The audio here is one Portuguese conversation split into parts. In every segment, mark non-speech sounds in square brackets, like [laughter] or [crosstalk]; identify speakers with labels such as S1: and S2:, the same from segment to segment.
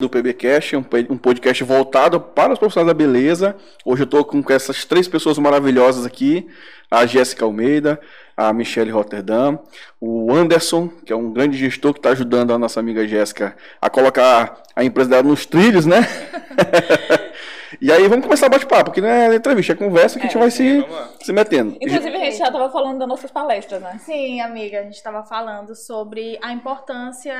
S1: do PBcast, um, um podcast voltado para os profissionais da beleza. Hoje eu estou com essas três pessoas maravilhosas aqui, a Jéssica Almeida, a Michelle Rotterdam, o Anderson, que é um grande gestor que está ajudando a nossa amiga Jéssica a colocar a empresa dela nos trilhos, né? [laughs] e aí vamos começar o bate-papo, que não é entrevista, é conversa que a gente
S2: É.
S1: vai se,
S3: Vamos lá.
S1: se metendo.
S2: Inclusive, a gente já tava falando das nossas palestras, né?
S4: Sim, amiga, a gente estava falando sobre a importância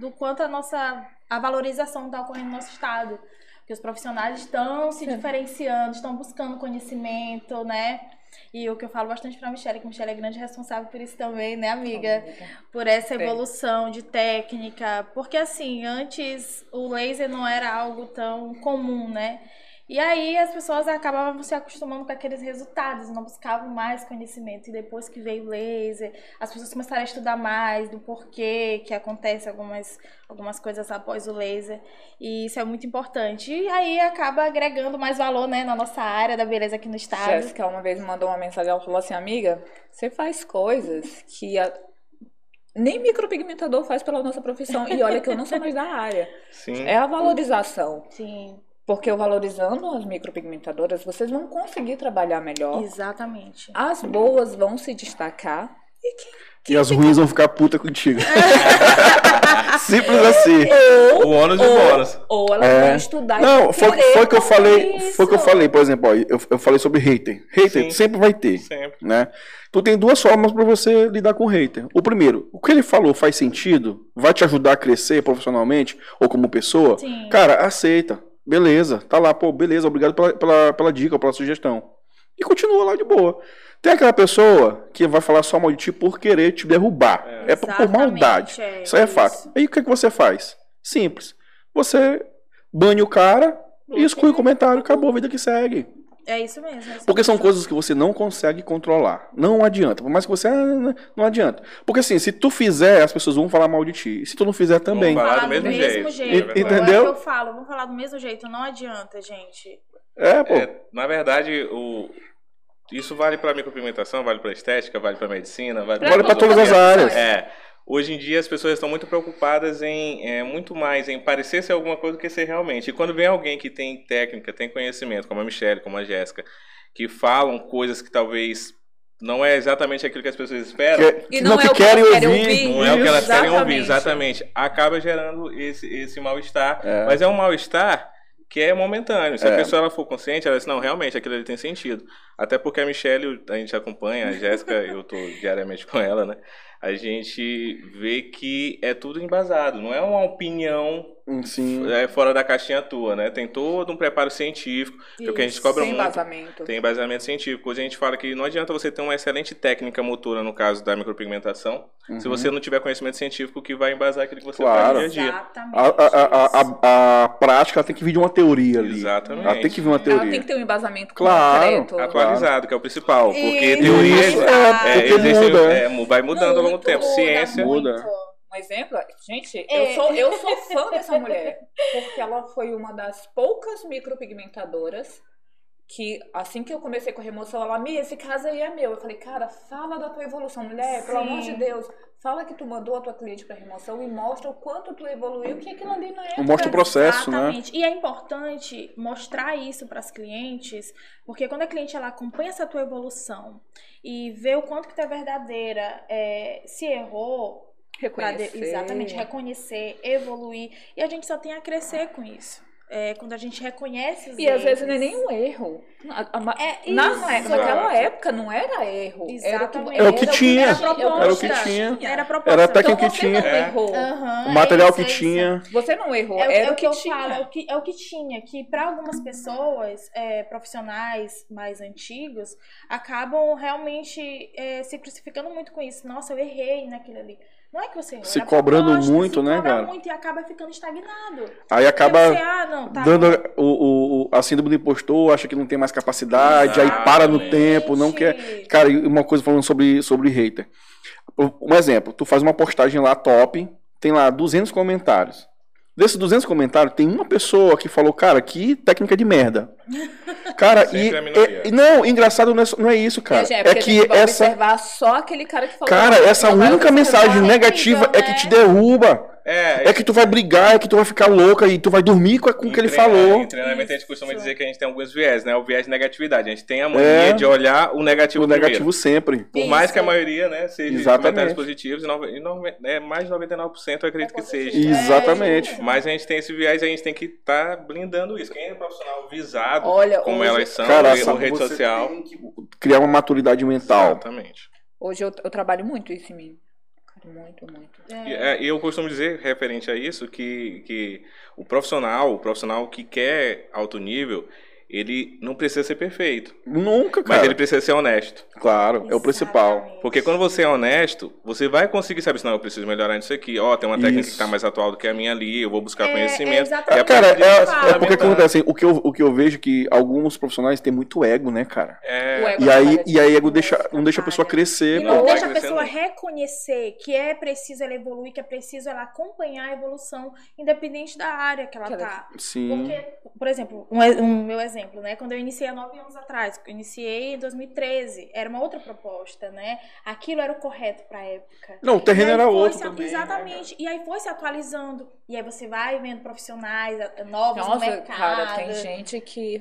S4: do quanto a nossa a valorização está ocorrendo no nosso estado, que os profissionais estão se diferenciando, estão buscando conhecimento, né? E o que eu falo bastante para Michelle, que Michelle é grande responsável por isso também, né, amiga? Por essa
S2: Sim.
S4: evolução de técnica, porque assim, antes o laser não era algo tão comum, né? E aí as pessoas acabavam se acostumando com aqueles resultados, não buscavam mais conhecimento. E depois que veio o laser, as pessoas começaram a estudar mais do porquê que acontece algumas, algumas coisas após o laser. E isso é muito importante. E aí acaba agregando mais valor, né, na nossa área da beleza aqui no estado.
S2: Jéssica uma vez me mandou uma mensagem, ela falou assim, amiga, você faz coisas que a- nem micropigmentador faz pela nossa profissão. E olha que eu não sou mais da área.
S3: Sim.
S2: É a valorização.
S4: Sim,
S2: Porque eu valorizando as micropigmentadoras, vocês vão conseguir trabalhar melhor.
S4: exatamente.
S2: As boas vão se destacar. E quem
S1: E as ruins vão ficar puta contigo. [laughs] Simples assim.
S2: ou,
S3: O ônus e o
S2: Ou-
S3: bônus.
S2: ou elas
S1: É.
S2: vão estudar. e
S1: Não, foi,
S2: querer
S1: foi que eu falei,
S2: fazer
S1: foi que eu
S2: isso.
S1: falei, por exemplo, ó, eu, eu falei sobre hater. Hater
S3: Sim.
S1: sempre vai ter,
S3: Sempre.
S1: né? Tu tem duas formas pra você lidar com o hater. O primeiro, o que ele falou faz sentido, vai te ajudar a crescer profissionalmente ou como pessoa.
S4: Sim.
S1: Cara, aceita. Beleza, tá lá, pô, beleza, obrigado pela, pela, pela dica, pela sugestão. E continua lá de boa. Tem aquela pessoa que vai falar só mal de ti por querer te derrubar. É,
S3: É.
S1: por, por
S4: Exatamente,
S1: maldade.
S4: é
S1: Isso aí é fato. Aí o que, é que você faz? Simples. Você bane o cara e exclui o comentário. Acabou a vida que segue.
S4: É isso mesmo. é isso
S1: Porque são
S4: mesmo.
S1: coisas que você não consegue controlar. Não adianta. Por mais que você. ah, né, Não adianta. Porque assim, se tu fizer, as pessoas vão falar mal de ti. E se tu não fizer também.
S3: Vão
S4: Falar
S3: Falar do mesmo jeito.
S1: E-
S4: É o que
S1: entendeu?
S4: eu falo, vamos falar do mesmo jeito, não adianta, gente.
S1: É, pô.
S3: É, na verdade, o... isso vale pra micropigmentação, vale pra estética, vale pra medicina, vale
S1: Vale pra
S3: filosofia.
S1: todas as áreas.
S3: É. Hoje em dia as pessoas estão muito preocupadas em é, muito mais em parecer ser alguma coisa do que ser realmente. E quando vem alguém que tem técnica, tem conhecimento, como a Michelle, como a Jéssica, que falam coisas que talvez não é exatamente aquilo que as pessoas esperam,
S1: Que-
S2: E não é o que elas querem ouvir.
S3: Não é o que elas querem
S2: Exatamente.
S3: ouvir, exatamente. Acaba gerando esse, esse mal-estar.
S1: É.
S3: Mas é um mal-estar que é momentâneo. Se
S1: É.
S3: a pessoa ela for consciente, ela diz, não, realmente, aquilo ali tem sentido. Até porque a Michelle, a gente acompanha,
S1: [laughs]
S3: a Jéssica, eu tô diariamente com ela, né? A gente vê que é tudo embasado. Não é uma opinião
S1: Sim.
S3: é, fora da caixinha tua, né? Tem todo um preparo científico. Porque a gente cobra
S2: Sem
S3: muito.
S2: vazamento.
S3: Tem embasamento científico. Hoje a gente fala que não adianta você ter uma excelente técnica motora, no caso da micropigmentação, é, se
S1: Uhum.
S3: você não tiver conhecimento científico que vai embasar aquilo que você
S1: Claro.
S3: faz no dia a dia.
S4: Exatamente.
S1: A, a, a, a, a prática ela tem que vir de uma teoria ali.
S3: Exatamente.
S1: Ela tem que vir uma
S2: Ela
S1: teoria.
S2: tem que ter um embasamento
S1: Claro.
S2: concreto.
S3: Atualizado, que é o principal. Porque
S4: Isso.
S3: teoria
S1: É,
S4: Exato.
S3: é,
S1: porque
S3: existem-
S1: muda, é.
S3: é, mu- vai mudando ao longo do tempo.
S4: Muito,
S3: Ciência.
S1: muda.
S2: Um exemplo, gente,
S4: É.
S2: eu, sou, eu sou fã [laughs] dessa mulher, porque ela foi uma das poucas micropigmentadoras que, assim que eu comecei com a remoção, ela, Mia, esse caso aí é meu. Eu falei, cara, fala da tua evolução, mulher, pelo
S4: Sim.
S2: amor de Deus. Fala que tu mandou a tua cliente pra remoção e mostra o quanto tu evoluiu, que aquilo ali não é.
S1: Mostra o processo, né?
S4: Exatamente. E é importante mostrar isso para as clientes, porque quando a cliente ela acompanha essa tua evolução e vê o quanto que tu é verdadeira, é, se errou, pra de-
S2: Reconhecer.
S4: exatamente, reconhecer, evoluir. E a gente só tem a crescer com isso. É, quando a gente reconhece os
S2: E às vezes
S4: erros.
S2: não é nenhum erro. A- a ma-
S4: É
S2: Na,
S4: isso.
S2: naquela época não era erro.
S4: Exatamente.
S1: Era É o que tinha.
S2: Era,
S4: Era o que
S1: tinha.
S4: Era a proposta.
S1: Era até que
S2: Então
S1: que
S2: você
S1: tinha.
S2: não
S3: É.
S2: errou.
S4: Aham,
S1: O
S4: é
S1: material
S4: isso,
S1: que
S4: é isso.
S1: tinha.
S2: Você não errou.
S4: É, o-
S2: era
S4: é
S2: o que,
S4: eu
S2: tinha.
S4: falo, é o que, é o que tinha, que para algumas pessoas, é, profissionais mais antigos, acabam realmente é, se crucificando muito com isso. Nossa, eu errei naquele ali. Não é que você errou.
S1: Se
S4: era
S1: cobrando
S4: proposta,
S1: muito,
S4: se
S1: né,
S4: cobra
S1: cara?
S4: muito e acaba ficando estagnado. Porque
S1: Aí acaba.
S4: você, ah, não, tá.
S1: dando o, o, o- a síndrome do impostor, acha que não tem mais capacidade,
S3: Ah,
S1: aí para no
S3: Exatamente.
S1: tempo, não quer.
S4: Gente,
S1: Cara, e uma coisa falando sobre, sobre hater. Um exemplo, tu faz uma postagem lá top, tem lá 200 comentários. Desses 200 comentários, tem uma pessoa que falou, cara, que técnica de merda. Cara, e, é,
S3: Sempre a minoria.
S1: e- e- não, engraçado não é, só- não é isso, cara.
S2: Gente,
S1: É
S2: porque a
S1: que
S2: gente vai
S1: essa
S2: observar só aquele cara que tá falou.
S1: cara, essa
S2: Não vai
S1: única
S2: observar
S1: mensagem
S4: é
S1: negativa
S4: incrível,
S1: é que
S4: né?
S1: te derruba.
S3: É,
S1: É que tu vai brigar, é que tu vai ficar louca e tu vai dormir com, a- com o
S3: em
S1: que ele
S3: treina-
S1: falou.
S3: Em treinamento a gente costuma
S4: Isso.
S3: dizer que a gente tem alguns viés, né? O viés de negatividade. A gente tem a mania
S1: É.
S3: de olhar o negativo
S1: O
S3: primeiro.
S1: negativo sempre.
S3: Por mais
S4: Isso.
S3: que a maioria, né, seja de
S1: Exatamente.
S3: comentários positivos, e nove- e nove- né, mais de 99% eu acredito que seja.
S1: positivo. Exatamente.
S4: É,
S3: Mas a gente tem esse viés e a gente tem que estar blindando isso. Quem é profissional visado,
S2: Olha,
S3: como é-
S2: hoje-
S3: elas são,
S1: Cara,
S3: e-
S1: essa-
S3: ou rede
S1: você
S3: social.
S1: tem que criar uma maturidade mental.
S3: Exatamente.
S2: Hoje eu, eu trabalho muito isso em mim. Cara, Muito, muito.
S3: E
S4: é.
S3: é, e eu costumo dizer, referente a isso, que, que o profissional, o profissional que quer alto nível, ele não precisa ser perfeito,
S1: Nunca,
S3: mas
S1: cara.
S3: ele precisa ser honesto.
S1: Claro, é o principal.
S4: Exatamente.
S3: Porque quando você é honesto, você vai conseguir saber se não, eu preciso melhorar nisso aqui. Ó, tem uma técnica
S1: Isso.
S3: que tá mais atual do que a minha ali, eu vou buscar
S4: É, é
S3: conhecimento.
S4: exatamente.
S3: E a né,
S1: Cara,
S3: partir disso, você
S1: é,
S3: vai
S1: é porque
S3: aumentar.
S1: acontece, o que, eu, o que eu vejo é que alguns profissionais têm muito ego, né, cara?
S3: É,
S2: O ego
S1: E aí,
S2: atrapalha.
S1: e aí ego deixa, não deixa a pessoa
S4: é E
S1: crescer,
S4: não
S3: Não,
S1: pô.
S4: deixa a
S3: vai crescer
S4: pessoa
S3: nunca.
S4: reconhecer que é preciso ela evoluir, que é preciso ela acompanhar a evolução, independente da área que ela
S2: Que ela-
S4: tá.
S1: Sim.
S4: Porque, por exemplo, um, e- um meu exemplo, né? Quando eu iniciei há nove anos atrás, eu iniciei em 2013, era uma outra proposta, né? Aquilo era o correto pra época.
S1: Não, o terreno
S4: E aí
S1: era
S4: foi
S1: outro
S4: se-
S1: também. né,
S4: Exatamente. e aí foi se atualizando. E aí você vai vendo profissionais ah, novos no
S2: Nossa,
S4: mercado.
S2: cara, tem gente que.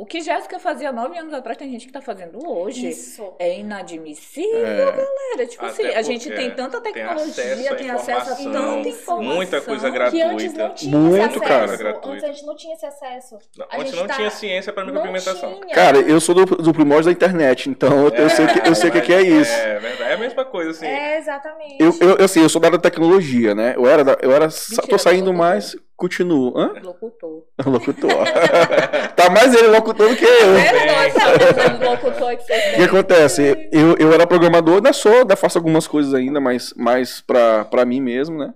S2: O que Jéssica fazia nove anos atrás, tem gente que tá fazendo hoje.
S4: Isso.
S2: É inadmissível,
S1: É.
S2: galera. Tipo
S3: Até
S2: assim, a gente
S3: porque
S2: tem tanta
S3: acesso
S2: tecnologia,
S3: à
S2: tem acesso a
S3: informação,
S2: tanta informação.
S3: muita coisa
S4: Que antes
S3: gratuita.
S4: não tinha
S1: Muito,
S4: esse acesso.
S1: cara,
S3: gratuito.
S4: Antes a gente não tinha esse acesso.
S3: Não,
S4: A
S3: Antes
S4: gente
S3: não
S4: tá-
S3: tinha ciência para micropigmentação.
S4: Não tinha.
S1: Cara, eu sou do, do primórdio da internet, então eu, eu sei o que, eu sei o que, que é isso.
S3: É, verdade. É a mesma coisa, assim.
S4: É, exatamente.
S1: Eu, eu, assim, eu sou da área da tecnologia, né? Eu era, da- eu era, sa- tô
S2: Mentira,
S1: saindo
S2: locutor.
S1: mais, continuo. Hã? [laughs]
S2: Locutor.
S1: Locutor. [laughs] tá mais ele locutor do que eu.
S2: Sério, nossa, locutor que vocês
S1: O que
S2: têm.
S1: acontece? Eu, eu era programador, ainda sou, ainda faço algumas coisas ainda, mas mais pra, pra mim mesmo, né?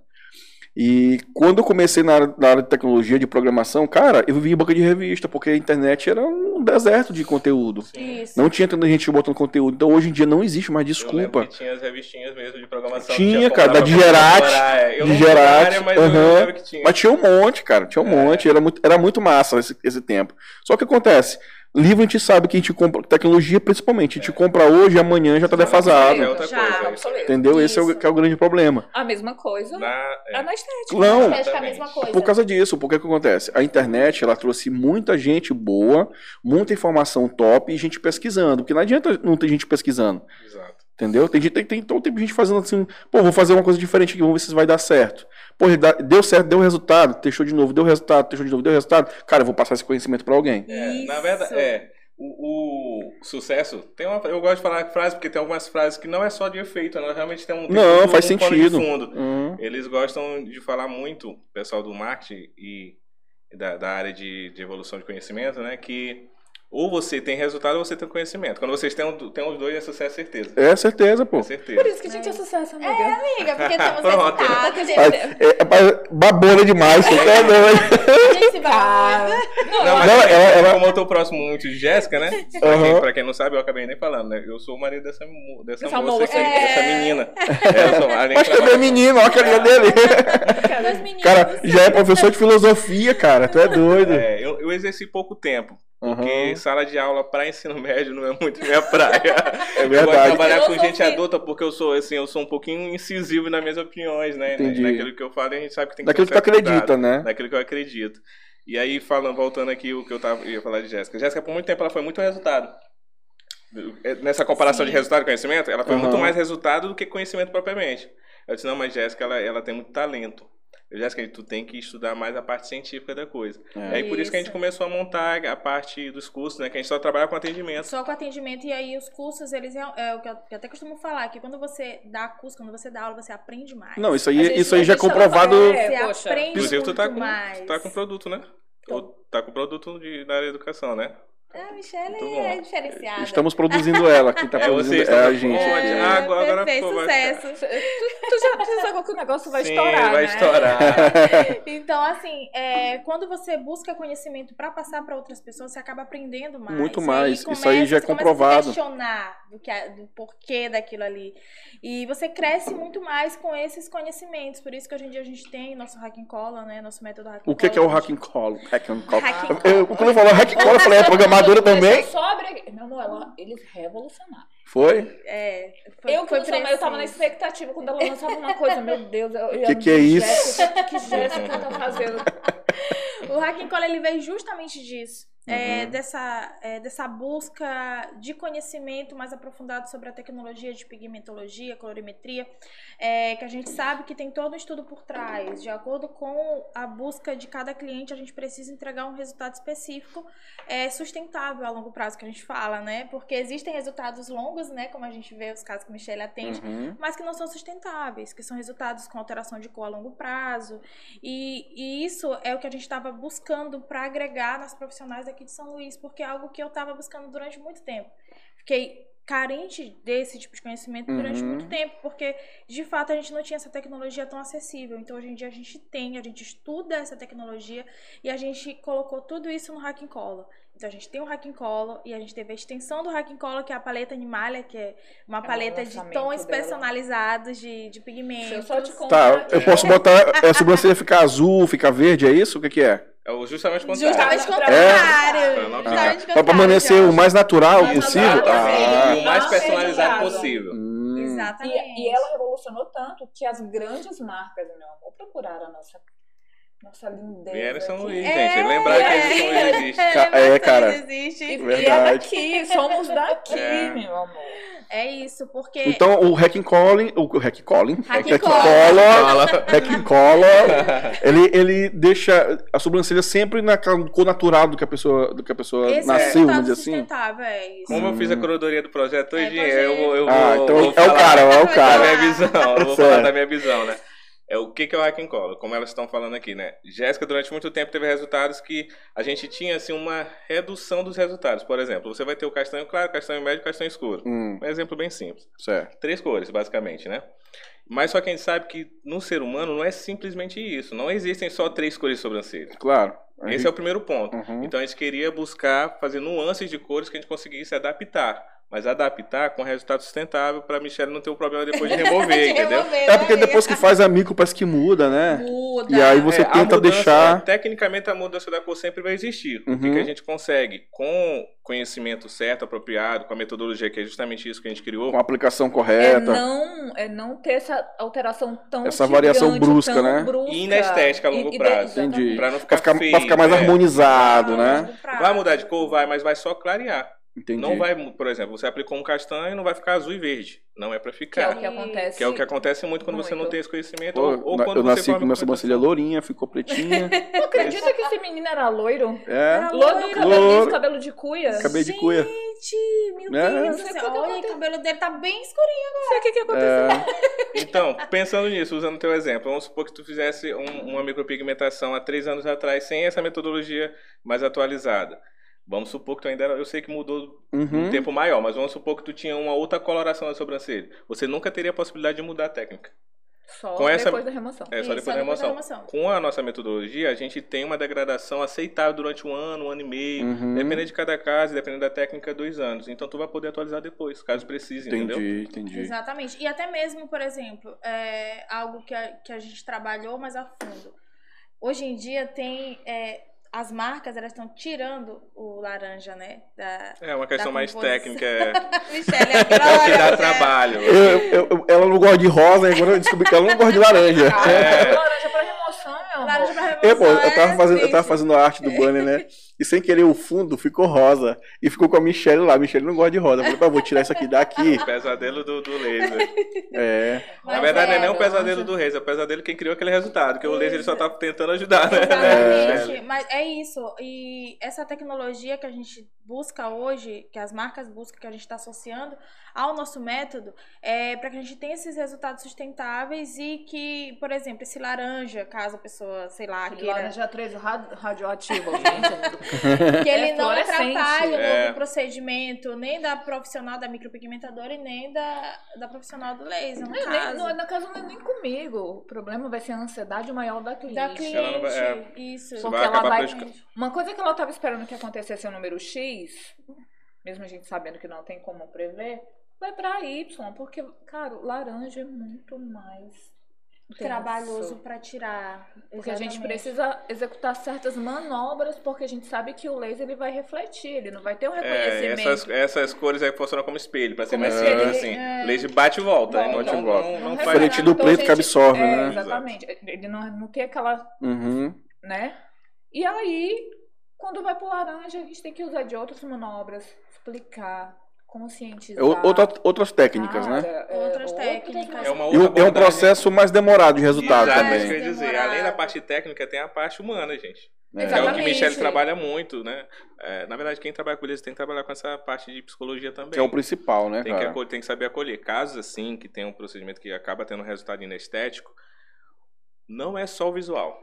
S1: E quando eu comecei na área, na área de tecnologia, de programação, cara, eu vivia em banca de revista, porque a internet era um deserto de conteúdo.
S4: Isso.
S1: Não tinha tanta gente botando conteúdo. Então hoje em dia não existe mais
S3: Eu lembro
S1: desculpa.
S3: que tinha as revistinhas mesmo de programação.
S1: Tinha,
S3: que
S1: cara, da
S3: comprava
S1: Digerati,
S3: pra comemorar, é. Eu não sou
S1: Digerati,
S3: da área, mas eu
S1: aham.
S3: lembro que tinha.
S1: Mas tinha um monte, cara. Tinha um monte. Era muito, era muito massa esse, esse tempo. Só que acontece. Livro a gente sabe que a gente compra, tecnologia principalmente, a gente compra hoje e amanhã já tá
S3: Não,
S1: defasado.
S3: É outra
S4: Já,
S3: coisa. é isso.
S2: Obsoleto.
S1: Entendeu? Esse é o,
S4: Isso.
S1: que é o grande problema.
S2: A mesma coisa na,
S3: Na- é.
S2: estética.
S1: Não.
S4: Acho que é a mesma coisa.
S1: Por causa disso, porque que acontece? A internet, ela trouxe muita gente boa, muita informação top e gente pesquisando, porque não adianta não ter gente pesquisando,
S3: Exato.
S1: entendeu? Tem gente, tem, tem todo tempo gente fazendo assim, pô, vou fazer uma coisa diferente aqui, vamos ver se isso vai dar certo. Pô, dá- deu certo, deu resultado, testou de novo, deu resultado, testou de novo, deu resultado. Cara, eu vou passar esse conhecimento pra alguém.
S3: É,
S4: Isso.
S3: na verdade, é. O, o sucesso, tem uma, eu gosto de falar frase porque tem algumas frases que não é só de efeito, elas realmente tem um, tem
S1: Não,
S3: um-
S1: faz
S3: um pano
S1: sentido.
S3: de fundo.
S1: Hum.
S3: Eles gostam de falar muito, o pessoal do marketing e da, da área de, de evolução de conhecimento, né? Que ou você tem resultado ou você tem conhecimento. Quando vocês têm, um- têm os dois, é sucesso, é certeza.
S1: É certeza, pô.
S3: É
S2: Por
S3: certeza.
S2: isso que a gente é sucesso, amiga.
S4: Amiga,
S3: [laughs]
S4: porque temos
S3: Pronto.
S4: resultado, a
S1: Mas,
S4: gente,
S1: é, é ba- babona demais, você tá
S3: [laughs]
S1: doido.
S4: a gente se valoriza.
S2: Cara,
S3: Não, mas
S1: Não,
S3: assim,
S1: ela- ela-
S3: como eu tô próximo muito de Jéssica, né? Pra,
S1: Aham.
S3: quem, pra quem não sabe, eu acabei nem falando, né? Eu sou o marido dessa, mu- dessa
S2: Dessa
S3: moça,
S2: moça.
S3: aqui,
S4: É.
S3: dessa menina. É, eu sou o marido,
S1: Mas também é menino, olha a carinha dele.
S4: Dois meninos.
S1: Cara, já é professor de filosofia, cara, tu é doido.
S3: É, eu, eu exerci pouco tempo, porque
S1: Aham.
S3: sala de aula para ensino médio não é muito
S1: [laughs]
S3: minha praia.
S1: É
S3: Eu gosto de
S1: verdade.
S3: trabalhar com
S2: Filosofia.
S3: gente adulta porque eu sou assim, eu sou um pouquinho incisivo nas minhas opiniões, né?
S1: Entendi.
S3: Naquilo que eu falo, a gente sabe que tem que
S1: Daquilo que tu
S3: ter um certo cuidado,
S1: acredita, né?
S3: Naquilo que eu acredito. E aí, falando, voltando aqui o que eu tava, ia falar de Jéssica. Jéssica, por muito tempo, ela foi muito resultado. É, Nessa comparação
S4: Sim.
S3: de resultado e conhecimento, ela foi
S1: Aham.
S3: muito mais resultado do que conhecimento propriamente. Eu disse, não, mas Jéssica, ela, ela tem muito talento. Eu, Jéssica, tu tem que estudar mais a parte científica da coisa.
S1: É.
S3: É. Aí por isso que a gente
S4: Isso.
S3: começou a montar a parte dos cursos, né? Que a gente só trabalha com atendimento.
S4: Só com atendimento, e aí os cursos, eles é, é o que eu que eu até costumo falar, que quando você dá curso, quando você dá aula, você aprende mais.
S1: Não, isso aí,
S2: A gente
S1: isso aí
S2: não
S1: já é
S2: deixa
S1: comprovado.
S2: ela
S4: Você
S2: É, poxa.
S4: aprende
S3: Inclusive, tu
S4: muito
S3: tá com,
S4: mais.
S3: tu tá com produto, né?
S4: Tô.
S3: Ou tá com produto de, da área da educação, né?
S4: Ah, a Michelle
S3: Muito bom.
S4: é diferenciada.
S1: Estamos produzindo ela. Quem tá
S3: É,
S1: produzindo
S3: vocês
S1: é a
S3: estão
S1: gente.
S3: produzindo.
S1: É.
S3: Ah, agora- agora
S4: perfeito,
S3: ficou, vai
S4: sucesso.
S2: Tu já, tu já sacou que o negócio vai
S3: Sim,
S2: estourar,
S3: vai
S2: né?
S4: [laughs]
S3: estourar.
S4: Então, assim, é, quando você busca conhecimento para passar para outras pessoas, você acaba aprendendo mais.
S1: Muito
S4: E aí
S1: mais. Isso aí já é
S4: você começa
S1: comprovado.
S4: A se questionar do, que, a- do porquê daquilo ali. E você cresce muito mais com esses conhecimentos. Por isso que hoje em dia a gente tem nosso hack and cola, né? Nosso método hack and
S1: O que, que é o
S4: cola,
S1: hack and call? Hack and call.
S4: Hack and
S1: Eu, quando eu falei hack and call, eu falei, é programadora também?
S2: Deixa eu Só abrir... Não, não, ela, eles revolucionaram.
S1: Foi?
S4: É, foi,
S2: Eu que
S4: foi
S2: não sou, mas eu tava na
S4: preciso.
S2: expectativa quando ela lançava uma coisa. Meu Deus, eu, eu
S1: Que que é isso?
S2: Jéssica, que Jéssica tá fazendo?
S4: O hack and cola, ele veio justamente disso. é,
S3: Uhum.
S4: dessa, é, dessa busca de conhecimento mais aprofundado sobre a tecnologia de pigmentologia, colorimetria, é, que a gente sabe que tem todo um estudo por trás. De acordo com a busca de cada cliente, a gente precisa entregar um resultado específico é, sustentável a longo prazo, que a gente fala, né? Porque existem resultados longos, né? Como a gente vê os casos que a Michelle atende,
S1: Uhum.
S4: mas que não são sustentáveis, que são resultados com alteração de cor a longo prazo. E, e isso é o que a gente estava buscando para agregar nas profissionais aqui de São Luís, porque é algo que eu estava buscando durante muito tempo. Fiquei carente desse tipo de conhecimento durante
S1: Uhum.
S4: muito tempo, porque de fato a gente não tinha essa tecnologia tão acessível. Então hoje em dia a gente tem, a gente estuda essa tecnologia e a gente colocou tudo isso no Hacking Cola. Então a gente tem o Hacking Cola e a gente teve a extensão do Hacking Cola, que é a paleta Animalia, que é uma
S2: o
S4: paleta de
S2: lançamento
S4: tons
S2: dela.
S4: personalizados de, de
S2: Deixa
S4: pigmentos.
S2: eu só te
S1: Tá,
S2: contar.
S1: eu posso botar é, a sobrancelha ficar azul, ficar verde, é isso? O que, que é?
S3: É o justamente o contrário.
S4: Justamente o
S2: É.
S4: contrário.
S3: Ah,
S4: Justamente o
S1: Pra
S4: contrário,
S1: permanecer o
S4: Jorge.
S1: mais natural
S3: Exato.
S1: possível?
S3: E
S1: Ah.
S3: o
S4: é
S3: mais
S2: Não
S3: personalizado
S2: personalizado.
S3: possível.
S1: Hum.
S4: Exatamente.
S2: E, e ela revolucionou tanto que as grandes marcas, meu amor, procuraram a nossa, nossa lindeza.
S3: Vieram em São
S2: aqui.
S3: Luís,
S4: É,
S3: gente. Lembrar que a São Luís existe.
S4: [laughs]
S1: Ca-
S4: lembrar
S1: é,
S4: que
S1: cara.
S4: eles
S2: E,
S4: existem.
S2: e é
S1: Verdade.
S2: daqui, somos daqui,
S3: É.
S2: meu amor.
S4: É isso, porque.
S1: Então é o hack and calling, o hack and calling,
S4: Hack and
S1: hack and
S4: cola.
S1: cola, hack and cola, ele, ele deixa a sobrancelha sempre na cor natural do que a pessoa, do que a pessoa
S4: esse
S1: nasceu, vamos
S4: resultado
S1: dizer assim.
S4: sustentável, é isso.
S3: Como eu fiz a curadoria do projeto
S4: É,
S3: todinha,
S4: projeto.
S3: eu vou. Eu
S1: Ah,
S3: vou-
S1: então
S3: vou
S1: é o
S3: falar
S1: cara, é o
S4: Vai
S3: Da
S4: lá.
S1: cara.
S3: minha visão, eu vou falar
S1: Certo.
S3: da minha visão, né? É o que, que é o hack and cola, como elas estão falando aqui, né? Jéssica, durante muito tempo, teve resultados que a gente tinha, assim, uma redução dos resultados. Por exemplo, você vai ter o castanho claro, castanho médio e castanho escuro.
S1: Hum, é,
S3: Um exemplo bem simples.
S1: certo.
S3: Três cores, basicamente, né? Mas só que a gente sabe que no ser humano não é simplesmente isso. Não existem só três cores de sobrancelha.
S1: Claro.
S3: Esse é o primeiro ponto.
S1: Uhum.
S3: Então a gente queria buscar fazer nuances de cores que a gente conseguisse adaptar. Mas adaptar com resultado sustentável para a Michelle não ter o problema depois
S1: [laughs]
S3: de remover, entendeu?
S1: É porque depois que faz a micro parece que muda, né?
S4: né? Muda.
S1: E aí você
S3: É, a
S1: tenta
S3: mudança,
S1: deixar.
S3: Tecnicamente a mudança da cor sempre vai existir. O que
S1: Uhum.
S3: que a gente consegue com conhecimento certo, apropriado, com a metodologia que é justamente isso que a gente criou,
S1: Com a aplicação
S2: É
S1: correta.
S2: não, é não ter essa alteração tão
S1: tá. Essa variação
S2: gigante,
S1: brusca,
S2: tão
S1: né?
S2: brusca.
S3: E na estética a longo prazo.
S2: exatamente.
S1: Entendi.
S3: para não
S1: Pra
S3: ficar,
S1: ficar,
S3: feio,
S1: pra ficar mais
S3: né?
S1: harmonizado, né?
S3: Vai mudar de cor, vai, mas vai só clarear.
S1: Entendi.
S3: Não vai, mu- por exemplo, você aplicou um castanho e não vai ficar azul e verde. Não é para
S2: Que é o
S3: ficar.
S2: que acontece.
S3: Que é o que acontece muito quando você não
S2: Muito.
S3: tem esse conhecimento.
S1: Pô,
S3: um- ou, ou
S1: na-
S3: quando
S1: eu
S3: você
S1: nasci
S3: forma
S1: com minha
S3: computação.
S1: sobrancelha lourinha, ficou
S3: [laughs]
S1: pretinha.
S2: Tu acredita que esse menino era loiro?
S1: é.
S4: Era
S2: Loiro do cabelo
S1: Loiro.
S2: liso, cabelo de cuia?
S1: Cabe- Acabei de cuia.
S4: Gente, meu
S1: É.
S4: Deus
S2: Não
S4: do
S2: sei
S4: céu.
S2: como que
S4: Olha, o
S2: acontece.
S4: cabelo dele tá bem escurinho.
S2: Não sei o que, que aconteceu.
S1: é.
S3: Então, pensando nisso, usando o teu exemplo, vamos supor que tu fizesse um- uma micropigmentação há três anos atrás, sem essa metodologia mais atualizada. Vamos supor que tu ainda era. Eu sei que mudou um
S1: Uhum.
S3: tempo maior, mas vamos supor que tu tinha uma outra coloração da sobrancelha. Você nunca teria a possibilidade de mudar a técnica.
S2: Só
S3: Com essa-
S2: depois da remoção.
S3: É só
S4: Isso,
S3: depois da remoção. Com a nossa metodologia, a gente tem uma degradação aceitável durante um ano, um ano e meio.
S1: Uhum.
S3: Dependendo de cada caso, dependendo da técnica, dois anos. Então tu vai poder atualizar depois, caso precise, entendeu?
S1: Entendi, entendi.
S4: Exatamente. E até mesmo, por exemplo, é algo que a, que a gente trabalhou mais a fundo. Hoje em dia tem. é, as marcas elas estão tirando o laranja, né? [laughs] Da
S3: É uma questão
S4: Da
S3: mais
S4: composição.
S3: técnica, é
S4: Michelle
S3: é o que
S4: agora.
S1: [laughs]
S3: dá trabalho.
S1: Eu- eu- eu- ela não gosta de rosa, e agora eu descobri que ela não gosta de
S3: [laughs]
S1: laranja.
S2: Ah,
S3: É.
S2: Laranja pra remoção, meu amor.
S4: Laranja pra remoção.
S1: É, pô, eu
S4: é
S1: tava, fazendo, eu tava
S4: triste.
S1: fazendo a arte do banner, né? E sem querer o fundo ficou rosa. E ficou com a Michelle lá. A Michelle não gosta de rosa. Eu falei, pá, vou tirar isso aqui
S3: [laughs]
S1: daqui.
S3: Pesadelo do, do laser.
S1: É.
S3: Na
S4: Mas
S3: verdade, não é nem o
S2: é,
S3: pesadelo
S2: laranja.
S3: do Reis, é o pesadelo quem criou aquele resultado, que o Laser ele só tá tentando ajudar, né?
S4: Exatamente, mas é isso. E essa tecnologia que a gente busca hoje, que as marcas buscam, que a gente está associando ao nosso método, é para que a gente tenha esses resultados sustentáveis e que, por exemplo, esse laranja, caso a pessoa pessoa, sei lá,
S2: Aquele
S4: queira-
S2: laranja 13 ra- radioativo,
S4: [laughs]
S2: gente.
S4: que ele
S2: É
S4: não
S2: fluorescente.
S4: atrapalhe o
S3: É.
S4: novo procedimento, nem da profissional da micropigmentadora e nem da, da profissional do laser, no
S2: Não é nem,
S4: caso.
S2: não, é- na casa não é nem comigo. O problema vai ser a ansiedade maior da cliente.
S4: Da
S3: Ela
S4: cliente,
S3: não vai- é.
S4: isso.
S3: Você
S2: Porque
S3: vai
S2: ela
S3: acabar
S2: vai-
S3: prejudicando.
S2: Uma coisa que ela estava esperando que acontecesse o número X, mesmo a gente sabendo que não tem como prever, vai pra Y, porque, cara, o laranja é muito mais intenso.
S4: Trabalhoso pra tirar.
S2: Porque a gente
S4: Exatamente.
S2: precisa executar certas manobras, porque a gente sabe que o laser ele vai refletir, ele não vai ter um
S3: É,
S2: reconhecimento.
S3: essas, essas cores aí funcionam como espelho, pra ser
S2: Como
S3: mais
S2: espelho,
S3: simples assim.
S4: é.
S3: Leite bate e volta.
S2: Bom,
S3: né?
S1: bate e
S3: não,
S1: volta.
S3: não, não
S4: Não
S3: faz.
S4: reflete.
S1: Diferente do
S2: Então,
S1: preto que
S2: gente,
S3: é,
S1: absorve,
S2: É,
S1: né?
S2: exatamente. Ele não, não tem aquela,
S1: Uhum.
S2: né? E aí, quando vai pro laranja, a gente tem que usar de outras manobras, explicar, conscientizar.
S1: É o- outra- outras técnicas,
S2: Cara,
S1: né?
S2: é,
S4: Outras
S2: outras
S4: técnicas.
S3: É uma
S1: E o- é
S3: outra
S1: um
S3: abordagem.
S1: processo mais demorado de resultado
S3: Exato,
S4: mais
S3: isso que eu
S1: também.
S3: ia dizer.
S4: demorado.
S3: Além da parte técnica, tem a parte humana, gente.
S1: É.
S3: É o que
S2: Exatamente.
S3: Michele trabalha muito, né? É, na verdade, quem trabalha com isso tem que trabalhar com essa parte de psicologia também.
S1: Que é o principal, né,
S3: Tem que,
S1: cara?
S3: acolher- tem que saber acolher. Casos assim, que tem um procedimento que acaba tendo um resultado inestético, não é só o visual.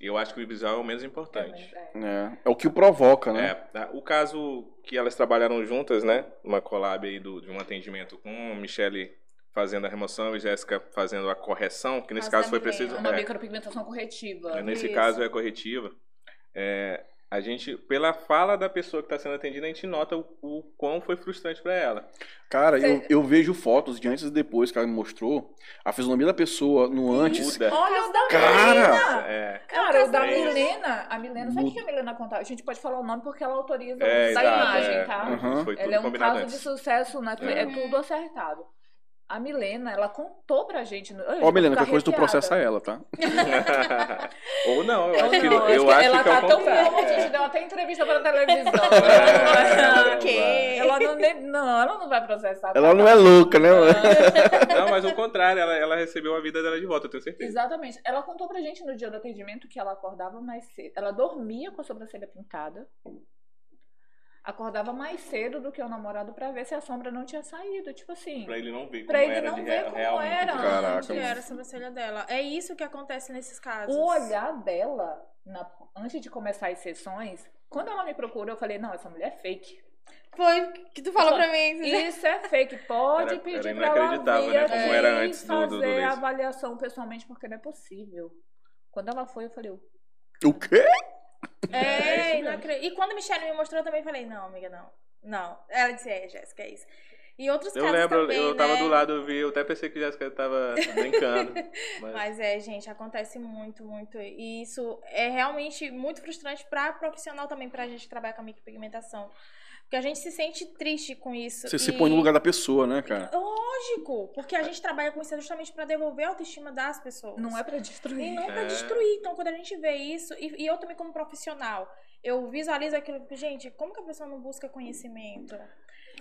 S3: Eu acho que o visual é o menos importante.
S2: É.
S1: É. É o que o provoca, né?
S3: É, a- o caso que elas trabalharam juntas, né? Uma collab aí do, de um atendimento com a Michele fazendo a remoção e Jéssica fazendo a correção, que nesse
S4: Faz
S3: caso foi
S4: também,
S3: preciso.
S4: né?
S2: Uma
S3: é,
S2: micropigmentação corretiva.
S3: Nesse
S4: Isso.
S3: caso é corretiva. É, a gente, pela fala da pessoa que está sendo atendida, a gente nota o, o quão foi frustrante para ela.
S1: Cara,
S2: Cê-
S1: eu, eu vejo fotos de antes e depois que ela me mostrou. A fisionomia da pessoa no antes.
S3: Muda.
S2: Olha o da
S1: Cara!
S2: Milena!
S3: É,
S2: Cara, o da
S3: É isso.
S2: Milena, a Milena, sabe o
S1: Muda.
S2: que a Milena contava? A gente pode falar o nome porque ela autoriza
S3: é,
S2: da
S3: exato,
S2: imagem,
S3: é.
S2: tá?
S1: Uhum.
S3: Foi tudo
S2: Ela é um
S3: combinado
S2: caso de
S3: antes.
S2: sucesso, né?
S3: É.
S2: É.
S4: Uhum.
S2: tudo acertado. A Milena, ela contou pra gente. Ai, eu
S1: Ó,
S2: vou
S1: Milena,
S2: ficar
S1: qualquer coisa tu
S2: arrepiada.
S1: processa ela, tá?
S3: [laughs] Ou não, eu
S2: Ou
S3: acho que,
S2: não,
S3: eu
S2: É um que
S3: acho
S2: ela
S3: que é o
S2: tá tão
S3: contrário.
S2: calma,
S3: [laughs]
S2: gente, deu até entrevista pra televisão.
S3: É,
S2: [laughs] Ela tá não vai-
S4: Ok.
S2: Ela não, nem- não, ela não vai processar.
S1: Ela não é louca, né?
S3: Não, mas o contrário, ela, ela recebeu a vida dela de volta, eu tenho certeza.
S2: Exatamente. Ela contou pra gente no dia do atendimento que ela acordava mais cedo. Ela dormia com a sobrancelha pintada. Acordava mais cedo do que o namorado pra ver se a sombra não tinha saído. Tipo assim.
S3: Pra ele não ver como
S2: Pra ele
S3: era
S2: não
S3: de né?
S2: ver
S3: re-
S2: como
S3: realmente.
S2: era.
S1: Caraca,
S4: Onde
S1: mano.
S4: era a sobrancelha dela. É isso que acontece nesses casos.
S2: O olhar dela, na- antes de começar as sessões, quando ela me procurou, eu falei: não, essa mulher é fake.
S4: Foi o que tu falou pra mim.
S2: Isso é fake. Pode
S3: Era-
S2: pedir
S3: era
S2: pra ela
S3: inacreditável,
S2: vir
S3: né, como
S2: aqui
S3: era antes do-
S2: fazer
S3: do- do
S2: a
S3: laser.
S2: avaliação pessoalmente, porque não é possível. Quando ela foi, eu falei:
S1: O quê?
S3: É isso
S4: É,
S3: mesmo.
S4: inacre- E quando a Michelle me mostrou, eu também falei, não, amiga, não. Não. Ela disse, é, Jéssica, é isso. E outros
S3: Eu
S4: casos
S3: lembro,
S4: também,
S3: eu tava
S4: né?
S3: do lado, eu vi, eu até pensei que a
S2: [laughs]
S3: Jéssica tava brincando. Mas,
S4: Mas é, gente, acontece muito, muito. E isso é realmente muito frustrante pra profissional também, pra gente que trabalha com a micropigmentação. Porque a gente se sente triste com isso.
S1: Você se
S4: E-
S1: põe no lugar da pessoa, né, cara?
S4: Lógico, porque a gente trabalha com isso justamente pra devolver a autoestima das pessoas.
S2: não é pra
S4: E
S2: destruir.
S4: não pra
S3: É.
S4: destruir. Então, quando a gente vê isso, e, e eu também como profissional, eu visualizo aquilo, fico, gente, como que a pessoa não busca conhecimento?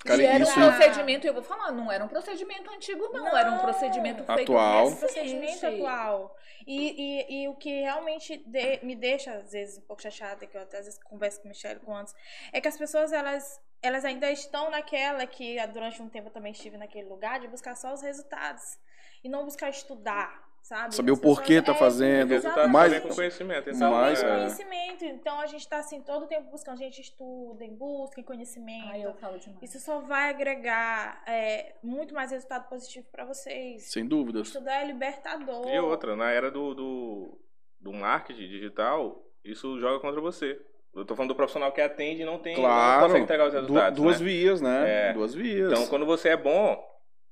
S1: Cara,
S2: e era
S1: isso- é
S2: um procedimento, eu vou falar, não era um procedimento antigo, não.
S4: Não.
S2: Era um procedimento feito
S1: Atual.
S4: Esse procedimento
S2: recente.
S4: atual. E, e, e o que realmente de- me deixa, às vezes, um pouco chateada, que eu até às vezes converso com o Michelle com antes, é que as pessoas, elas, elas ainda estão naquela que ah, durante um tempo eu também estive naquele lugar, de buscar só os resultados. E não buscar estudar, sabe?
S1: Saber o
S4: As pessoas-
S1: porquê tá
S4: é,
S3: o
S1: fazendo,
S3: resultado
S4: exatamente.
S1: mais-
S3: também com conhecimento,
S1: Mas-
S3: então,
S1: mais-
S4: mais
S3: é,
S4: conhecimento. Então a gente tá assim todo o tempo buscando, gente, estudem, busquem conhecimento.
S2: Ai, eu falo demais.
S4: Isso só vai agregar é, muito mais resultado positivo pra vocês.
S1: Sem dúvidas.
S4: Estudar é libertador.
S3: E outra, na era do, do, do marketing digital, isso joga contra você. Eu tô falando do profissional que atende e não tem não
S1: Claro.
S3: consegue entregar os resultados.
S1: Du- duas
S3: né?
S1: vias, né?
S3: É.
S1: Duas vias.
S3: Então, quando você é bom,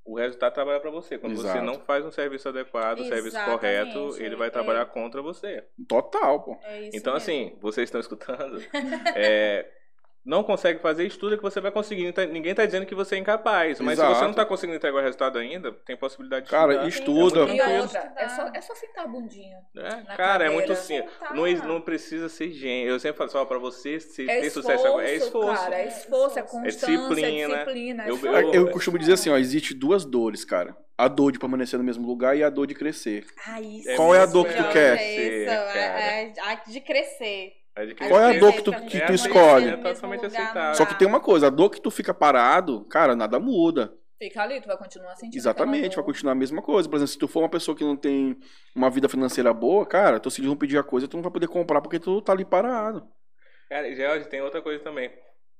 S3: o resultado trabalha pra você. Quando você
S1: Exato.
S3: não faz um serviço adequado, um serviço
S4: Exatamente,
S3: correto, ele
S4: é.
S3: vai trabalhar contra você.
S1: Total, pô.
S4: É isso
S3: então,
S4: mesmo.
S3: assim, vocês
S4: [laughs]
S3: estão escutando, é, não consegue fazer, estuda que você vai conseguir. Não tá- Ninguém tá dizendo que você é incapaz, mas se você
S1: Exato.
S3: não tá conseguindo entregar o resultado ainda, tem possibilidade de
S1: Cara,
S3: estudar.
S1: estuda.
S2: E a
S3: Tranquilo.
S2: outra, é só, é só sentar a bundinha.
S3: É,
S2: na
S3: Então, cara, é
S2: cadeira.
S3: muito sim.
S4: Sentar.
S3: Não, ex- não precisa ser gênio. Eu sempre falo assim, ó, pra você se
S2: Tá. É
S3: ter
S2: esforço,
S3: sucesso agora, é esforço.
S2: cara.
S4: É
S2: É esforço, é
S4: esforço.
S2: constância,
S3: É
S2: é
S3: disciplina.
S2: disciplina. é
S3: Eu-
S2: esforço.
S3: eu-
S1: Eu costumo dizer assim, ó, existe duas dores, cara. A dor de permanecer no mesmo lugar e a dor de crescer.
S4: Ah, isso
S1: Qual é a dor que tu
S4: maravilhoso,
S1: quer?
S4: é isso,
S3: Cara.
S4: é- é a de crescer.
S3: É de
S1: Qual é a
S3: crescer.
S1: dor que tu-
S4: Crescer,
S1: que
S3: tu
S4: permanecer
S1: escolhe?
S4: no mesmo
S3: Totalmente
S4: lugar, não
S3: aceitável.
S1: Só
S4: dá.
S1: que tem uma coisa, a dor que tu fica parado, cara, nada muda.
S2: Fica ali, tu vai continuar sentindo.
S1: Exatamente, vai
S2: aquela dor.
S1: continuar a mesma coisa. Por exemplo, se tu for uma pessoa que não tem uma vida financeira boa, cara, tu se pedir a coisa, tu não vai poder comprar porque tu tá ali parado.
S3: Cara, e, Geraldo, tem outra coisa também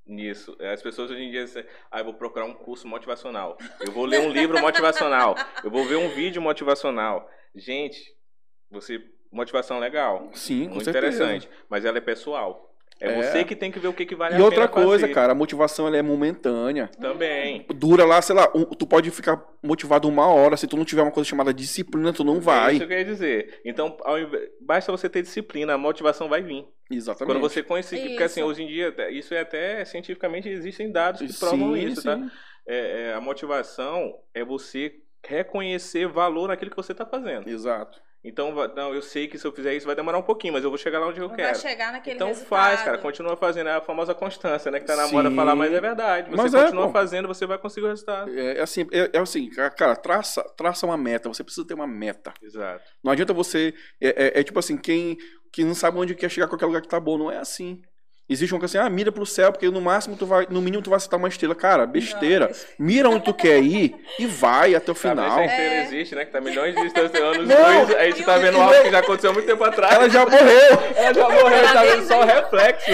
S3: nisso. As pessoas hoje em dia dizem, ah, eu vou procurar um curso motivacional. Eu vou ler um livro motivacional. Eu vou ver um vídeo motivacional. Gente, você. Motivação legal.
S1: Sim, com
S3: Muito
S1: certeza.
S3: interessante. Mas ela é pessoal. É,
S1: É.
S3: você que tem que ver o que, que vale
S1: E
S3: a pena.
S1: outra coisa,
S3: fazer.
S1: cara, a motivação ela é momentânea.
S3: Também.
S1: Dura lá, sei lá, um- tu pode ficar motivado uma hora, se tu não tiver uma coisa chamada disciplina, tu não
S3: É
S1: vai.
S3: isso que eu ia dizer. Então, ao invés- basta você ter disciplina, a motivação vai vir.
S1: Exatamente.
S3: Quando você conseguir. Porque assim,
S4: Isso.
S3: hoje em dia, até- isso é até cientificamente existem dados que provam
S1: Sim,
S3: isso,
S1: sim.
S3: tá? É, é, a motivação é você reconhecer valor naquilo que você está fazendo.
S1: Exato.
S3: Então, va- não, eu sei que se eu fizer isso vai demorar um pouquinho, mas eu vou chegar lá onde eu
S4: Não vai
S3: quero.
S4: chegar naquele
S3: Então
S4: resultado.
S3: faz, cara, continua fazendo. É a famosa constância, né? Que tá na
S1: Sim.
S3: moda falar, mas é verdade. Você
S1: Mas é,
S3: continua
S1: pô.
S3: fazendo, você vai conseguir o resultado.
S1: É, é assim, é, é assim, ca- cara, traça, traça uma meta. Você precisa ter uma meta.
S3: Exato.
S1: Não adianta você. É, é- é tipo assim, quem que não sabe onde quer chegar qualquer lugar que tá bom. Não é assim. Existe uma coisa assim, ah, mira pro céu, porque no máximo tu vai. No mínimo tu vai acertar uma estrela. Cara, besteira.
S2: Não,
S1: Mira onde tu quer ir e vai até o
S3: Talvez
S1: final.
S3: a estrela
S4: É.
S3: existe, né? Que tá milhões de distância, anos
S1: Não.
S3: luz. Aí você tá
S1: Meu
S3: vendo
S1: Deus.
S3: algo que já aconteceu há muito tempo atrás.
S1: Ela já morreu.
S3: Ela já morreu, tá vendo só o reflexo.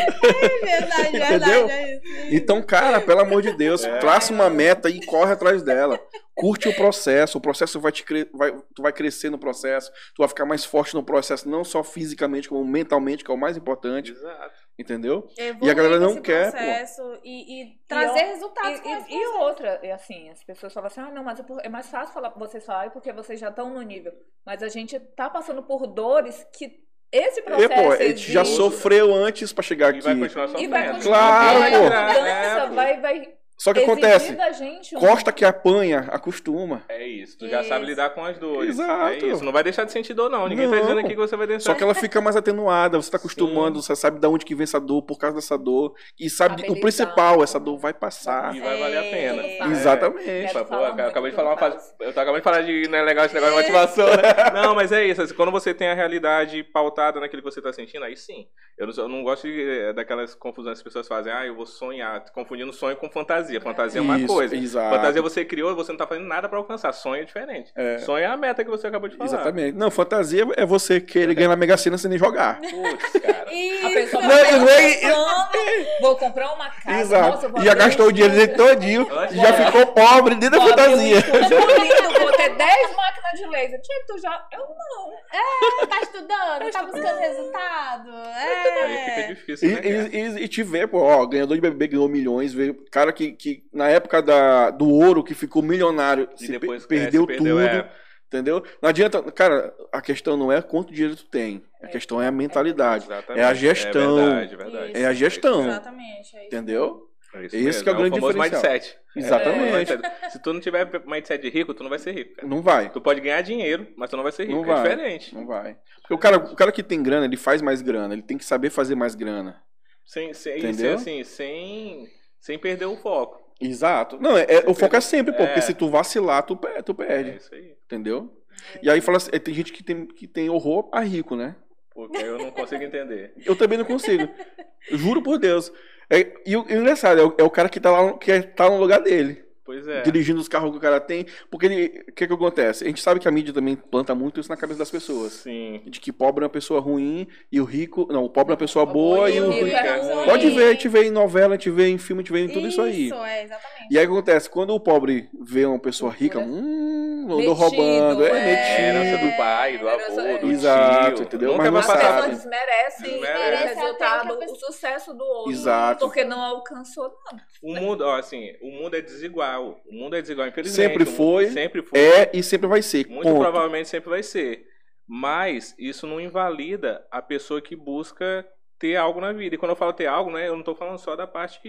S4: Verdade,
S1: Entendeu?
S4: verdade. é isso.
S1: Então, cara, pelo amor de Deus,
S3: É.
S1: traça uma meta e corre atrás dela. Curte o processo, o processo vai te cre... vai... tu vai crescer no processo, tu vai ficar mais forte no processo, não só fisicamente, como mentalmente, que é o mais importante,
S3: Exato.
S1: entendeu?
S4: Evoluir
S1: a galera não
S4: esse
S1: quer, pô.
S4: processo E, e trazer resultados com
S2: E, e, e outra, é assim, as pessoas falam assim, ah, não, mas é por- é mais fácil falar pra vocês falarem porque vocês já estão no nível. Mas a gente tá passando por dores que esse
S1: E,
S2: processo
S1: pô, a gente já
S2: exige.
S1: sofreu antes pra chegar
S3: E
S1: aqui.
S3: vai continuar sofrendo.
S2: E vai continuar.
S1: Claro,
S2: vai,
S1: pô.
S2: A mudança vai, vai
S1: Só que
S2: exigir
S1: acontece,
S2: da gente um...
S1: Costa que apanha, acostuma.
S3: É isso, tu já sabe
S4: Isso.
S3: lidar com as dores.
S1: Exato.
S3: É isso, não vai deixar de sentir dor, não. Ninguém tá
S1: Não.
S3: dizendo aqui que você vai deixar.
S1: Só que ela fica mais atenuada, você tá acostumando, você sabe de onde que vem essa dor, por causa dessa dor. E sabe,
S2: Habilidade. né?
S1: o principal, essa dor vai passar.
S3: E vai valer a pena.
S4: É.
S3: É.
S1: Exatamente.
S2: Quero
S3: Pô,
S2: falar
S3: eu acabei
S2: muito
S3: de falar uma
S2: do meu
S3: frase. Eu tô acabando de falar de não é legal esse negócio de motivação, né? [laughs] Não, mas é isso. assim, quando você tem a realidade pautada naquilo que você tá sentindo, aí sim. Eu não, sou- eu não gosto de, eh, daquelas confusões que as pessoas fazem. Ah, eu vou sonhar. Confundindo sonho com fantasia. Fantasia é uma
S1: Isso,
S3: coisa.
S1: Exato.
S3: Fantasia você criou, você não tá fazendo nada pra alcançar. Sonho é diferente.
S1: É.
S3: Sonho é a meta que você acabou de falar.
S1: Exatamente. Não, fantasia é você querer ganhar na Mega Sena sem nem jogar.
S3: Putz, cara.
S4: Isso.
S2: A pessoa
S1: Não,
S2: vai
S1: eu não- eu-
S2: pensando, vou comprar uma casa. nossa, eu
S1: Exato.
S2: vou
S1: Já
S2: abrir um
S1: gastou o dinheiro dele todinho,
S3: Antes
S1: já
S3: de-
S1: ficou pobre dentro da
S2: Vou abrir um
S1: fantasia.
S2: estúdio bonito, vou [laughs] ter 10 máquinas de laser. Tia, tu já. Eu não. É,
S4: tá estudando, tá buscando resultado.
S3: Aí fica
S4: É.
S1: E,
S3: difícil, né? cara?
S1: e, e, e te ver, pô, ó, ganhador de bebê ganhou milhões, veio cara que, que na época da, do ouro que ficou milionário,
S3: E
S1: se pe-
S3: depois
S1: perdeu
S3: é, se
S1: tudo,
S3: é.
S1: entendeu? Não adianta, cara, a questão não é quanto dinheiro tu tem, a
S2: É.
S1: questão é a mentalidade,
S3: Exatamente.
S1: É a gestão.
S3: É verdade, verdade.
S4: Isso.
S1: é a gestão,
S4: Exatamente. É isso.
S1: entendeu?
S3: É isso
S1: Esse
S3: mesmo,
S1: que é o grande
S3: famoso
S1: diferencial.
S3: mindset.
S1: Exatamente.
S3: É o mindset. Se tu não tiver mindset de rico, tu não vai ser rico, cara.
S1: Não vai.
S3: Tu pode ganhar dinheiro, mas tu não vai ser rico.
S1: Não
S3: é
S1: vai.
S3: diferente.
S1: Não vai. Porque o cara, o cara que tem grana, ele faz mais grana, ele tem que saber fazer mais grana.
S3: Sem, sem,
S1: Entendeu?
S3: sem, assim, sem, sem perder o foco.
S1: Exato. Não, é, é- o foco é sempre, pô,
S3: É.
S1: porque se tu vacilar, tu, pe- tu
S3: É
S1: perde,
S3: isso aí.
S1: entendeu? E aí fala assim, é, tem gente que tem, que tem horror a rico, né?
S3: Porque eu não consigo entender.
S1: Eu também não
S3: [laughs]
S1: consigo. Juro por Deus. É, e o e o engraçado, é o, é o cara que tá lá, que é- tá no lugar dele.
S3: Pois é.
S1: dirigindo os carros que o cara tem. Porque ele. O que, que acontece? A gente sabe que a mídia também planta muito isso na cabeça das pessoas.
S3: Sim.
S1: De que pobre é uma pessoa ruim e o rico. Não, o pobre é uma
S3: Tá
S1: pessoa boa e o
S3: rico
S1: ruim.
S3: é
S4: tá
S3: ruim.
S1: Pode ver, a gente vê em novela, a gente vê em filme, a gente vê em tudo isso aí.
S4: Isso, é, exatamente.
S1: E aí o que acontece? Quando o pobre vê uma pessoa rica, hum, andou
S2: Metido,
S1: roubando, é
S2: é.
S3: É, herança
S1: metido.
S3: do pai, do
S2: Herança-
S3: avô, do
S1: Exato,
S3: tio.
S1: entendeu?
S3: Nunca
S1: Mas
S2: A
S1: não
S3: vai
S2: pessoa
S1: sabe.
S3: passar.
S2: desmerece,
S3: Desmerece.
S2: o resultado, o sucesso do outro.
S1: Exato.
S2: Porque não alcançou nada.
S3: O mundo, ó, assim, o mundo é desigual. O mundo é desigual, infelizmente.
S1: Sempre
S3: O mundo
S1: foi,
S3: Sempre foi.
S1: É e sempre vai ser.
S3: Muito
S1: ponto.
S3: provavelmente sempre vai ser. Mas isso não invalida a pessoa que busca ter algo na vida. E quando eu falo ter algo, né, eu não tô falando só da parte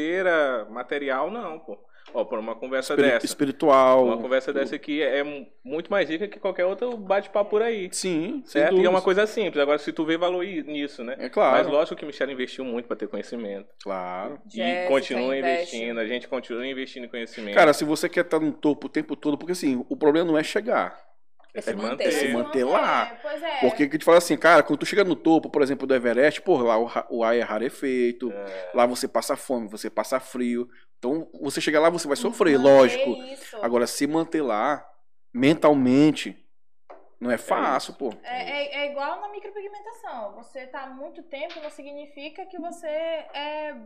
S3: financeira, material, não, pô. Ó, por uma conversa
S1: Espiri-
S3: dessa.
S1: Espiritual. né?
S3: Uma conversa dessa aqui é mu- muito mais rica que qualquer outro bate-papo por aí.
S1: Sim, sem
S3: Certo? E é
S1: dúvidas.
S3: uma coisa simples. Agora, se tu vê valor i- nisso, né?
S1: É
S3: Mas
S1: claro.
S3: lógico que Michelle investiu muito para ter conhecimento.
S1: Claro.
S2: Jéssica
S3: e continua
S2: investe.
S3: investindo. A gente continua investindo em conhecimento.
S1: Cara, se você quer estar no topo o tempo todo, porque assim, o problema não é chegar.
S2: É
S3: se
S2: se
S3: manter.
S2: manter.
S1: se manter lá.
S4: É, pois é.
S1: Porque que te fala assim, cara, quando tu chega no topo, por
S3: É,
S1: exemplo, do Everest, pô, lá o, ra- o ar é rarefeito, lá você passa fome, você passa frio, Então, você chegar lá, você vai sofrer,
S4: Manter
S1: lógico.
S4: isso.
S1: Agora, se manter lá, mentalmente, não é fácil, pô.
S4: É, é- é igual na micropigmentação. Você tá há muito tempo não significa que você é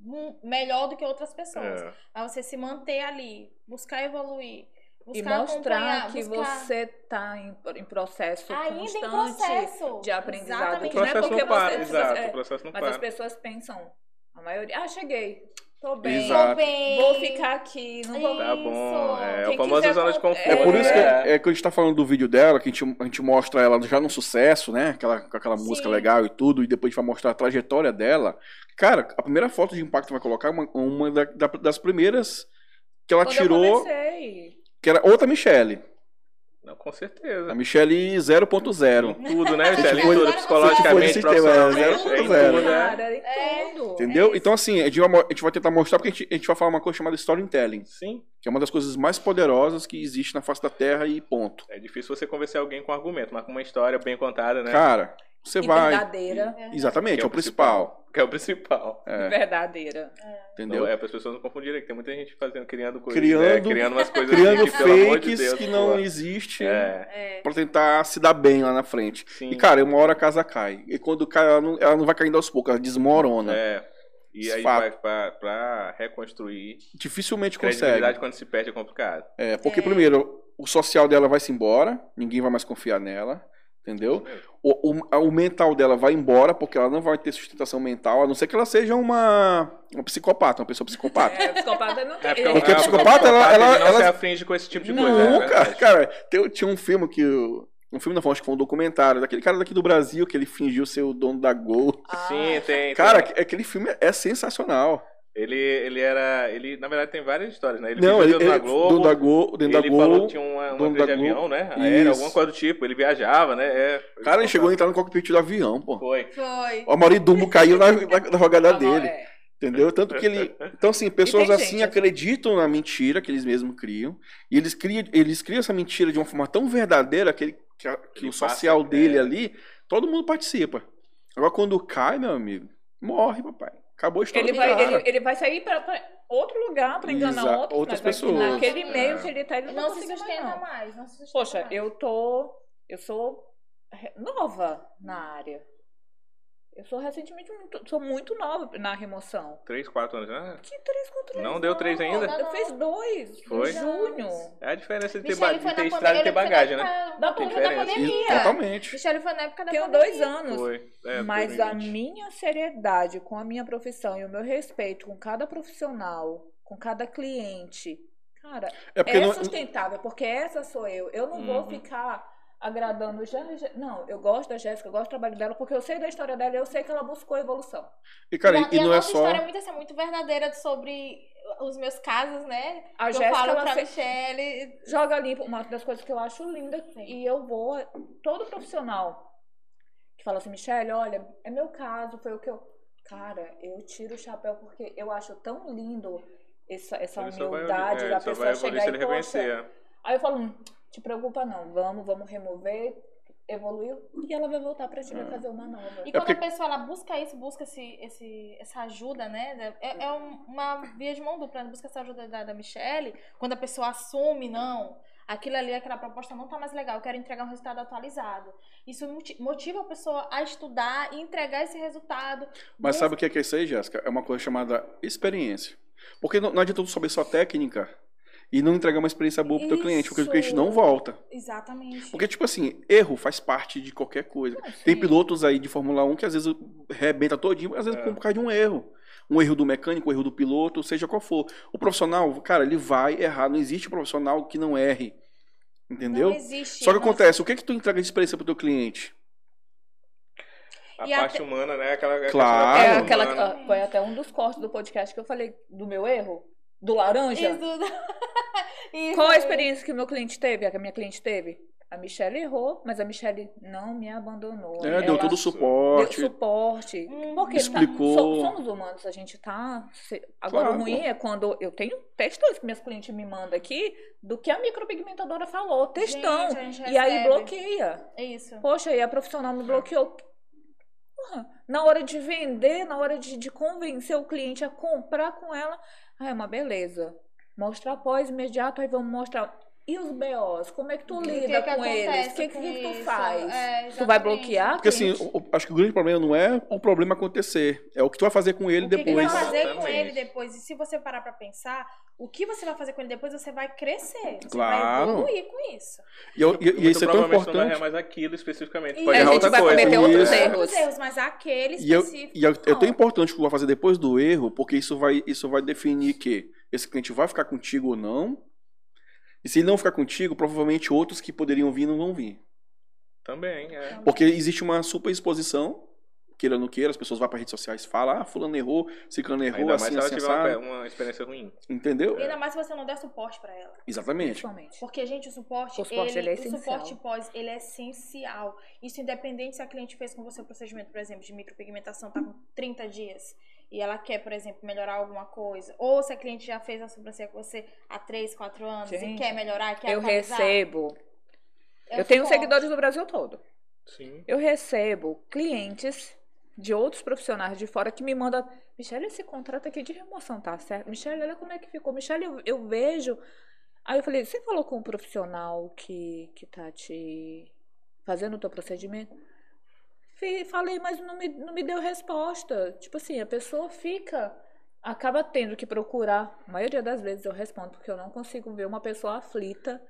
S4: mu- melhor do que outras pessoas.
S3: É.
S4: Mas você se manter ali, buscar evoluir,
S2: e
S4: buscar
S2: mostrar
S4: acompanhar,
S2: que
S4: buscar
S2: você tá em, em processo
S4: ainda em
S2: constante
S4: processo
S2: de aprendizado.
S3: O
S4: Exatamente.
S2: Não é
S3: processo
S2: porque
S3: não para,
S2: você-
S3: exato,
S2: é,
S3: o processo não
S2: Mas as
S3: para.
S2: pessoas pensam, a maioria, ah, cheguei, tô bem,
S1: Exato.
S4: Tô bem.
S2: vou ficar aqui, não vou...
S3: Tá bom,
S4: Isso.
S3: é,
S2: Quem
S3: o famoso
S2: quiser
S3: zona de
S2: com-
S3: conforto.
S1: É por isso que,
S3: né?
S1: é que a gente tá falando do vídeo dela, que a gente, a gente mostra ela já no sucesso, né? Aquela, com aquela música
S4: Sim.
S1: legal e tudo, e depois a gente vai mostrar a trajetória dela. Cara, a primeira foto de impacto que vai colocar é uma, uma da- da- das primeiras que ela
S2: Quando eu
S1: tirou,
S2: comecei,
S1: que era outra Michelle.
S3: Não, com
S1: A
S3: certeza.
S1: Michelle 0.0.
S3: Em tudo, né, Michelle? Em
S1: É for-
S3: tudo,
S4: se
S3: psicologicamente,
S1: for de sistema,
S3: profissionalmente,
S1: né?
S3: em
S1: Zero.
S3: tudo, né?
S2: cara, em
S4: É.
S2: tudo.
S1: Entendeu?
S4: isso.
S1: então, assim, a gente, vai, mo- a gente vai tentar mostrar, porque a gente, a gente vai falar uma coisa chamada storytelling,
S3: Sim.
S1: que é uma das coisas mais poderosas que existe na face da Terra e ponto.
S3: É difícil você convencer alguém com argumento, mas com uma história bem contada, né?
S1: Cara, você
S2: E
S1: vai.
S2: verdadeira,
S1: Exatamente, é,
S3: Que
S1: o principal.
S3: Que é o principal.
S1: É,
S2: verdadeira.
S1: entendeu?
S3: É, para as pessoas não confundirem, que tem muita gente fazendo, criando coisas,
S1: Criando-
S3: né? criando umas coisas
S1: Criando
S3: assim, que, pelo amor de
S1: fakes
S3: Deus,
S1: que não
S3: pô.
S1: existe
S3: É,
S4: É.
S1: pra tentar se dar bem lá na frente.
S3: sim.
S1: E, cara, uma hora a casa cai. E quando cai, ela não, ela não vai caindo aos poucos, ela desmorona.
S3: é. E aí,
S1: Fato.
S3: pra, pra- pra reconstruir,
S1: Dificilmente
S3: credibilidade
S1: consegue.
S3: quando se perde é complicado.
S1: É, porque,
S4: É.
S1: primeiro, o social dela vai se embora, ninguém vai mais confiar nela, entendeu? O, o, a- o mental dela vai embora, porque ela não vai ter sustentação mental, a não ser que ela seja uma, uma psicopata, uma pessoa psicopata.
S2: É, psicopata não tem...
S1: Porque a
S3: o
S1: psicopata, ela- ela-
S3: não
S1: ela-
S3: se afringe com esse tipo de coisa. é
S1: Nunca,
S3: verdade.
S1: cara. Tem, tinha um filme que. o- Um filme não, acho que foi um documentário daquele cara daqui do Brasil que ele fingiu ser o dono da Gol.
S2: Ah,
S3: Sim, tem.
S1: Cara,
S3: tem.
S1: aque- aquele filme é sensacional.
S3: ele, ele era. Ele, na verdade, tem várias histórias, né? Ele
S1: não, ele,
S3: viveu
S1: ele
S3: na Globo.
S1: dono da Gol, dentro da
S3: ele falou
S1: Gol.
S3: que tinha uma, uma
S1: dono
S3: empresa de
S1: da Globo.
S3: avião, né? Aérea,
S1: Isso.
S3: alguma coisa do tipo. Ele viajava, né? É,
S1: Cara, ele chegou a entrar no cockpit do avião, pô.
S3: Foi.
S4: Foi.
S1: O Amaury Dumbo caiu na, na, na jogada
S2: tá bom,
S1: dele,
S2: é.
S1: entendeu? Tanto que ele... Então, assim, pessoas
S2: tem
S1: assim
S2: gente,
S1: acreditam na mentira que eles mesmos criam. E eles criam, eles criam essa mentira de uma forma tão verdadeira que, ele- que, a- que
S3: Ele
S1: o
S3: passa,
S1: social dele
S3: é.
S1: ali, todo mundo participa. Agora, quando cai, meu amigo, morre, papai. Acabou a história
S2: Ele
S1: do
S2: vai,
S1: cara.
S2: ele, ele vai sair pra, pra outro lugar pra enganar
S1: Exa-
S2: outros,
S1: outras
S2: mas vai-
S1: pessoas.
S2: Naquele meio
S3: É.
S2: que ele tá, ele
S4: Não,
S2: não,
S4: se
S2: consegue mais,
S4: sustenta
S2: não.
S4: mais, não se sustenta
S2: Poxa,
S4: mais.
S2: eu tô. Eu sou re- nova na área. Eu sou recentemente muito. Sou muito nova na remoção.
S3: Três, quatro anos, né?
S2: Que três contra três?
S3: Não deu três ainda?
S2: Eu fiz dois.
S3: Foi?
S2: Em junho.
S3: É a diferença de ter, ba-
S4: Michele
S3: de
S4: foi
S3: ter
S4: na
S3: estrada e
S4: pandemia.
S3: ter bagagem, né?
S4: Da
S3: Tem
S4: pandemia. da
S3: diferença.
S1: E-
S4: pandemia.
S1: Totalmente.
S4: Michele foi na época da
S2: Tenho
S4: pandemia.
S2: dois anos.
S3: Foi. É,
S2: mas a
S3: 2020.
S2: minha seriedade com a minha profissão e o meu respeito com cada profissional, com cada cliente, cara,
S1: É porque
S2: é
S1: não,
S2: sustentável, porque essa sou eu. Eu não
S3: Uhum.
S2: vou ficar agradando já, já- Não, eu gosto da Jéssica, eu gosto do trabalho dela, porque eu sei da história dela, eu sei que ela buscou evolução.
S1: e, cara,
S4: e, a-
S1: e,
S4: e a
S1: não é
S4: nossa
S1: só.
S4: história é muito, assim, muito verdadeira sobre os meus casos, né?
S2: A
S4: Que eu
S2: Jéssica,
S4: falo
S2: ela
S4: pra
S2: se-
S4: Michele.
S2: joga limpo. Uma das coisas que eu acho linda, e eu vou, todo profissional que fala assim, Michelle, olha, é meu caso, foi o que eu. Cara, eu tiro o chapéu porque eu acho tão lindo essa, essa
S3: Ele só vai-
S2: humildade
S3: é,
S2: da
S3: ele só
S2: pessoa
S3: vai evoluir
S2: chegar
S3: se
S2: e assim, poxa.
S3: ele reconhecer.
S2: Aí eu falo, hum, te preocupa não, vamos, vamos remover, evoluiu, e ela vai voltar pra ti, vai
S1: É.
S2: fazer uma nova.
S4: E
S1: É
S4: quando
S1: porque-
S4: a pessoa ela busca isso, busca esse, esse, essa ajuda, né? É, é um- uma via de mão dupla, ela busca essa ajuda da, da Michelle. Quando a pessoa assume, não, aquilo ali, aquela proposta não tá mais legal, eu quero entregar um resultado atualizado. Isso moti- motiva a pessoa a estudar e entregar esse resultado.
S1: Mas
S4: Busca-
S1: sabe o que é, que é isso aí, Jéssica? É uma coisa chamada experiência. Porque não, não adianta tu saber só técnica e não entregar uma experiência boa pro teu cliente, porque o
S2: Isso.
S1: cliente não volta.
S4: Exatamente.
S1: Porque, tipo assim, erro faz parte de qualquer coisa.
S2: Então, assim,
S1: Tem pilotos aí de Fórmula 1 que às vezes rebenta todinho, às vezes
S3: É.
S1: por causa de um erro. Um erro do mecânico, um erro do piloto, seja qual for. O profissional, cara, ele vai errar. Não existe profissional que não erre. Entendeu?
S4: Não existe. né?
S1: Só que
S4: não-
S1: acontece, o que é que tu entrega de experiência pro teu cliente?
S3: A
S4: E
S3: parte humana, né? Aquela, aquela
S1: Claro.
S2: É
S3: parte
S1: Ah,
S2: aquela,
S3: humana.
S2: ah, foi até um dos cortes do podcast que eu falei do meu erro, do
S1: né,
S2: laranja.
S4: [laughs] Isso.
S2: Qual a experiência que o meu cliente teve, a que a minha cliente teve? A Michelle errou, mas a Michelle não me abandonou.
S1: É,
S2: Ela
S1: deu todo o suporte.
S2: deu suporte.
S4: Hum,
S2: Porque
S1: Explicou.
S2: tá- so- somos humanos, a gente tá. se- Agora
S1: Claro.
S2: o ruim é quando eu tenho textões que minhas clientes me mandam aqui do que a micropigmentadora falou, textão.
S4: Gente, a gente
S2: e aí
S4: recebe.
S2: bloqueia.
S4: É Isso.
S2: Poxa, e a profissional me bloqueou. Porra, na hora de vender, na hora de, de convencer o cliente a comprar com ela, ah, é uma beleza. Mostra após imediato, aí vamos mostrar. E os BOs? Como é que tu
S4: O
S2: lida
S4: que que
S2: com eles?
S4: acontece
S2: O que, que,
S4: com
S2: que tu
S4: isso?
S2: faz?
S4: É,
S2: tu vai
S4: exatamente.
S2: bloquear?
S1: Porque assim,
S2: cliente?
S1: o- o- acho que o grande problema não é o problema acontecer, é o que tu vai fazer com ele
S4: o que que,
S1: depois.
S4: você vai fazer com
S3: Exatamente.
S4: ele depois? E se você parar pra pensar, o que você vai fazer com ele depois, você vai crescer. Você
S1: Claro.
S4: vai evoluir com isso.
S1: E, eu- e- e
S3: Muito
S1: isso é tão
S3: provavelmente tu não vai
S1: importante.
S3: errar mais aquilo especificamente.
S4: E
S2: É,
S3: Pode
S4: a
S3: errar
S4: gente
S3: outra
S4: vai
S3: coisa.
S4: cometer
S2: outros
S3: Isso.
S2: erros.
S4: Outros erros, mas aquele
S1: E, eu,
S4: específico.
S1: e eu- é
S4: não.
S1: tão importante o que tu vai fazer depois do erro, porque isso vai, isso vai definir que esse cliente vai ficar contigo ou não. E se ele não ficar contigo, provavelmente outros que poderiam vir não vão vir.
S3: Também, é.
S1: Porque existe uma super exposição, queira ou não queira, as pessoas vão para redes sociais e falam, ah, fulano errou, ciclano errou,
S3: Ainda mais
S1: assim,
S3: se ela
S1: assim,
S3: tiver
S1: assado.
S3: uma, uma experiência ruim.
S1: Entendeu?
S4: E ainda mais se você não der suporte pra ela.
S1: Exatamente.
S2: Principalmente.
S4: Porque, gente, o suporte,
S2: O suporte, ele é
S4: o
S2: essencial.
S4: suporte pós, ele é essencial. Isso independente se a cliente fez com você o procedimento, por exemplo, de micropigmentação, tá com 30 dias, e ela quer, por exemplo, melhorar alguma coisa. Ou se a cliente já fez a sobrancelha com você há 3, 4 anos e
S2: Gente,
S4: quer melhorar, quer
S2: Eu
S4: atualizar,
S2: recebo.
S4: é o
S2: eu tenho um
S4: suporte.
S2: seguidores do Brasil todo.
S3: Sim.
S2: Eu recebo clientes de outros profissionais de fora que me mandam. Michelle, esse contrato aqui de remoção tá certo? Michelle, olha como é que ficou. Michelle, eu, eu vejo. Aí eu falei, você falou com um profissional que, que tá te fazendo o teu procedimento? Fi- Falei, mas não me, não me deu resposta. Tipo assim, a pessoa fica, acaba tendo que procurar. A maioria das vezes eu respondo, porque eu não consigo ver uma pessoa aflita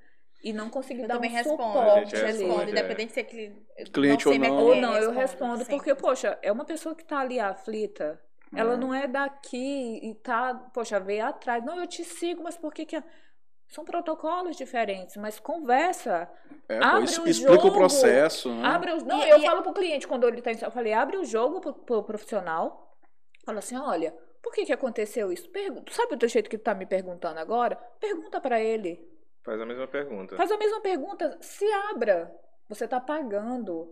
S2: e não conseguir
S4: Eu
S2: dar um
S4: também respondo.
S2: suporte
S3: A
S4: Eu
S3: gente
S2: ali.
S4: respondo,
S3: é.
S4: independente se é cli- eu
S1: Cliente ou
S4: não sei minha
S1: não.
S2: Ou
S4: cliente,
S2: não, eu
S4: respondo
S2: respondo,
S4: sempre.
S2: porque, poxa, é uma pessoa que tá ali aflita. Ela
S4: Uhum.
S2: não é daqui e tá, poxa, veio atrás. Não, eu te sigo, mas por que que. a- São protocolos diferentes, mas conversa.
S1: É, pô,
S2: Abre
S1: es-
S2: o
S1: explica o
S2: jogo.
S1: processo. Né?
S2: Abre o... Não,
S4: Uhum. E-
S2: eu
S4: e-
S2: falo pro cliente quando ele tá em... Eu falei, abre o jogo pro, pro profissional. Fala assim, olha, por que que aconteceu isso? Pergu... Sabe do jeito que tu tá me perguntando agora? Pergunta pra ele.
S3: Faz a mesma pergunta.
S2: Faz a mesma pergunta, se abra. Você está pagando.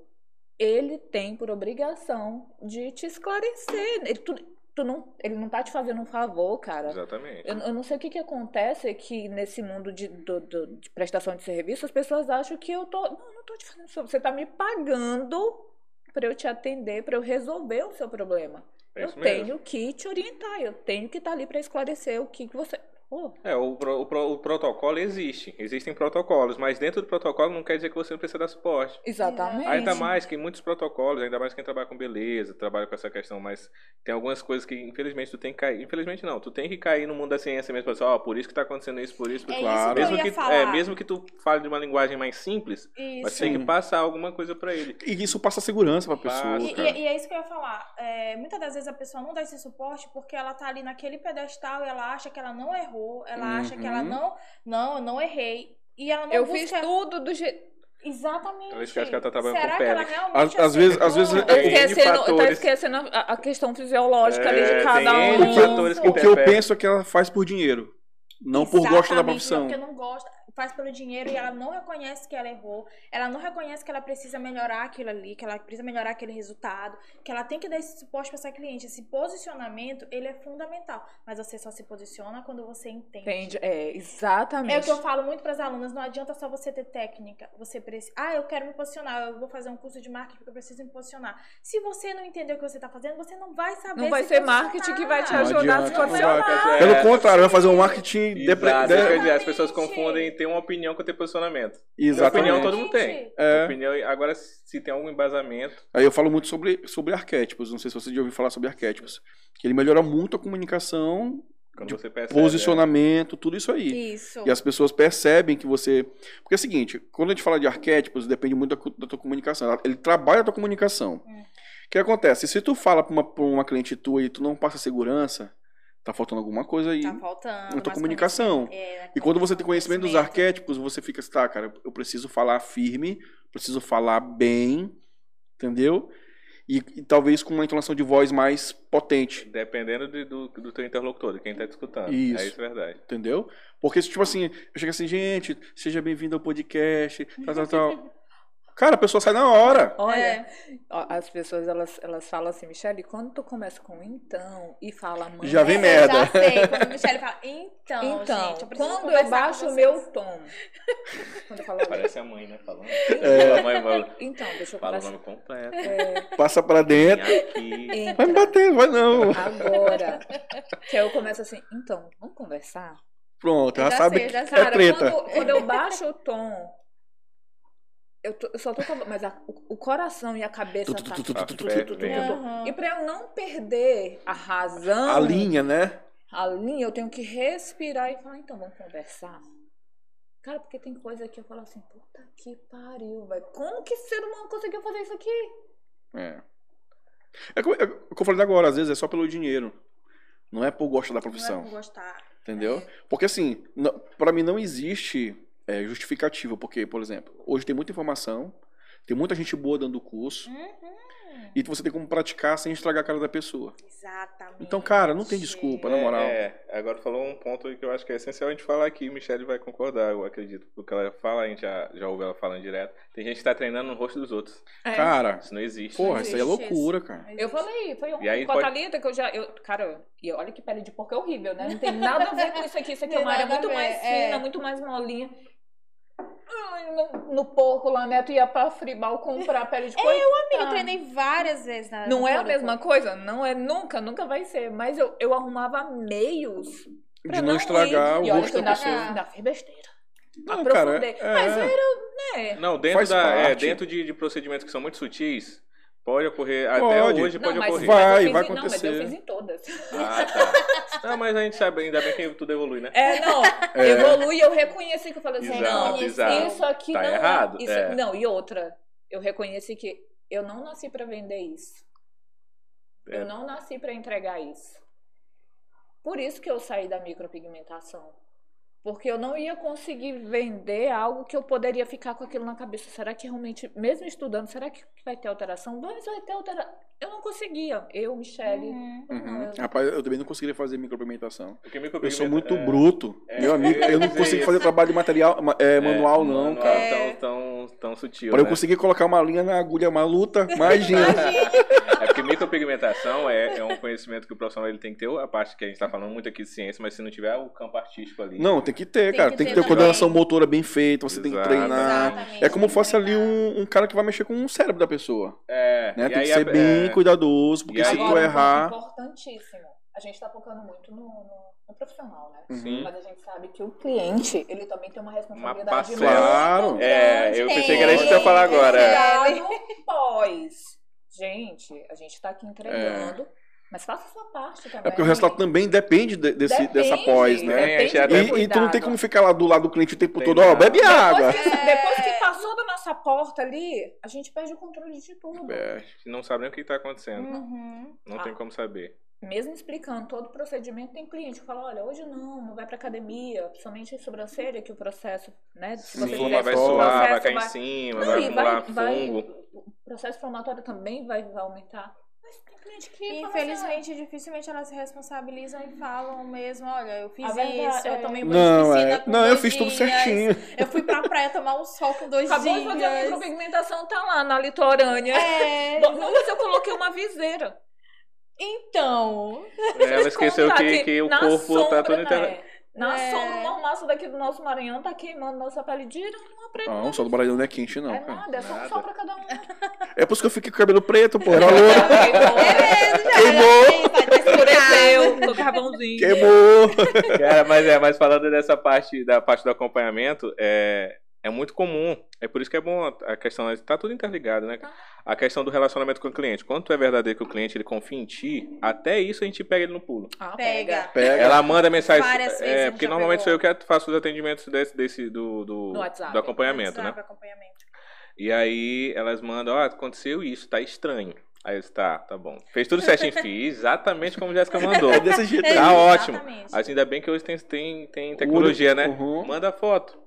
S2: Ele tem por obrigação de te esclarecer. Ele, tu, tu não, ele não tá te fazendo um favor, cara.
S3: Exatamente.
S2: Eu, eu não sei o que, que acontece que nesse mundo de, do- do- de prestação de serviço, as pessoas acham que eu tô. Não, não tô te fazendo um favor. Você está me pagando para eu te atender, para eu resolver o seu problema.
S3: É
S2: eu
S3: isso mesmo.
S2: tenho que te orientar, eu tenho que estar ali para esclarecer o que, que você. oh, Pô,
S3: É, o, pro- o pro- o protocolo existe. Existem protocolos, mas dentro do protocolo não quer dizer que você não precisa dar suporte.
S2: exatamente.
S3: Ainda mais que muitos protocolos, ainda mais quem trabalha com beleza, trabalha com essa questão, mas tem algumas coisas que infelizmente tu tem que cair. Infelizmente não, tu tem que cair no mundo da ciência mesmo, assim, ó, por isso que tá acontecendo isso, por isso, por
S4: É
S3: isso.
S4: isso
S1: Claro.
S4: que eu
S3: Mesmo
S4: ia
S3: que,
S4: falar.
S3: é, mesmo que tu fale de uma linguagem mais simples, mas
S4: Isso.
S3: tem que
S1: Sim.
S3: passar alguma coisa pra ele.
S1: E isso passa segurança pra pessoa.
S3: Passa.
S4: E,
S1: cara.
S4: e- e é isso que eu ia falar. É, muitas das vezes a pessoa não dá esse suporte porque ela tá ali naquele pedestal, ela acha que ela não errou, ela acha que ela
S1: Uhum.
S4: não, não, eu não errei. E ela não
S2: Eu
S4: busca
S2: fiz tudo do jeito.
S4: Exatamente.
S3: Ela esquece que ela tá trabalhando
S4: Será
S3: com
S4: que ela
S3: pele.
S4: realmente
S1: Às- às vezes- às vezes-
S4: acertou?
S2: Tá
S3: É, N
S2: esquecendo, tá
S3: fatores.
S2: esquecendo a, a questão fisiológica ali
S3: É,
S2: de cada
S3: tem
S2: um.
S3: N fatores que
S1: O que eu
S3: interferem.
S1: penso é que ela faz por dinheiro, não por gosto da
S4: Exatamente,
S1: profissão.
S4: Porque não gosta, faz pelo dinheiro e ela não reconhece que ela errou. Ela não reconhece que ela precisa melhorar aquilo ali, que ela precisa melhorar aquele resultado, que ela tem que dar esse suporte pra essa cliente. Esse posicionamento, ele é fundamental. Mas você só se posiciona quando você entende.
S2: Entende? É, exatamente.
S4: É o que eu falo muito para as alunas, não adianta só você ter técnica. Você precisa, ah, eu quero me posicionar, eu vou fazer um curso de marketing porque eu preciso me posicionar. Se você não entender o que você está fazendo, você não vai saber.
S2: Não vai
S4: se
S2: ser
S4: posicionar.
S2: marketing que vai te
S1: Não
S2: ajudar a se
S1: adianta, não
S2: posicionar.
S3: vai.
S1: Pelo
S3: É.
S1: contrário, vai fazer um marketing depre-
S3: Exato,
S1: de-
S3: isso que eu ia dizer, As pessoas
S4: Exatamente.
S3: confundem ter uma opinião com ter posicionamento.
S1: Exatamente.
S3: Opinião todo mundo tem.
S4: Gente.
S1: É.
S3: Opinião, agora, se tem algum embasamento,
S1: Aí eu falo muito sobre, sobre arquétipos. Não sei se você já ouviu falar sobre arquétipos. Que ele melhora muito a comunicação,
S3: quando
S1: De
S3: você percebe.
S1: posicionamento, tudo isso aí.
S4: Isso.
S1: E as pessoas percebem que você. Porque é o seguinte, quando a gente fala de arquétipos, depende muito da, cu- da tua comunicação. Ela- Ele trabalha a tua comunicação.
S4: Hum.
S1: O que acontece? Se tu fala pra uma, pra uma cliente tua e tu não passa segurança, tá faltando alguma coisa aí
S4: Tá faltando.
S1: na tua
S4: mais
S1: comunicação.
S4: conhecimento. É, na
S1: E quando você tem conhecimento dos
S4: conhecimento.
S1: arquétipos, você fica assim, tá, cara, eu preciso falar firme, preciso falar bem, entendeu? E, e talvez com uma entonação de voz mais potente,
S3: é, Dependendo de- do, do teu interlocutor, de quem tá te escutando.
S1: Isso.
S3: É isso, verdade.
S1: entendeu? Porque, tipo assim, eu chego assim, gente, seja bem-vindo ao podcast, tal, tal, tal. Cara, a pessoa sai na hora.
S2: Olha,
S4: É.
S2: ó, as pessoas elas, elas falam assim, Michele, quando tu começa com então e fala mãe.
S1: Já vem
S4: É,
S1: merda.
S4: Eu já
S1: [laughs]
S4: sei. Quando o Michele fala, então,
S2: Então,
S4: gente, eu preciso
S2: quando
S4: conversar
S2: eu
S4: com
S2: baixo o
S4: vocês."
S2: meu tom. Quando eu falo,
S3: Parece a mãe, né? Falando.
S1: É.
S3: A mãe fala,
S2: então, deixa eu
S3: fala
S2: falar.
S3: o nome completo.
S2: É,
S1: Passa pra dentro.
S3: Vem aqui.
S1: Vai me
S2: então,
S1: bater, vai não.
S2: agora. Que aí eu começo assim, então, vamos conversar?
S1: Pronto,
S4: Eu
S1: ela
S4: já
S1: sabe
S4: sei, eu
S1: que
S4: já
S1: é
S4: sei. Cara,
S1: treta.
S2: Quando, quando eu baixo o tom, eu, tô- eu só tô com a- Mas a- o, o coração e a cabeça.
S1: Tu,
S2: Tá,
S1: tu, tu, tu,
S3: tá
S1: tu, tu,
S3: ferro,
S1: tu, tu,
S3: velho.
S1: tu.
S4: Aham. é
S2: E pra eu não perder a razão,
S1: A linha, né?
S2: a linha, eu tenho que respirar e falar, então vamos conversar. Cara, porque tem coisa que eu falo assim, puta que pariu, velho. Como que ser humano conseguiu fazer isso aqui?
S1: É. É como, é como eu falei agora, às vezes é só pelo dinheiro. Não é por gosto da
S4: Não é
S1: profissão.
S4: por gostar.
S1: Entendeu? Porque assim, não- pra mim não existe é, justificativa, porque, por exemplo, hoje tem muita informação, tem muita gente boa dando o curso,
S4: Uhum.
S1: e você tem como praticar sem estragar a cara da pessoa.
S4: Exatamente.
S1: Então, cara, não tem desculpa, na
S3: É,
S1: moral.
S3: É, agora falou um ponto que eu acho que é essencial a gente falar aqui. Michelle vai concordar, eu acredito. Porque ela fala, a gente já, já ouve ela falando direto. Tem gente que tá treinando no rosto dos outros.
S1: Cara,
S3: Isso não existe.
S1: porra,
S4: Não
S1: isso aí é
S4: existe
S1: loucura, cara.
S2: Eu falei, foi
S3: E aí
S2: ontem com
S3: pode-
S2: a Thalita que eu já. Eu, cara, e olha que pele de porco é horrível, né? Não [laughs] tem nada a ver com isso aqui. Isso aqui é
S4: Tem
S2: uma área
S4: nada a
S2: muito
S4: ver,
S2: mais
S4: é.
S2: fina, muito mais molinha. Ai, no, no porco lá, né? Tu ia pra Fribal comprar [laughs] pele de porco.
S4: Eu treinei várias vezes na
S2: Não
S4: no
S2: é a
S4: corpo.
S2: mesma coisa? Não é nunca, nunca vai ser. Mas eu, eu arrumava meios pra
S1: De não estragar
S2: ir.
S1: o
S2: E olha
S1: rosto da
S2: que eu
S4: dá-
S1: pessoa.
S2: ainda,
S4: pessoa.
S2: ainda fiz besteira.
S1: Não, cara.
S2: Aprofundei.
S1: É,
S2: Mas
S1: é.
S2: É.
S3: Não, dentro,
S1: Faz
S3: da, é,
S1: parte.
S3: dentro de, de procedimentos que são muito sutis, pode ocorrer,
S1: Pode.
S3: até hoje
S2: Não,
S3: pode
S2: mas,
S3: ocorrer.
S1: Vai,
S2: mas eu fiz
S1: vai
S2: em- Não, mas
S1: acontecer.
S2: eu fiz em todas.
S3: Ah, tá. Não, mas a gente sabe, ainda bem que tudo evolui, né?
S2: É,
S1: [laughs]
S2: não, evolui, eu reconheci que eu falei assim,
S3: Exato,
S2: não,
S3: exato.
S2: isso aqui
S3: Tá
S2: não
S3: errado,
S2: é, isso,
S3: é.
S2: não, e outra, eu reconheci que eu não nasci pra vender isso.
S3: É.
S2: Eu não nasci pra entregar isso. Por isso que eu saí da micropigmentação. Porque eu não ia conseguir vender algo que eu poderia ficar com aquilo na cabeça. Será que realmente, mesmo estudando, será que vai ter alteração? Mas vai ter alteração. Eu não conseguia. Eu, Michelle.
S4: Uhum.
S1: Uhum. Rapaz, eu também não conseguiria fazer micropigmentação.
S3: Porque
S1: Eu sou
S3: micropigmenta-
S1: muito
S3: é,
S1: bruto.
S3: É,
S1: Meu amigo,
S3: eu
S1: eu não
S3: ia dizer
S1: consigo fazer
S3: isso.
S1: trabalho de material, ma- é,
S3: é,
S1: manual, não,
S3: manual
S1: cara.
S4: É.
S3: Tão, tão, tão sutil.
S1: Pra eu
S3: né?
S1: conseguir colocar uma linha na agulha maluta, imagina.
S3: É porque micropigmentação é, é um conhecimento que o profissional ele tem que ter, a parte que a gente está falando muito aqui de ciência, mas se não tiver é o campo artístico ali.
S1: Não, tem que ter,
S4: Tem
S1: cara.
S4: que
S1: tem que
S4: ter
S1: ter
S4: também.
S1: coordenação motora bem feita, você tem que
S3: Exato.
S1: treinar.
S4: Exatamente.
S1: É como fosse ali um, um cara que vai mexer com o cérebro da pessoa.
S3: É,
S1: Né?
S3: e
S1: Tem que
S3: aí
S1: ser
S3: a-
S1: bem
S3: é,
S1: cuidadoso, porque
S3: E
S1: se
S3: aí-
S1: tu
S2: Agora, um ponto
S1: errar.
S2: importantíssimo. A gente está focando muito no, no- no profissional,
S1: Uhum.
S2: né?
S3: Sim.
S2: Mas a gente sabe que o cliente, ele também tem uma responsabilidade
S3: parcela.
S1: Claro.
S4: Muito
S3: É, eu
S4: grande,
S3: pensei que era isso que eu
S4: tem,
S3: ia falar
S4: tem
S3: agora.
S4: que
S3: é.
S4: dar.
S2: Cuidado pós. Gente, a gente está aqui entregando, mas faça a sua parte também. né?
S1: É porque o resultado também depende de- desse, dessa pós, né?
S3: É,
S2: Depende
S3: gente,
S2: do
S3: até-
S1: E, e tu não tem
S2: cuidado.
S1: como ficar lá do lado do cliente o tempo
S3: Tem
S1: todo, ó,
S3: nada.
S1: bebe água.
S2: Depois que, é, depois que passou da nossa porta ali, a gente perde o controle de tudo.
S3: É, a gente não sabe nem o que está acontecendo.
S4: Uhum.
S3: Não tem como saber.
S2: Mesmo explicando todo o procedimento, tem cliente que fala, olha, hoje não, não vai pra academia, principalmente sobrancelha, que o processo, né? Se
S1: Sim,
S2: você
S1: Sim,
S2: fizer
S3: vai
S2: esse
S3: suar, vai
S2: processo,
S3: cair em
S2: vai-
S3: cima,
S2: Não,
S3: vai
S2: e
S3: acumular
S2: vai-
S3: fungo.
S2: [laughs] O processo inflamatório também vai, vai aumentar. Mas tem cliente que fala assim,
S4: Infelizmente, dificilmente elas se responsabilizam e falam mesmo, olha, eu fiz
S2: A verdade,
S4: isso, eu
S2: é.
S4: tomei uma
S1: Não,
S4: piscina
S1: é.
S4: com
S1: Não, eu
S4: dois
S1: fiz tudo
S4: dias,
S1: certinho.
S4: Eu fui pra praia tomar um sol com
S2: "Ah,
S4: dois
S2: acabou de fazer a
S4: dias.
S2: micropigmentação, tá lá na litorânea.
S4: É,
S2: Bom, não, mas eu coloquei uma viseira.
S4: então.
S3: É, Ela esqueceu
S2: Contra
S3: que,
S2: aqui,
S3: que o
S2: na
S3: corpo tá
S2: sombra,
S3: todo
S2: né?
S3: inter...
S2: Na
S4: É.
S2: sombra, uma massa daqui do nosso Maranhão tá queimando nossa pele direto.
S1: Não, só do Maranhão não é quente, não,
S2: É
S1: cara.
S2: nada, é só um
S3: nada.
S2: sol pra
S4: [laughs]
S2: cada um.
S1: É por isso que eu fiquei com o cabelo preto, pô. Era
S3: É.
S1: louro.
S2: Tá
S1: Queimou!
S2: Escureceu, tô carvãozinho.
S1: Queimou!
S3: Cara, mas é, mas falando dessa parte da parte do acompanhamento, é, é muito comum. É por isso que é bom a- a questão, tá tudo interligado, né? cara? A questão do relacionamento com o cliente. Quando tu é verdadeiro que o cliente ele confia em ti, até isso a gente pega ele no pulo.
S2: Ah,
S4: Pega.
S1: Pega.
S3: Ela manda mensagem.
S4: Várias vezes a
S3: é,
S4: gente
S3: porque
S4: já
S3: normalmente sou
S4: pegou.
S3: eu que faço os atendimentos desse, desse do, do,
S2: No WhatsApp.
S3: do acompanhamento, né?
S4: Sabe, acompanhamento.
S3: E aí elas mandam, ó, aconteceu isso, tá estranho. Aí eu disse, tá, tá bom. Fez tudo certinho, [laughs] fiz exatamente como a
S1: [laughs]
S3: Jéssica mandou.
S1: É desse jeito.
S3: Tá ótimo.
S4: Exatamente.
S3: Assim, ainda bem que hoje tem, tem, tem tecnologia, né?
S1: Uhum.
S3: Manda foto.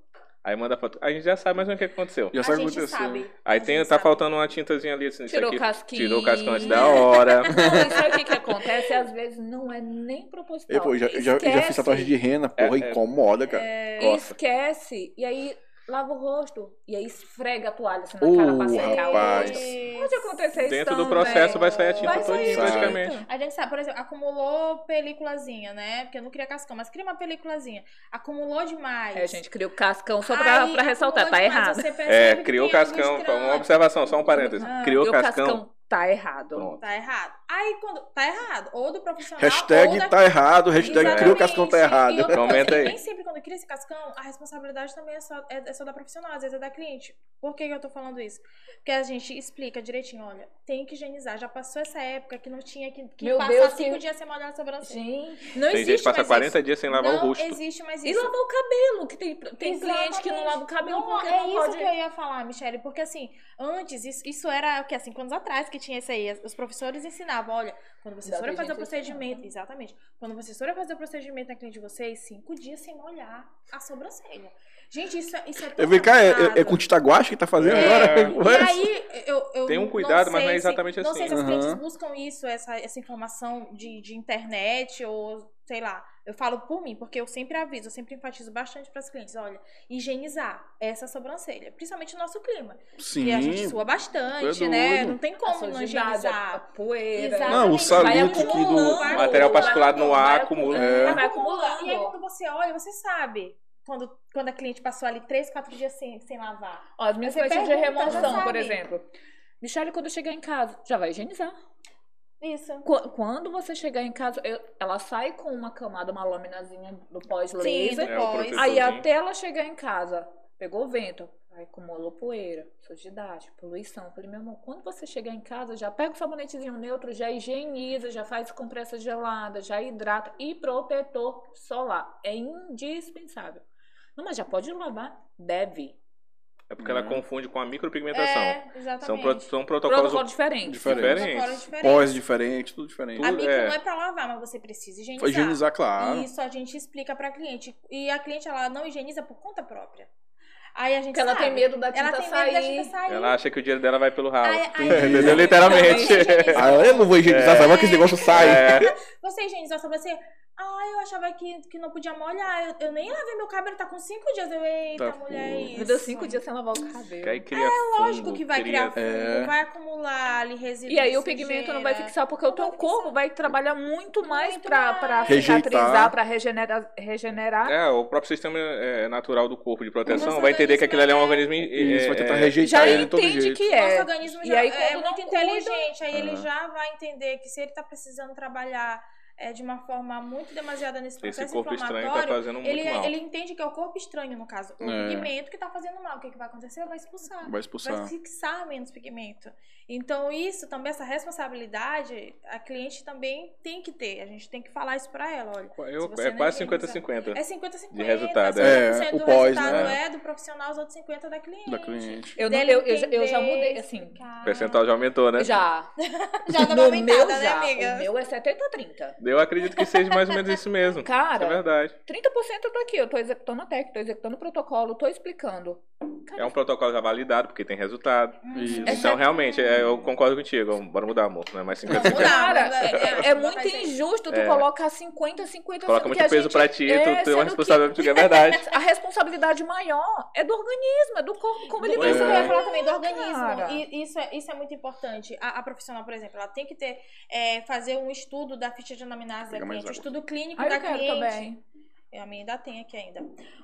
S3: Aí manda foto. A gente já sabe mais ou menos o que aconteceu.
S1: Já
S4: a
S1: sabe o que
S4: gente
S1: aconteceu.
S4: sabe.
S3: Aí
S4: a
S3: tem,
S4: gente
S3: tá
S4: sabe.
S3: faltando uma tintazinha ali, assim, isso
S2: Tirou
S3: aqui.
S2: o casquinho.
S3: Tirou o cascão antes da hora.
S2: Não, e [laughs] sabe o que, que acontece? Às vezes não é nem proposital.
S1: Eu, pô, já, eu já, eu já fiz
S2: Esquece.
S1: tatuagem de rena, porra,
S3: É, é.
S1: incomoda, cara.
S4: É,
S3: Costa.
S2: Esquece. E aí lava o rosto. E aí esfrega a toalha assim, na
S1: Ô,
S2: cara pra secar
S1: rapaz.
S2: o rosto. Pode acontecer isso
S3: Uh, Dentro do
S2: também.
S3: processo vai sair a tinta
S2: Vai sair
S3: todinha,
S1: Vai.
S3: praticamente.
S4: A gente sabe, por exemplo, acumulou peliculazinha, né? Porque eu não queria cascão, mas cria uma peliculazinha. Acumulou demais.
S2: É, gente, criou cascão só pra,
S4: Aí,
S2: pra ressaltar, tá
S4: acumulou demais,
S2: errado.
S4: você
S3: É,
S4: percebe que
S3: criou
S4: tem alguns
S3: cascão. Uma
S4: traços.
S3: observação, só um parêntese.
S4: Ah,
S3: Criou
S2: Criou
S3: cascão.
S2: tá errado.
S3: Pronto.
S4: Tá errado. Aí quando. Tá errado. Ou do profissional. ou
S1: Hashtag
S4: da...
S1: tá errado, hashtag
S4: Exatamente.
S1: criou cascão tá
S4: E
S1: errado.
S4: outra coisa,
S3: Comenta aí.
S4: Nem sempre quando cria esse cascão, a responsabilidade também é só, é, é só da profissional, às vezes é da cliente. Por que que eu tô falando isso? Porque a gente explica direitinho, olha, tem que higienizar. Já passou essa época que não tinha que, que
S2: Meu
S4: passar
S2: Deus,
S4: cinco
S2: que-
S4: dias sem molhar a sobrancelha.
S2: Gente.
S4: Não
S3: Tem
S4: existe
S3: gente que passa
S4: mais
S3: 40
S4: isso.
S3: dias sem lavar
S4: não
S3: o rosto.
S4: existe mais
S2: E
S4: isso.
S2: lavar o cabelo, que tem, tem cliente que não
S4: Exatamente.
S2: lava o cabelo
S4: Não,
S2: porque
S4: é
S2: não
S4: isso
S2: pode...
S4: que eu ia falar, Michele, porque assim, antes, isso, isso era o que? Há cinco anos atrás que tinha isso aí. as- Os professores ensinavam, olha, quando vocês
S2: Da
S4: forem fazer o
S2: gente
S4: procedimento, exatamente, quando vocês forem fazer o procedimento na cliente de vocês, cinco dias sem molhar a sobrancelha. Gente, isso, é- isso é tão
S1: Eu vem cá, é, é, é
S4: avançado.
S1: com Tita Guache que tá fazendo
S3: É.
S1: agora?
S4: E aí, eu, eu
S3: Tem um
S4: não
S3: cuidado,
S4: sei
S3: mas não é
S4: se-
S3: exatamente
S4: Não
S3: assim.
S4: sei se as
S1: Aham.
S4: clientes buscam isso, essa, essa informação de, de internet ou sei lá. Eu falo por mim, porque eu sempre aviso, eu sempre enfatizo bastante para as clientes: olha, higienizar essa sobrancelha, principalmente o nosso clima.
S1: Sim.
S4: E a gente sua bastante,
S1: é
S4: né?
S1: doido.
S4: Não tem
S2: A
S4: como não
S2: sujidade, a
S4: higienizar.
S2: poeira.
S4: Exatamente.
S1: Não, o
S4: Vai
S1: salitre aqui do-
S4: acumulando,
S1: do
S3: material
S4: acumulando.
S3: particulado no ar acumula.
S1: É.
S2: Vai
S4: E aí,
S2: acumulando.
S4: quando você olha, você sabe. Quando, quando a cliente passou ali três, quatro dias sem, sem lavar.
S2: Ó, as minhas
S4: Você
S2: coisas de
S4: pergunta, já
S2: remoção,
S4: sabe.
S2: por exemplo. Michele, quando chegar em casa, já vai higienizar.
S4: Isso.
S2: Qu- Quando você chegar em casa, eu- ela sai com uma camada, uma laminazinha do
S4: Sim,
S2: pós-laser.
S4: depois.
S3: É, o
S2: Aí
S3: protetorzinho.
S2: até ela chegar em casa, pegou vento, aí acumulou poeira, sujidade, poluição. Eu Falei, meu irmão, quando você chegar em casa, já pega o sabonetezinho neutro, já higieniza, já faz compressa gelada, já hidrata e protetor solar. É indispensável. Não, mas já pode lavar? Deve.
S3: É porque
S4: Uhum.
S3: ela
S1: Hum.
S3: confunde com a micropigmentação.
S4: É, exatamente.
S3: São, pro- são protocolos
S2: Protocolo diferente.
S1: Diferente.
S4: Protocolos
S3: diferentes.
S4: diferentes.
S1: Pós diferente, tudo diferente.
S3: Tudo,
S4: Amigo,
S3: é.
S4: não é pra lavar, mas você precisa higienizar.
S1: Foi higienizar, claro.
S4: Isso a gente explica pra cliente. E a cliente, ela não higieniza por conta própria. Aí a gente
S2: Porque ela
S4: sabe.
S2: tem medo tá da tinta
S4: Ela tem medo
S2: sair.
S4: da gente sair.
S3: Ela acha que o dinheiro dela vai pelo ralo.
S4: Aí- aí-
S1: [laughs] Entendeu?
S3: Literalmente.
S4: Você higieniza.
S1: Ah, eu não vou higienizar,
S4: É.
S1: sabe? Olha que esse negócio sai.
S3: É,
S4: Você higienizou só você. Ah, eu achava que, que não podia molhar. Eu, eu nem lavei meu cabelo, tá com cinco dias. Eu, eita,
S1: Tá,
S4: mulher, é
S1: pô.
S4: isso.
S2: Me deu cinco dias sem lavar o cabelo.
S3: que aí cria é
S4: Lógico que vai criar fungo,
S1: É.
S4: vai acumular ali resíduos.
S2: E aí o
S4: de
S2: pigmento não vai
S4: sujeira.
S2: fixar, porque o
S4: Não vai
S2: teu corpo
S4: fixar.
S2: vai trabalhar muito mais
S4: Muito
S2: pra,
S4: mais.
S2: pra
S1: Rejeitar.
S2: cicatrizar, pra regenerar. regenerar.
S3: É, o próprio sistema é, natural do corpo de proteção
S4: Nosso
S3: vai entender que aquilo ali é um organismo.
S1: [laughs] Isso,
S3: é,
S1: vai tentar
S3: é,
S1: rejeitar
S2: Já
S1: ele de todo
S2: entende
S1: jeito.
S2: que
S4: Nosso
S2: é.
S4: organismo
S2: E
S4: já
S2: aí,
S4: é
S2: quando
S4: muito
S2: não cuida-
S4: inteligente, aí ele
S1: Aham.
S4: já vai entender que se ele tá precisando trabalhar é, de uma forma muito demasiada nesse processo
S3: Esse corpo
S4: inflamatório,
S3: estranho tá fazendo muito
S4: ele,
S3: mal.
S4: ele entende que é o corpo estranho, no caso, o
S1: É.
S4: pigmento que tá fazendo mal. O que, que vai acontecer? Vai expulsar.
S1: Vai
S4: Vai
S1: expulsar.
S4: fixar menos pigmento. Então, isso também, essa responsabilidade, a cliente também tem que ter. A gente tem que falar isso pra ela, olha.
S3: Eu-
S4: Se você
S3: é
S4: não
S3: quase
S4: higieniza-
S3: 50-50.
S4: É 50-50.
S3: De resultado,
S1: é.
S4: 50%
S1: É, o
S4: do
S1: pós,
S4: resultado
S1: né?
S4: é do profissional, os outros 50% da cliente.
S1: Da cliente.
S2: Eu, não,
S4: Dele
S2: eu, eu, já- eu já
S4: entender,
S2: mudei, assim.
S4: explicar.
S3: O percentual já aumentou, né?
S2: [laughs] Já.
S4: Já dá uma
S2: no meu,
S4: aumentada, né,
S2: já.
S4: amiga?
S2: O meu é 70-30.
S3: Eu acredito que seja mais ou menos isso mesmo. Isso é
S2: Cara,
S3: verdade.
S2: 30% eu tô aqui. Eu tô executando a técnica, tô executando o protocolo, tô explicando. Cara,
S3: É um protocolo já validado, porque tem resultado.
S4: uhum.
S1: Isso.
S2: É
S3: Então, realmente, é, eu concordo contigo. Bora mudar, amor. Não é mais
S2: Cara,
S3: 50-50.
S4: Não, não, não, não,
S2: é, é
S4: não vai
S2: muito
S4: ser.
S2: injusto tu
S3: É.
S2: colocar 50, 50,
S3: Coloca
S2: sendo
S3: muito
S2: que a
S3: peso
S2: gente-
S3: pra ti,
S2: é,
S3: tu tem
S2: sendo
S3: uma
S2: que-
S3: responsabilidade muito que... é
S2: [laughs]
S3: verdade.
S2: A responsabilidade maior é do organismo, é do corpo, como ele
S4: Isso
S1: É.
S4: que
S2: vai
S4: eu ia
S2: ser.
S4: falar também do
S2: Cara.
S4: organismo. E isso, é, isso é muito importante. A, a profissional, por exemplo, ela tem que ter, é, fazer um estudo da ficha de anamnese da
S1: Pega mais
S4: cliente, um
S1: água.
S4: estudo clínico
S2: Aí
S4: da
S2: eu quero
S4: cliente.
S2: também.
S4: Eu, a minha ainda tem aqui ainda.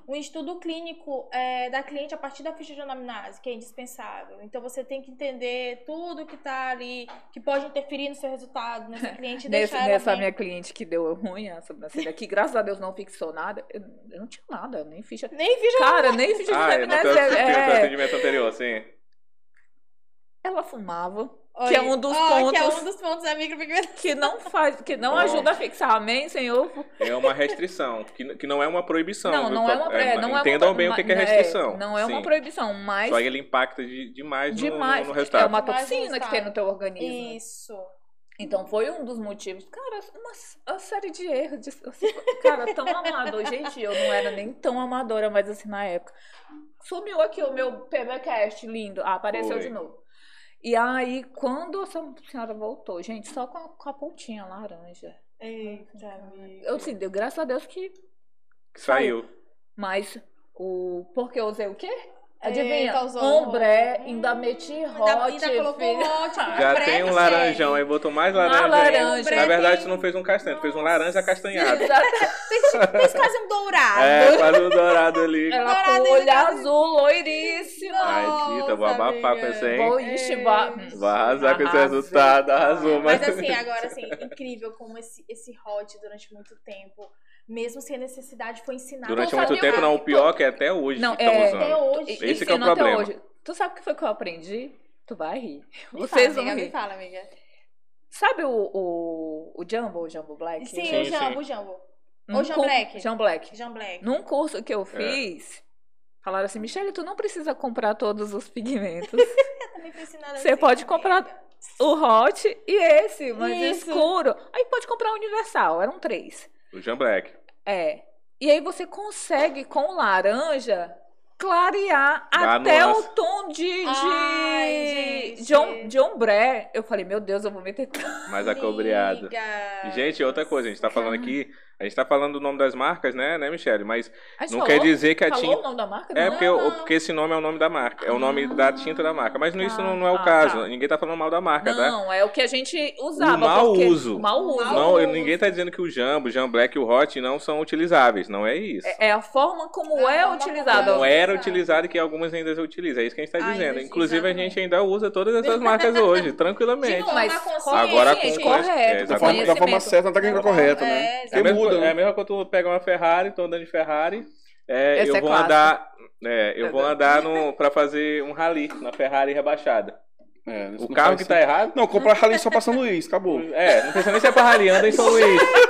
S4: Um estudo clínico é, da cliente a partir da ficha de anamnese, que é indispensável. Então você tem que entender tudo que tá ali, que pode interferir no seu
S2: [laughs]
S4: resultado, nessa cliente e
S2: Nesse-
S4: deixar ela
S2: nessa
S4: bem.
S2: minha cliente que deu ruim a sobrancelha, que graças a Deus não fixou nada, eu, eu não tinha nada, nem ficha.
S4: Nem ficha
S2: Cara, nem ficha de
S3: Ah, é, não tem o
S2: anamnese, é- é.
S3: atendimento anterior, sim.
S2: Ela fumava,
S4: Olha,
S2: que é um dos
S4: ó, Que é
S2: pontos-
S4: um dos pontos da micropigmentação.
S2: que não faz, que não
S3: Ó.
S2: ajuda a fixar. Amém, Senhor?
S3: É uma restrição, que, que não é uma proibição.
S2: Não,
S3: viu?
S2: não é uma, é, não é uma-
S3: Entendam bem o que que é
S2: não
S3: restrição.
S2: Não é uma
S3: sim.
S2: proibição, mas
S3: Só que ele impacta de- demais, no-
S2: demais.
S3: no,
S2: é
S3: no resultado.
S2: uma
S4: Demais no
S2: toxina que tem no teu organismo.
S4: Isso.
S2: Então foi um dos motivos. Cara, uma, s- uma série de erros. de- assim, cara, tão amador. Gente, eu não era nem tão amadora, mas assim, na época. Sumiu aqui o meu PBcast lindo. Ah, apareceu
S3: Foi.
S2: de novo. E aí, quando essa senhora voltou, gente, só com a, com a pontinha laranja.
S4: Eita, amiga.
S2: Eu assim, deu graças a Deus que.
S3: Saiu.
S2: Mas O porque eu usei o quê?
S4: Eita,
S2: Adivinha?
S4: usou
S2: Ombré,
S4: hum.
S2: ainda meti
S4: Ainda,
S2: hot,
S4: ainda colocou um
S2: filho.
S4: ótimo.
S3: Já tem um laranjão, aí botou mais laranja.
S4: Um
S3: ainda.
S2: laranja.
S3: Na verdade, tu não fez um castanho, tu fez um laranja acastanhado.
S2: [laughs] Exato.
S4: Fez quase um dourado.
S3: É, quase um dourado ali.
S2: Ela
S4: Dourada,
S2: com o olho
S4: dourada.
S2: azul, loiríssima.
S4: Nossa,
S3: Ai, Tita, vou
S4: amiga.
S3: abafar com essa, hein?
S2: Bom, ixi, ba-
S3: Vai arrasar com esse
S2: Arrasou.
S3: resultado, arrasou.
S4: Mas
S3: Mas,
S4: assim, agora assim, incrível como esse, esse hot durante muito tempo, mesmo sem necessidade, foi ensinado.
S3: [laughs] durante
S2: tu
S3: muito
S2: sabia
S3: tempo,
S2: que-
S3: não, o pior é que até hoje
S2: Não,
S3: que estão
S2: é-
S3: usando.
S4: Até hoje.
S3: Esse que é o
S2: Ensino
S3: problema.
S2: Até hoje. Tu sabe o que foi que eu aprendi? Tu vai rir.
S4: Me
S2: Vocês
S4: fala,
S2: vão
S4: amiga, me
S2: rir.
S4: fala, amiga.
S2: Sabe o, o, o Jumbo, o Jumbo Black?
S4: Sim,
S3: Sim,
S4: o Jambo,
S3: sim.
S4: o Jambo.
S2: Num
S4: o Jean
S2: cu-
S4: Black.
S2: Jean Black.
S4: Jean Black.
S2: Num curso
S3: É.
S2: que eu fiz, falaram assim, Michelle, tu não precisa comprar todos os pigmentos. [laughs]
S4: Eu também fui ensinada
S2: Você
S4: assim,
S2: pode
S4: amiga.
S2: comprar o hot e esse, mas
S4: Isso.
S2: escuro. Aí pode comprar o universal, eram três.
S3: O Jean Black.
S2: É. E aí você consegue, com laranja, clarear
S3: Dá
S2: até
S3: nuance.
S2: o tom de, de,
S4: Ai, gente.
S2: de, om- de ombré. Eu falei, meu Deus, eu vou meter tanto.
S3: Mais acobreado.
S4: Amiga.
S3: é Gente, outra coisa, a gente tá falando aqui. A gente tá falando do nome das marcas, né, né, Michelle? Mas
S2: A gente falou?
S3: não quer dizer que a
S2: Falou
S3: tinta.
S2: o nome da marca?
S3: É
S2: Não.
S3: porque,
S4: não.
S3: o- porque esse nome é o nome da marca. É o nome
S2: Ah,
S3: da tinta da marca. Mas não- isso
S2: tá.
S3: não, não é o
S2: Ah,
S3: caso.
S2: tá.
S3: Ninguém tá falando mal da marca, tá?
S2: Não, é o que a gente usava.
S3: O mau
S2: porque-
S3: uso.
S2: O mau uso.
S4: Mau
S3: Não, eu-
S4: uso.
S3: ninguém tá dizendo que o Jambo, o Jean Black e o Hot não são utilizáveis. Não é isso.
S2: É, é a forma como
S4: A
S2: é
S4: forma
S2: utilizado.
S4: como
S3: Ah, Não era
S4: utilizado.
S3: utilizado e que algumas ainda utilizam. É isso que a gente tá
S4: Ainda,
S3: dizendo. Inclusive,
S2: é
S3: a
S4: exatamente.
S3: gente ainda usa todas essas
S2: [laughs]
S3: marcas hoje, tranquilamente.
S4: De novo,
S2: mas
S4: uma consciência.
S3: é. Agora com
S2: consciente,
S3: coisa- é,
S2: correto.
S3: exatamente.
S1: Da forma, da forma
S2: conhecimento.
S1: certa, na técnica correta, né?
S4: É,
S3: É a,
S1: Porque
S3: mesma,
S1: muda,
S3: co-
S1: né?
S3: é a mesma coisa que tu pega uma Ferrari, tô andando de Ferrari. é,
S2: Essa
S3: eu
S2: é
S3: vou
S2: clássica.
S3: andar. é, eu vou andar no, pra fazer um rally na Ferrari rebaixada.
S1: É, isso
S3: O
S1: não
S3: carro
S1: faz
S3: que
S1: sentido.
S3: tá errado.
S1: Não, comprar rally só pra São Luís, acabou.
S3: É, não precisa nem se é pra rally, anda em
S2: [laughs]
S3: São Luís.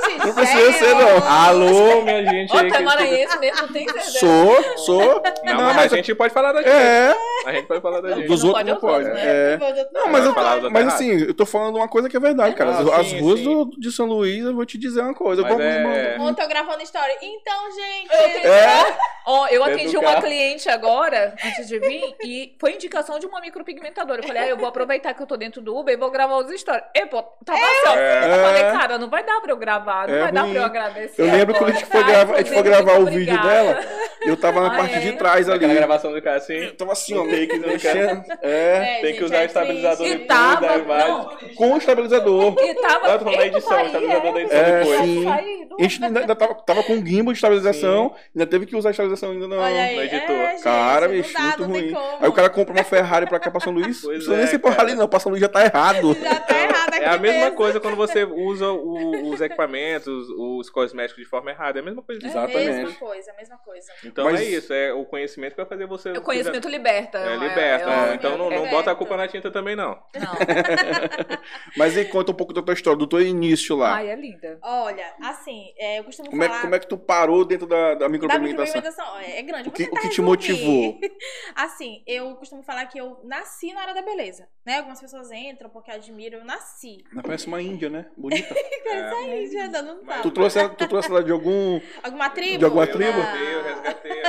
S4: Gente,
S1: Não precisa ser,
S4: é,
S1: não.
S3: Alô, minha gente.
S2: Ó,
S3: aí
S2: tu é
S3: que-
S2: maranhense mesmo, tem certeza.
S1: Sou, sou.
S3: Não, mas a gente pode falar da gente.
S1: É,
S3: A gente pode né? falar da gente.
S1: dos
S2: não
S1: outros
S2: pode
S1: não
S2: os outros,
S1: pode.
S4: sério.
S1: É. Não, mas,
S3: Vai
S1: eu,
S3: falar os outros
S1: mas
S3: errados.
S1: assim, eu tô falando uma coisa que é verdade, cara. As,
S3: Não,
S1: as
S3: sim,
S1: ruas
S3: sim.
S1: do- de São Luís eu vou te dizer uma coisa.
S3: Mas
S1: eu vou-
S3: é-
S4: Ontem eu gravando história. Então, gente.
S1: É,
S2: Ó, eu
S3: Dentro
S2: atendi
S3: do
S2: uma
S3: carro.
S2: cliente agora, antes de vir, e foi indicação de uma micropigmentadora. Eu falei, ah, eu vou aproveitar que eu tô dentro do Uber e vou gravar os stories. E, pô, tá passando.
S1: É.
S2: Eu falei, cara, não vai dar pra eu gravar, não
S1: É
S2: vai dar
S1: ruim.
S2: pra eu agradecer.
S1: eu lembro quando a gente foi
S2: Ai,
S1: gravar, a gente foi
S2: inclusive,
S1: gravar o
S2: muito
S1: vídeo
S2: obrigada.
S1: dela, eu tava na
S2: Ah,
S1: parte
S2: é?
S1: de trás ali.
S3: Aquela gravação do cara assim.
S1: Eu tava assim,
S3: [laughs]
S1: ó, meio que mexendo. É,
S4: É,
S3: Tem que
S4: gente,
S3: usar
S4: é
S3: o estabilizador
S4: triste.
S2: E
S3: de
S2: tava-
S3: tudo, da imagem.
S2: não.
S1: com o estabilizador.
S2: E tava.
S3: Não, tô falando da
S2: Ei,
S3: edição,
S2: vai,
S3: tá me dando da edição
S2: é.
S1: depois.
S2: Vai
S1: Sim.
S2: sair, não-
S1: A gente ainda, ainda tava, tava com gimbal de estabilização, ainda teve que usar a estabilização ainda não.
S4: Olha aí.
S3: não editou.
S4: É, gente,
S1: Cara,
S4: não
S1: bicho,
S4: dá,
S1: muito
S4: não tem
S1: ruim.
S4: como.
S1: Aí o cara compra uma Ferrari pra cá pra São Luís. Não
S3: Pois
S1: precisa nem
S3: é,
S1: ser pra
S3: cara.
S1: Rally, não. Pra São Luís já tá errado.
S4: Já tá errado aqui
S3: É a mesma
S4: mesmo.
S3: coisa quando você usa o- os equipamentos, os cosméticos de forma errada. É a mesma coisa.
S1: Exato. Exatamente.
S4: É a mesma coisa, a mesma coisa.
S3: Então
S1: Mas-
S3: é isso, é o conhecimento que vai fazer você.
S2: O conhecimento liberta.
S3: É liberta.
S2: é-
S3: né?
S4: é-
S3: Então não,
S4: é
S3: não
S4: liberta.
S3: bota a culpa na tinta
S4: [laughs]
S3: também, não.
S2: Não.
S1: Mas aí conta um pouco da tua história, do teu início lá.
S2: Ai, é linda.
S4: Olha, assim, é, eu costumo
S1: Como é,
S4: falar...
S1: como é que tu parou dentro da, da
S4: da
S1: micropigmentação?
S4: micropigmentação. Olha, É grande.
S1: O que,
S4: Vou
S1: o
S4: tentar
S1: que te
S4: resumir.
S1: motivou?
S4: [laughs] Assim, eu costumo falar que eu nasci na área da beleza, né? Algumas pessoas entram porque admiram, eu nasci.
S1: Ela Parece uma índia, né?
S4: [laughs]
S1: Bonita.
S4: Mas
S3: É,
S4: aí, já dá, não tá.
S1: tu, trouxe ela, tu trouxe ela de algum.
S4: Alguma tribo? Ah,
S1: De alguma
S4: Não.
S1: tribo?
S3: Eu resgatei.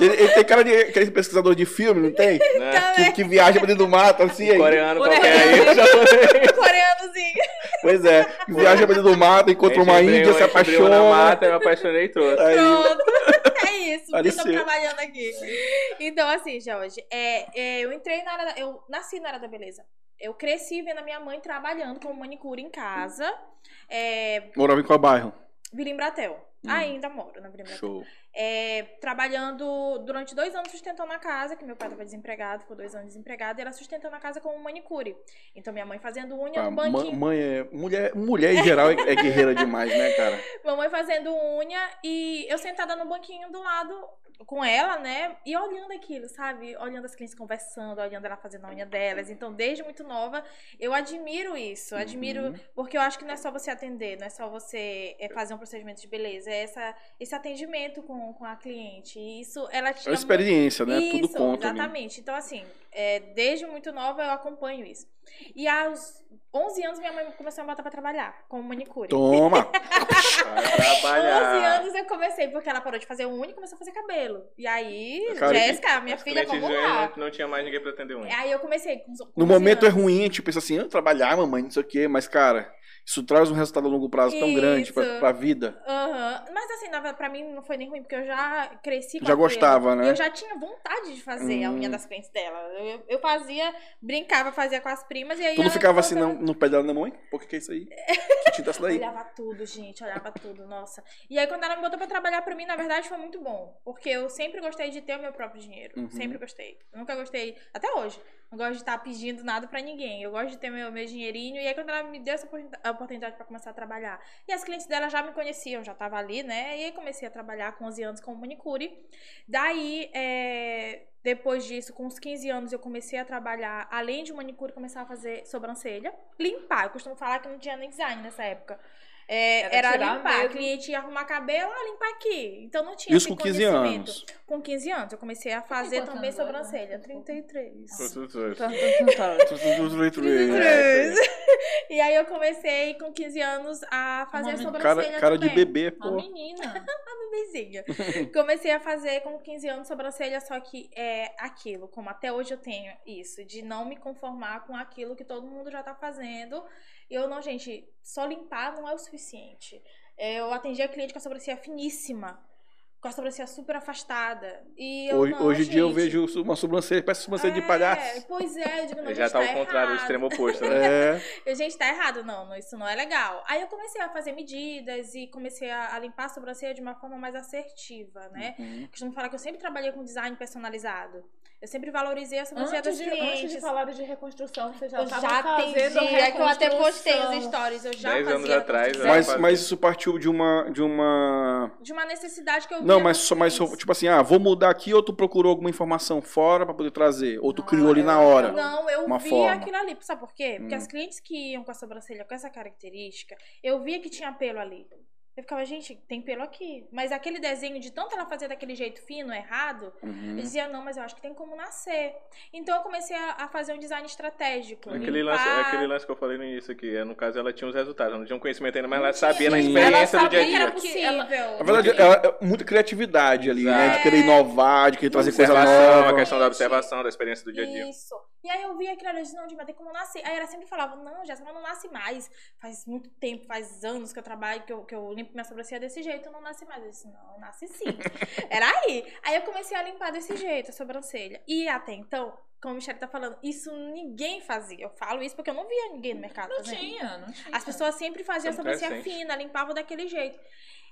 S1: Ele, ele tem cara de aquele pesquisador de filme, não tem?
S3: Né?
S1: Que, que viaja pra dentro do mato, assim. aí-
S3: Coreano
S2: Coreano.
S3: Então qualquer aí. já falei.
S4: Coreanozinho.
S1: Pois é. Que viaja pra dentro do mato, encontra uma
S3: Gente,
S1: índia,
S3: brilhou,
S1: se né?
S3: gente, brilhou na
S1: apaixona.
S3: mata, eu me apaixonei e
S4: [laughs]
S3: trouxe.
S1: Aí, [laughs]
S4: Pronto. É isso, porque eu tô
S1: Pareceu.
S4: trabalhando aqui. Então, assim, Jorge, é, é, eu entrei na área da, Eu nasci na área da beleza. Eu cresci vendo a minha mãe trabalhando como manicure em casa. É,
S1: morava em qual bairro?
S4: Vila Embratel.
S1: Hum.
S4: Ainda moro na Vila Embratel.
S1: Show.
S4: É, trabalhando durante dois anos sustentando a casa, que meu pai estava desempregado, ficou dois anos desempregado, e ela sustentando a casa como manicure. Então minha mãe fazendo unha
S1: Ah,
S4: no
S1: ma-
S4: banquinho.
S1: mãe é, mulher, mulher em geral é, é guerreira demais, né, cara?
S4: Mamãe fazendo unha e eu sentada no banquinho do lado com ela, né? E olhando aquilo, sabe? Olhando as clientes conversando, olhando ela fazendo a unha delas. Então, desde muito nova, eu admiro isso. Admiro
S1: Uhum.
S4: Porque eu acho que não é só você atender, não é só você é, fazer um procedimento de beleza, é essa, esse atendimento com, com a cliente. E isso, ela te
S1: É uma
S4: dá muito-
S1: experiência, né? Tudo
S4: Isso,
S1: conta. ali.
S4: exatamente. Então, assim, é, desde muito nova eu acompanho isso. E aos 11 anos minha mãe começou a me botar pra trabalhar como manicure.
S1: Toma!
S3: Vai
S4: 11
S3: trabalhar.
S4: anos eu comecei, porque ela parou de fazer unha e começou a fazer cabelo. E aí,
S1: Cara,
S4: Jéssica, minha
S3: As
S4: filha, é
S3: clientes
S4: vamos
S3: já
S4: lá. É,
S3: Não, não tinha mais ninguém pra atender um.
S4: Aí eu comecei com os- com
S1: é No
S4: 11
S1: momento é
S4: anos.
S1: ruim, a gente pensa assim, eu trabalhar, mamãe, não sei o quê, mas, cara, Isso traz um resultado a longo prazo tão grande
S4: Isso.
S1: para a vida.
S4: Aham. Mas assim, na verdade, pra mim não foi nem ruim, porque eu já cresci com
S1: Já
S4: a Freda.
S1: gostava,
S4: E
S1: né?
S4: Eu já tinha vontade de fazer a
S1: Hum.
S4: unha das pentes dela. Eu, eu fazia, brincava, fazia com as primas e aí.
S1: Tu não
S4: ela
S1: ficava assim
S4: botava-
S1: no, no pé dela na mãe? Por que que é isso aí? Que tinta é essa daí?
S4: [laughs] Olhava tudo, gente, olhava tudo, nossa. E aí, quando ela me botou pra trabalhar pra mim, na verdade, foi muito bom. Porque eu sempre gostei de ter o meu próprio dinheiro.
S1: Uhum.
S4: Sempre gostei. Eu nunca gostei, até hoje. Não gosto de estar pedindo nada pra ninguém. Eu gosto de ter meu, meu dinheirinho. E aí, quando ela me deu essa oportun- a oportunidade pra começar a trabalhar. E as clientes dela já me conheciam, já tava ali, né? E aí, comecei a trabalhar com 11 anos como manicure. Daí, é, depois disso, com uns 15 anos, eu comecei a trabalhar, além de manicure, começar a fazer sobrancelha. Limpar. Eu costumo falar que não tinha nem design nessa época. É,
S2: Era
S4: era
S2: tirar
S4: limpar.
S2: mesmo.
S4: A cliente ia arrumar cabelo, ah, limpar aqui. Então não tinha
S1: Isso
S4: esse
S1: com 15
S4: conhecimento.
S1: anos.
S4: Com 15 anos, eu comecei a fazer
S2: quantos
S4: também
S2: anos agora?
S4: sobrancelha. 33.
S1: É,
S4: [laughs] E aí eu comecei com 15 anos a fazer
S2: Uma
S4: sobrancelha
S1: Cara, cara de
S4: também.
S1: bebê,
S2: Uma
S1: pô.
S2: menina.
S1: [laughs]
S4: bebezinha. Comecei a fazer com 15 anos sobrancelha, só que é aquilo, como até hoje eu tenho isso, de não me conformar com aquilo que todo mundo já tá fazendo. Eu não, gente, só limpar não é o suficiente. É, Eu atendia cliente com a sobrancelha finíssima, com a sobrancelha super afastada. E eu
S1: Hoje,
S4: não,
S1: hoje em dia eu
S4: gente.
S1: vejo uma sobrancelha, parece sobrancelha de
S4: É, [laughs]
S1: palhaço.
S4: Pois é, eu digo, não,
S3: Já
S4: gente,
S3: tá ao
S4: tá
S3: contrário, o
S4: errado.
S3: extremo
S1: [laughs]
S3: oposto, né?
S1: É.
S4: Eu, gente, tá errado, não, não, isso não é legal. Aí eu comecei a fazer medidas e comecei a, a limpar a sobrancelha de uma forma mais assertiva, né? Eu costumo falar que eu sempre trabalhei com design personalizado. Eu sempre valorizei a sobrancelha
S2: Antes
S4: das
S2: de, antes
S4: clientes.
S2: de falar de reconstrução, você já
S4: eu
S2: estava
S4: já
S2: fazendo
S4: atendi, é que eu até postei
S2: reconstrução.
S4: os stories, eu já
S3: Dez
S4: fazia
S3: anos atrás,
S4: reconstrução.
S3: né?
S1: Mas, mas isso partiu de uma. De uma...
S4: de uma necessidade que eu
S1: Não,
S4: via
S1: mas,
S4: nas
S1: só- mas só,
S4: clientes.
S1: tipo assim, ah, vou mudar aqui ou tu procurou alguma informação fora pra poder trazer? Ou tu
S2: Não,
S1: criou ali
S2: eu-
S1: na hora?
S4: Não, eu
S1: é, uma
S4: via
S1: forma.
S4: aquilo ali. Sabe por quê? Porque
S1: Hum.
S4: as clientes que iam com a sobrancelha com essa característica, eu via que tinha pelo ali. Eu ficava, gente, tem pelo aqui. Mas aquele desenho de tanto ela fazer daquele jeito fino, errado, eu
S1: Uhum.
S4: dizia, não, mas eu acho que tem como nascer. Então eu comecei a, a fazer um design estratégico.
S3: Aquele
S4: limpar.
S3: lance, aquele lance que eu falei no início aqui, é, no caso ela tinha os resultados, ela não tinha um conhecimento ainda, mas ela
S4: Sim,
S3: sabia na
S1: sim.
S3: experiência
S4: ela
S3: do dia a
S4: sabia é que era
S3: dia.
S4: possível.
S1: Na verdade, é, é muita criatividade ali, né? De querer inovar, de querer trazer coisa
S3: Observação, a
S1: nova.
S3: questão da observação, da experiência do dia a dia.
S4: Isso. E aí eu via aquilo ali, eu disse, não, gente, vai ter como nascer. Aí ela sempre falava, não, Jéssica, mas não nasce mais. Faz muito tempo, faz anos que eu trabalho, que eu, que eu limpo minha sobrancelha desse jeito, não nasce mais. Eu disse, não, nasce
S3: [laughs]
S4: sim. Era aí. Aí eu comecei a limpar desse jeito a sobrancelha. E até então, como a Michelle tá falando, isso ninguém fazia. Eu falo isso porque eu não via ninguém no mercado
S2: Não
S4: fazendo.
S2: tinha, não tinha.
S4: Tá As pessoas sempre faziam
S3: Isso é
S4: sobre
S3: muito
S4: sobrancelha
S3: recente.
S4: fina, limpavam daquele jeito.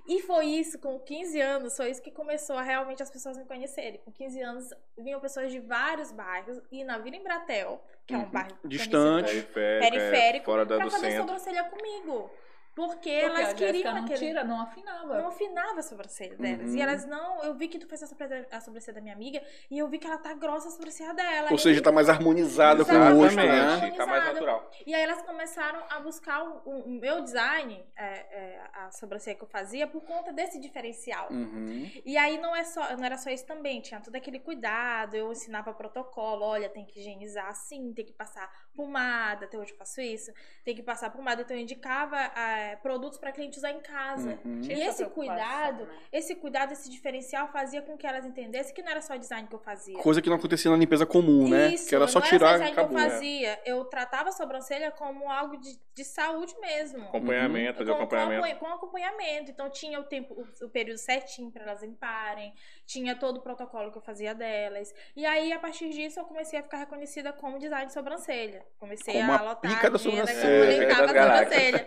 S4: E foi isso, com 15 anos, foi isso que começou a realmente as pessoas me conhecerem. Com 15 anos, vinham pessoas de vários bairros, e na Vila Embratel, que é um
S1: Uhum.
S4: bairro
S1: Distante.
S4: conhecido,
S3: Periférico, é,
S4: periférico,
S3: fora da,
S4: pra
S3: do
S4: fazer
S3: centro.
S4: sobrancelha comigo. Porque
S2: Porque
S4: elas
S2: a Jéssica
S4: queriam
S2: não
S4: aquele.
S2: tira, não afinava.
S4: Não afinava a sobrancelha delas.
S1: Uhum.
S4: E elas não. Eu vi que tu fez a sobrancelha, a sobrancelha da minha amiga e eu vi que ela tá grossa a sobrancelha dela.
S1: Ou
S4: E
S1: seja,
S4: eu-
S1: tá mais harmonizado com o rosto, né?
S3: Exatamente, tá mais natural.
S4: E aí elas começaram a buscar o, o meu design, é, é, a sobrancelha que eu fazia, por conta desse diferencial.
S1: Uhum.
S4: E aí não, é só, não era só isso também, tinha todo aquele cuidado, eu ensinava protocolo, olha, tem que higienizar assim, tem que passar pomada, até hoje eu faço isso, tem que passar pomada, então eu indicava eh, produtos para cliente usar em casa.
S1: Uhum.
S2: Tinha
S4: E
S2: essa
S4: esse
S2: preocupação,
S4: cuidado-
S2: né?
S4: Esse cuidado, esse diferencial fazia com que elas entendessem que não era só design que eu fazia.
S1: Coisa que não acontecia na limpeza comum, né?
S4: Isso,
S1: que era só
S4: não
S1: tirar
S4: era
S1: e
S4: só design
S1: acabou.
S4: que eu fazia. Eu tratava a sobrancelha como algo de, de saúde mesmo.
S3: Acompanhamento, fazer
S4: Então, Com- com
S3: acompanhamento.
S4: acompanha- Com, acompanhamento. Então tinha o tempo, o, o período certinho pra elas limparem, tinha todo o protocolo que eu fazia delas. E aí, a partir disso, eu comecei a ficar reconhecida como design de sobrancelha. Comecei
S1: Como
S4: a
S1: a
S4: lotar
S1: pica da
S4: agenda como
S1: sobrancelha.
S4: eu limpava
S3: É,
S4: a
S3: das
S4: sobrancelha.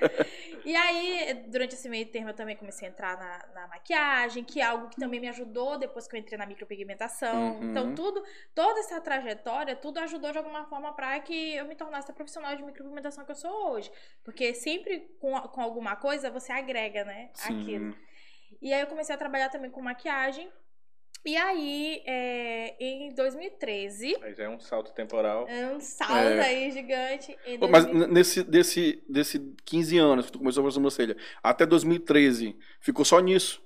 S4: E aí, durante esse meio termo, eu também comecei a entrar na, na maquiagem, que é algo que também me ajudou depois que eu entrei na micropigmentação.
S1: Uhum.
S4: Então, tudo, toda essa trajetória, tudo ajudou de alguma forma pra que eu me tornasse a profissional de micropigmentação que eu sou hoje. Porque sempre com, com alguma coisa você agrega, né? Aquilo.
S1: Sim.
S4: E aí eu comecei a trabalhar também com maquiagem. E aí, é, em 2013,
S3: Aí já é um salto temporal.
S4: é um salto
S1: É.
S4: aí gigante. Em
S1: Pô, Mas
S4: 2000
S1: n- nesse, desse, desse 15 anos que tu começou a fazer sobrancelha, até 2013, ficou só nisso.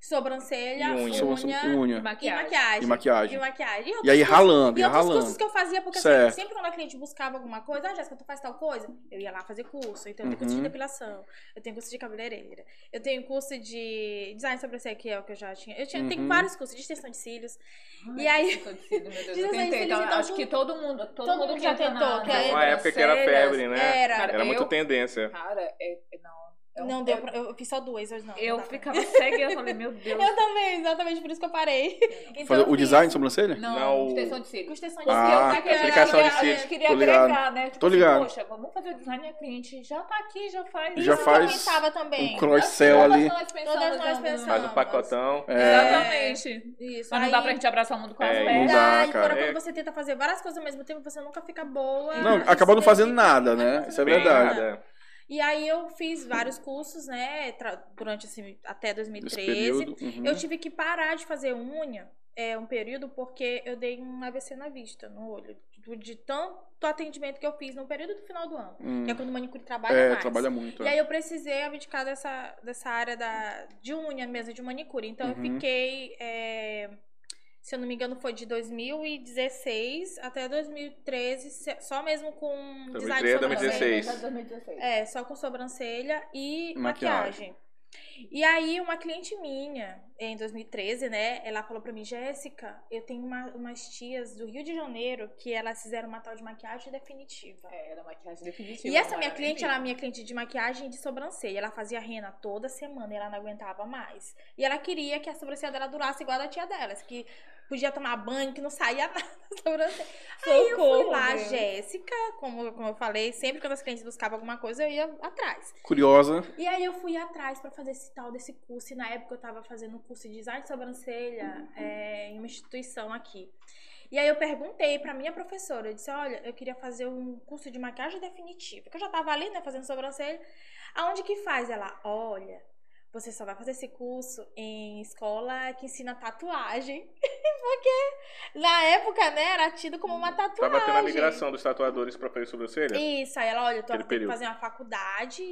S4: sobrancelha,
S3: E unha.
S4: unha,
S1: Sobrancelha, unha.
S4: e
S2: maquiagem.
S1: E
S4: maquiagem.
S1: maquiagem.
S4: E maquiagem.
S1: E aí
S4: outras coisas-
S1: ralando,
S4: E
S1: ia
S4: outros
S1: ralando.
S4: cursos que eu fazia, porque sempre,
S1: Certo.
S4: sempre quando a cliente buscava alguma coisa, ah, Jéssica, tu faz tal coisa, eu ia lá fazer curso. Então, eu tenho
S1: Uhum.
S4: curso de depilação, eu tenho curso de cabeleireira, eu tenho curso de design sobre você, que é o que eu já tinha. Eu tinha,
S1: Uhum.
S4: tenho vários cursos de extensão de cílios.
S2: Ai,
S4: E aí-
S2: que acontecido, meu
S4: [laughs]
S2: Deus,
S4: Diz
S2: eu
S4: assim,
S2: tentei,
S4: eles
S2: então,
S4: então
S2: acho
S4: tudo-
S2: que todo mundo, todo,
S4: todo
S2: mundo
S4: mundo já
S2: entra
S4: tentou,
S2: na-
S4: que
S2: nas
S4: é-
S3: Uma época que era
S2: sobrancelhas.
S3: febre, né?
S4: Era.
S2: Cara,
S3: Era muito
S2: eu-
S3: tendência.
S2: Cara, é, é- não. Eu-
S4: Não deu pra, eu fiz só duas hoje,
S2: Eu,
S4: não. não
S2: eu
S4: dá pra-
S2: ficava cega e eu falei, meu Deus.
S4: [laughs] Eu também, exatamente por isso que eu
S2: [laughs]
S4: parei. Então,
S1: Fazer
S4: eu
S1: o
S4: fiz
S1: design de sobrancelha?
S2: Não,
S3: Não, o-
S2: extensão de
S4: com
S2: cílios.
S4: extensão de
S2: Porque
S1: Ah,
S4: cílios,
S2: eu-
S4: porque eu
S2: a gente
S3: aplicação
S2: queria-
S3: de
S2: A
S3: cílios.
S2: gente queria
S1: Tô ligado.
S2: agregar, né? Tipo
S1: Tô
S2: assim,
S1: ligado.
S2: poxa, vamos fazer o design e a cliente já tá aqui, já faz.
S1: Já
S4: isso
S2: Isso
S1: faz
S4: eu pensava também.
S1: Um
S4: Uhum.
S1: cross-sell ali.
S2: Todas nós pensamos,
S4: Todas nós
S2: em-
S4: pensamos.
S3: Faz um pacotão.
S1: É.
S2: Exatamente.
S4: Isso.
S2: Mas não
S4: aí-
S2: dá pra gente abraçar o mundo com as
S3: É, não
S2: pernas.
S1: dá.
S4: Ah, e
S1: cara.
S4: fora
S3: É.
S4: quando você tenta fazer várias coisas ao mesmo tempo, você nunca fica boa.
S1: Não, acaba não
S4: Você
S1: fazendo
S4: fica- assim,
S1: nada, né? Isso é
S3: Bem
S1: verdade.
S3: nada.
S4: E aí eu fiz vários cursos, né, tra- durante assim, até
S1: Nesse
S4: 2013.
S1: período. uhum.
S4: Eu tive que parar de fazer unha é, um período porque eu dei um AVC na vista, no olho, do- de tanto atendimento que eu fiz no período do final do ano.
S1: Hum.
S4: Que é quando o manicure trabalha
S1: É,
S4: mais.
S1: trabalha muito.
S4: E
S1: é.
S4: aí eu precisei abdicar dessa, dessa área da, de unha mesmo, de manicure. Então eu
S1: Uhum.
S4: fiquei, é, se eu não me engano, foi de 2016 até 2013, se- só mesmo com design
S3: 2013,
S4: de
S3: 2016.
S4: sobrancelha.
S2: 2016.
S4: É, só com sobrancelha e
S1: Maquiagem.
S4: maquiagem. E aí, uma cliente minha, em 2013, né, ela falou pra mim, Jéssica, eu tenho uma- umas tias do Rio de Janeiro que elas fizeram uma tal de maquiagem definitiva.
S2: É, era maquiagem definitiva. né?
S4: E essa
S2: não
S4: minha
S2: era
S4: cliente,
S2: nem
S4: ela é minha cliente de maquiagem e de sobrancelha. Ela fazia rena toda semana e ela não aguentava mais. E ela queria que a sobrancelha dela durasse igual a da tia delas, que podia tomar banho, que não saía [laughs] nada da sobrancelha. Aí eu fui
S2: Socorro,
S4: lá,
S2: Deus.
S4: Jéssica, como, como eu falei, sempre quando as clientes buscavam alguma coisa, eu ia atrás.
S1: Curiosa.
S4: E aí eu fui atrás pra fazer esse tal desse curso. E na época eu tava fazendo um curso de design de
S3: Uhum.
S4: sobrancelha é, em uma instituição aqui. E aí eu perguntei pra minha professora, eu disse, olha, eu queria fazer um curso de maquiagem definitiva. Que eu já tava ali, né, fazendo sobrancelha. Aonde que faz? Ela, olha, você só vai fazer esse curso em escola que ensina tatuagem. [laughs] Porque na época, né, era tido como uma tatuagem.
S3: Tava tendo a migração dos tatuadores pra fazer sobrancelha?
S4: Isso, aí ela, olha, eu tô
S3: É.
S4: tem
S3: Aquele
S4: que
S3: período.
S4: fazer uma faculdade,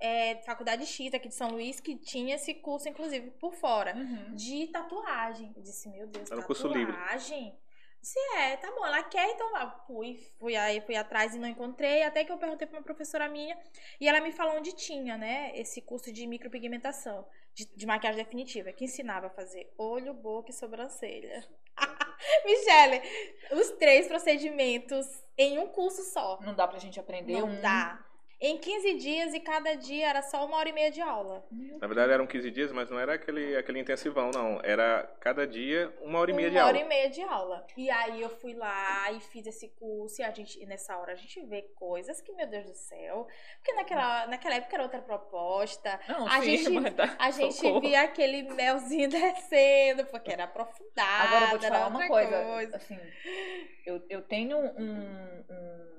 S4: é, faculdade X aqui de São Luís, que tinha esse curso, inclusive, por fora,
S2: Uhum.
S4: de tatuagem. Eu disse, meu Deus,
S3: Era um curso livre.
S4: tatuagem? Se é, tá bom, ela quer, então lá fui, fui aí, fui atrás e não encontrei, até que eu perguntei pra uma professora minha, e ela me falou onde tinha, né, esse curso de micropigmentação, de, de maquiagem definitiva, que ensinava a fazer olho, boca e sobrancelha. [laughs] Michele, os três procedimentos em um curso só.
S2: Não dá pra gente aprender
S4: Não
S3: Uhum.
S2: um.
S4: dá. Em 15 dias e cada dia era só uma hora e meia de aula.
S3: Na verdade eram 15 dias, mas não era aquele, aquele intensivão, não. Era cada dia uma hora e meia de
S4: uma hora
S3: aula.
S4: e meia de aula. E aí eu fui lá e fiz esse curso. E a gente, e nessa hora a gente vê coisas que, meu Deus do céu. Porque naquela, naquela época era outra proposta.
S2: Não,
S4: A
S2: sim,
S4: gente-
S2: [laughs] mas dá.
S4: A gente
S2: Socorro.
S4: via aquele melzinho [laughs] descendo, porque era aprofundado.
S2: Agora eu vou te
S4: era
S2: falar uma
S4: Ah, tá, outra
S2: coisa. Assim, eu, eu tenho um- um-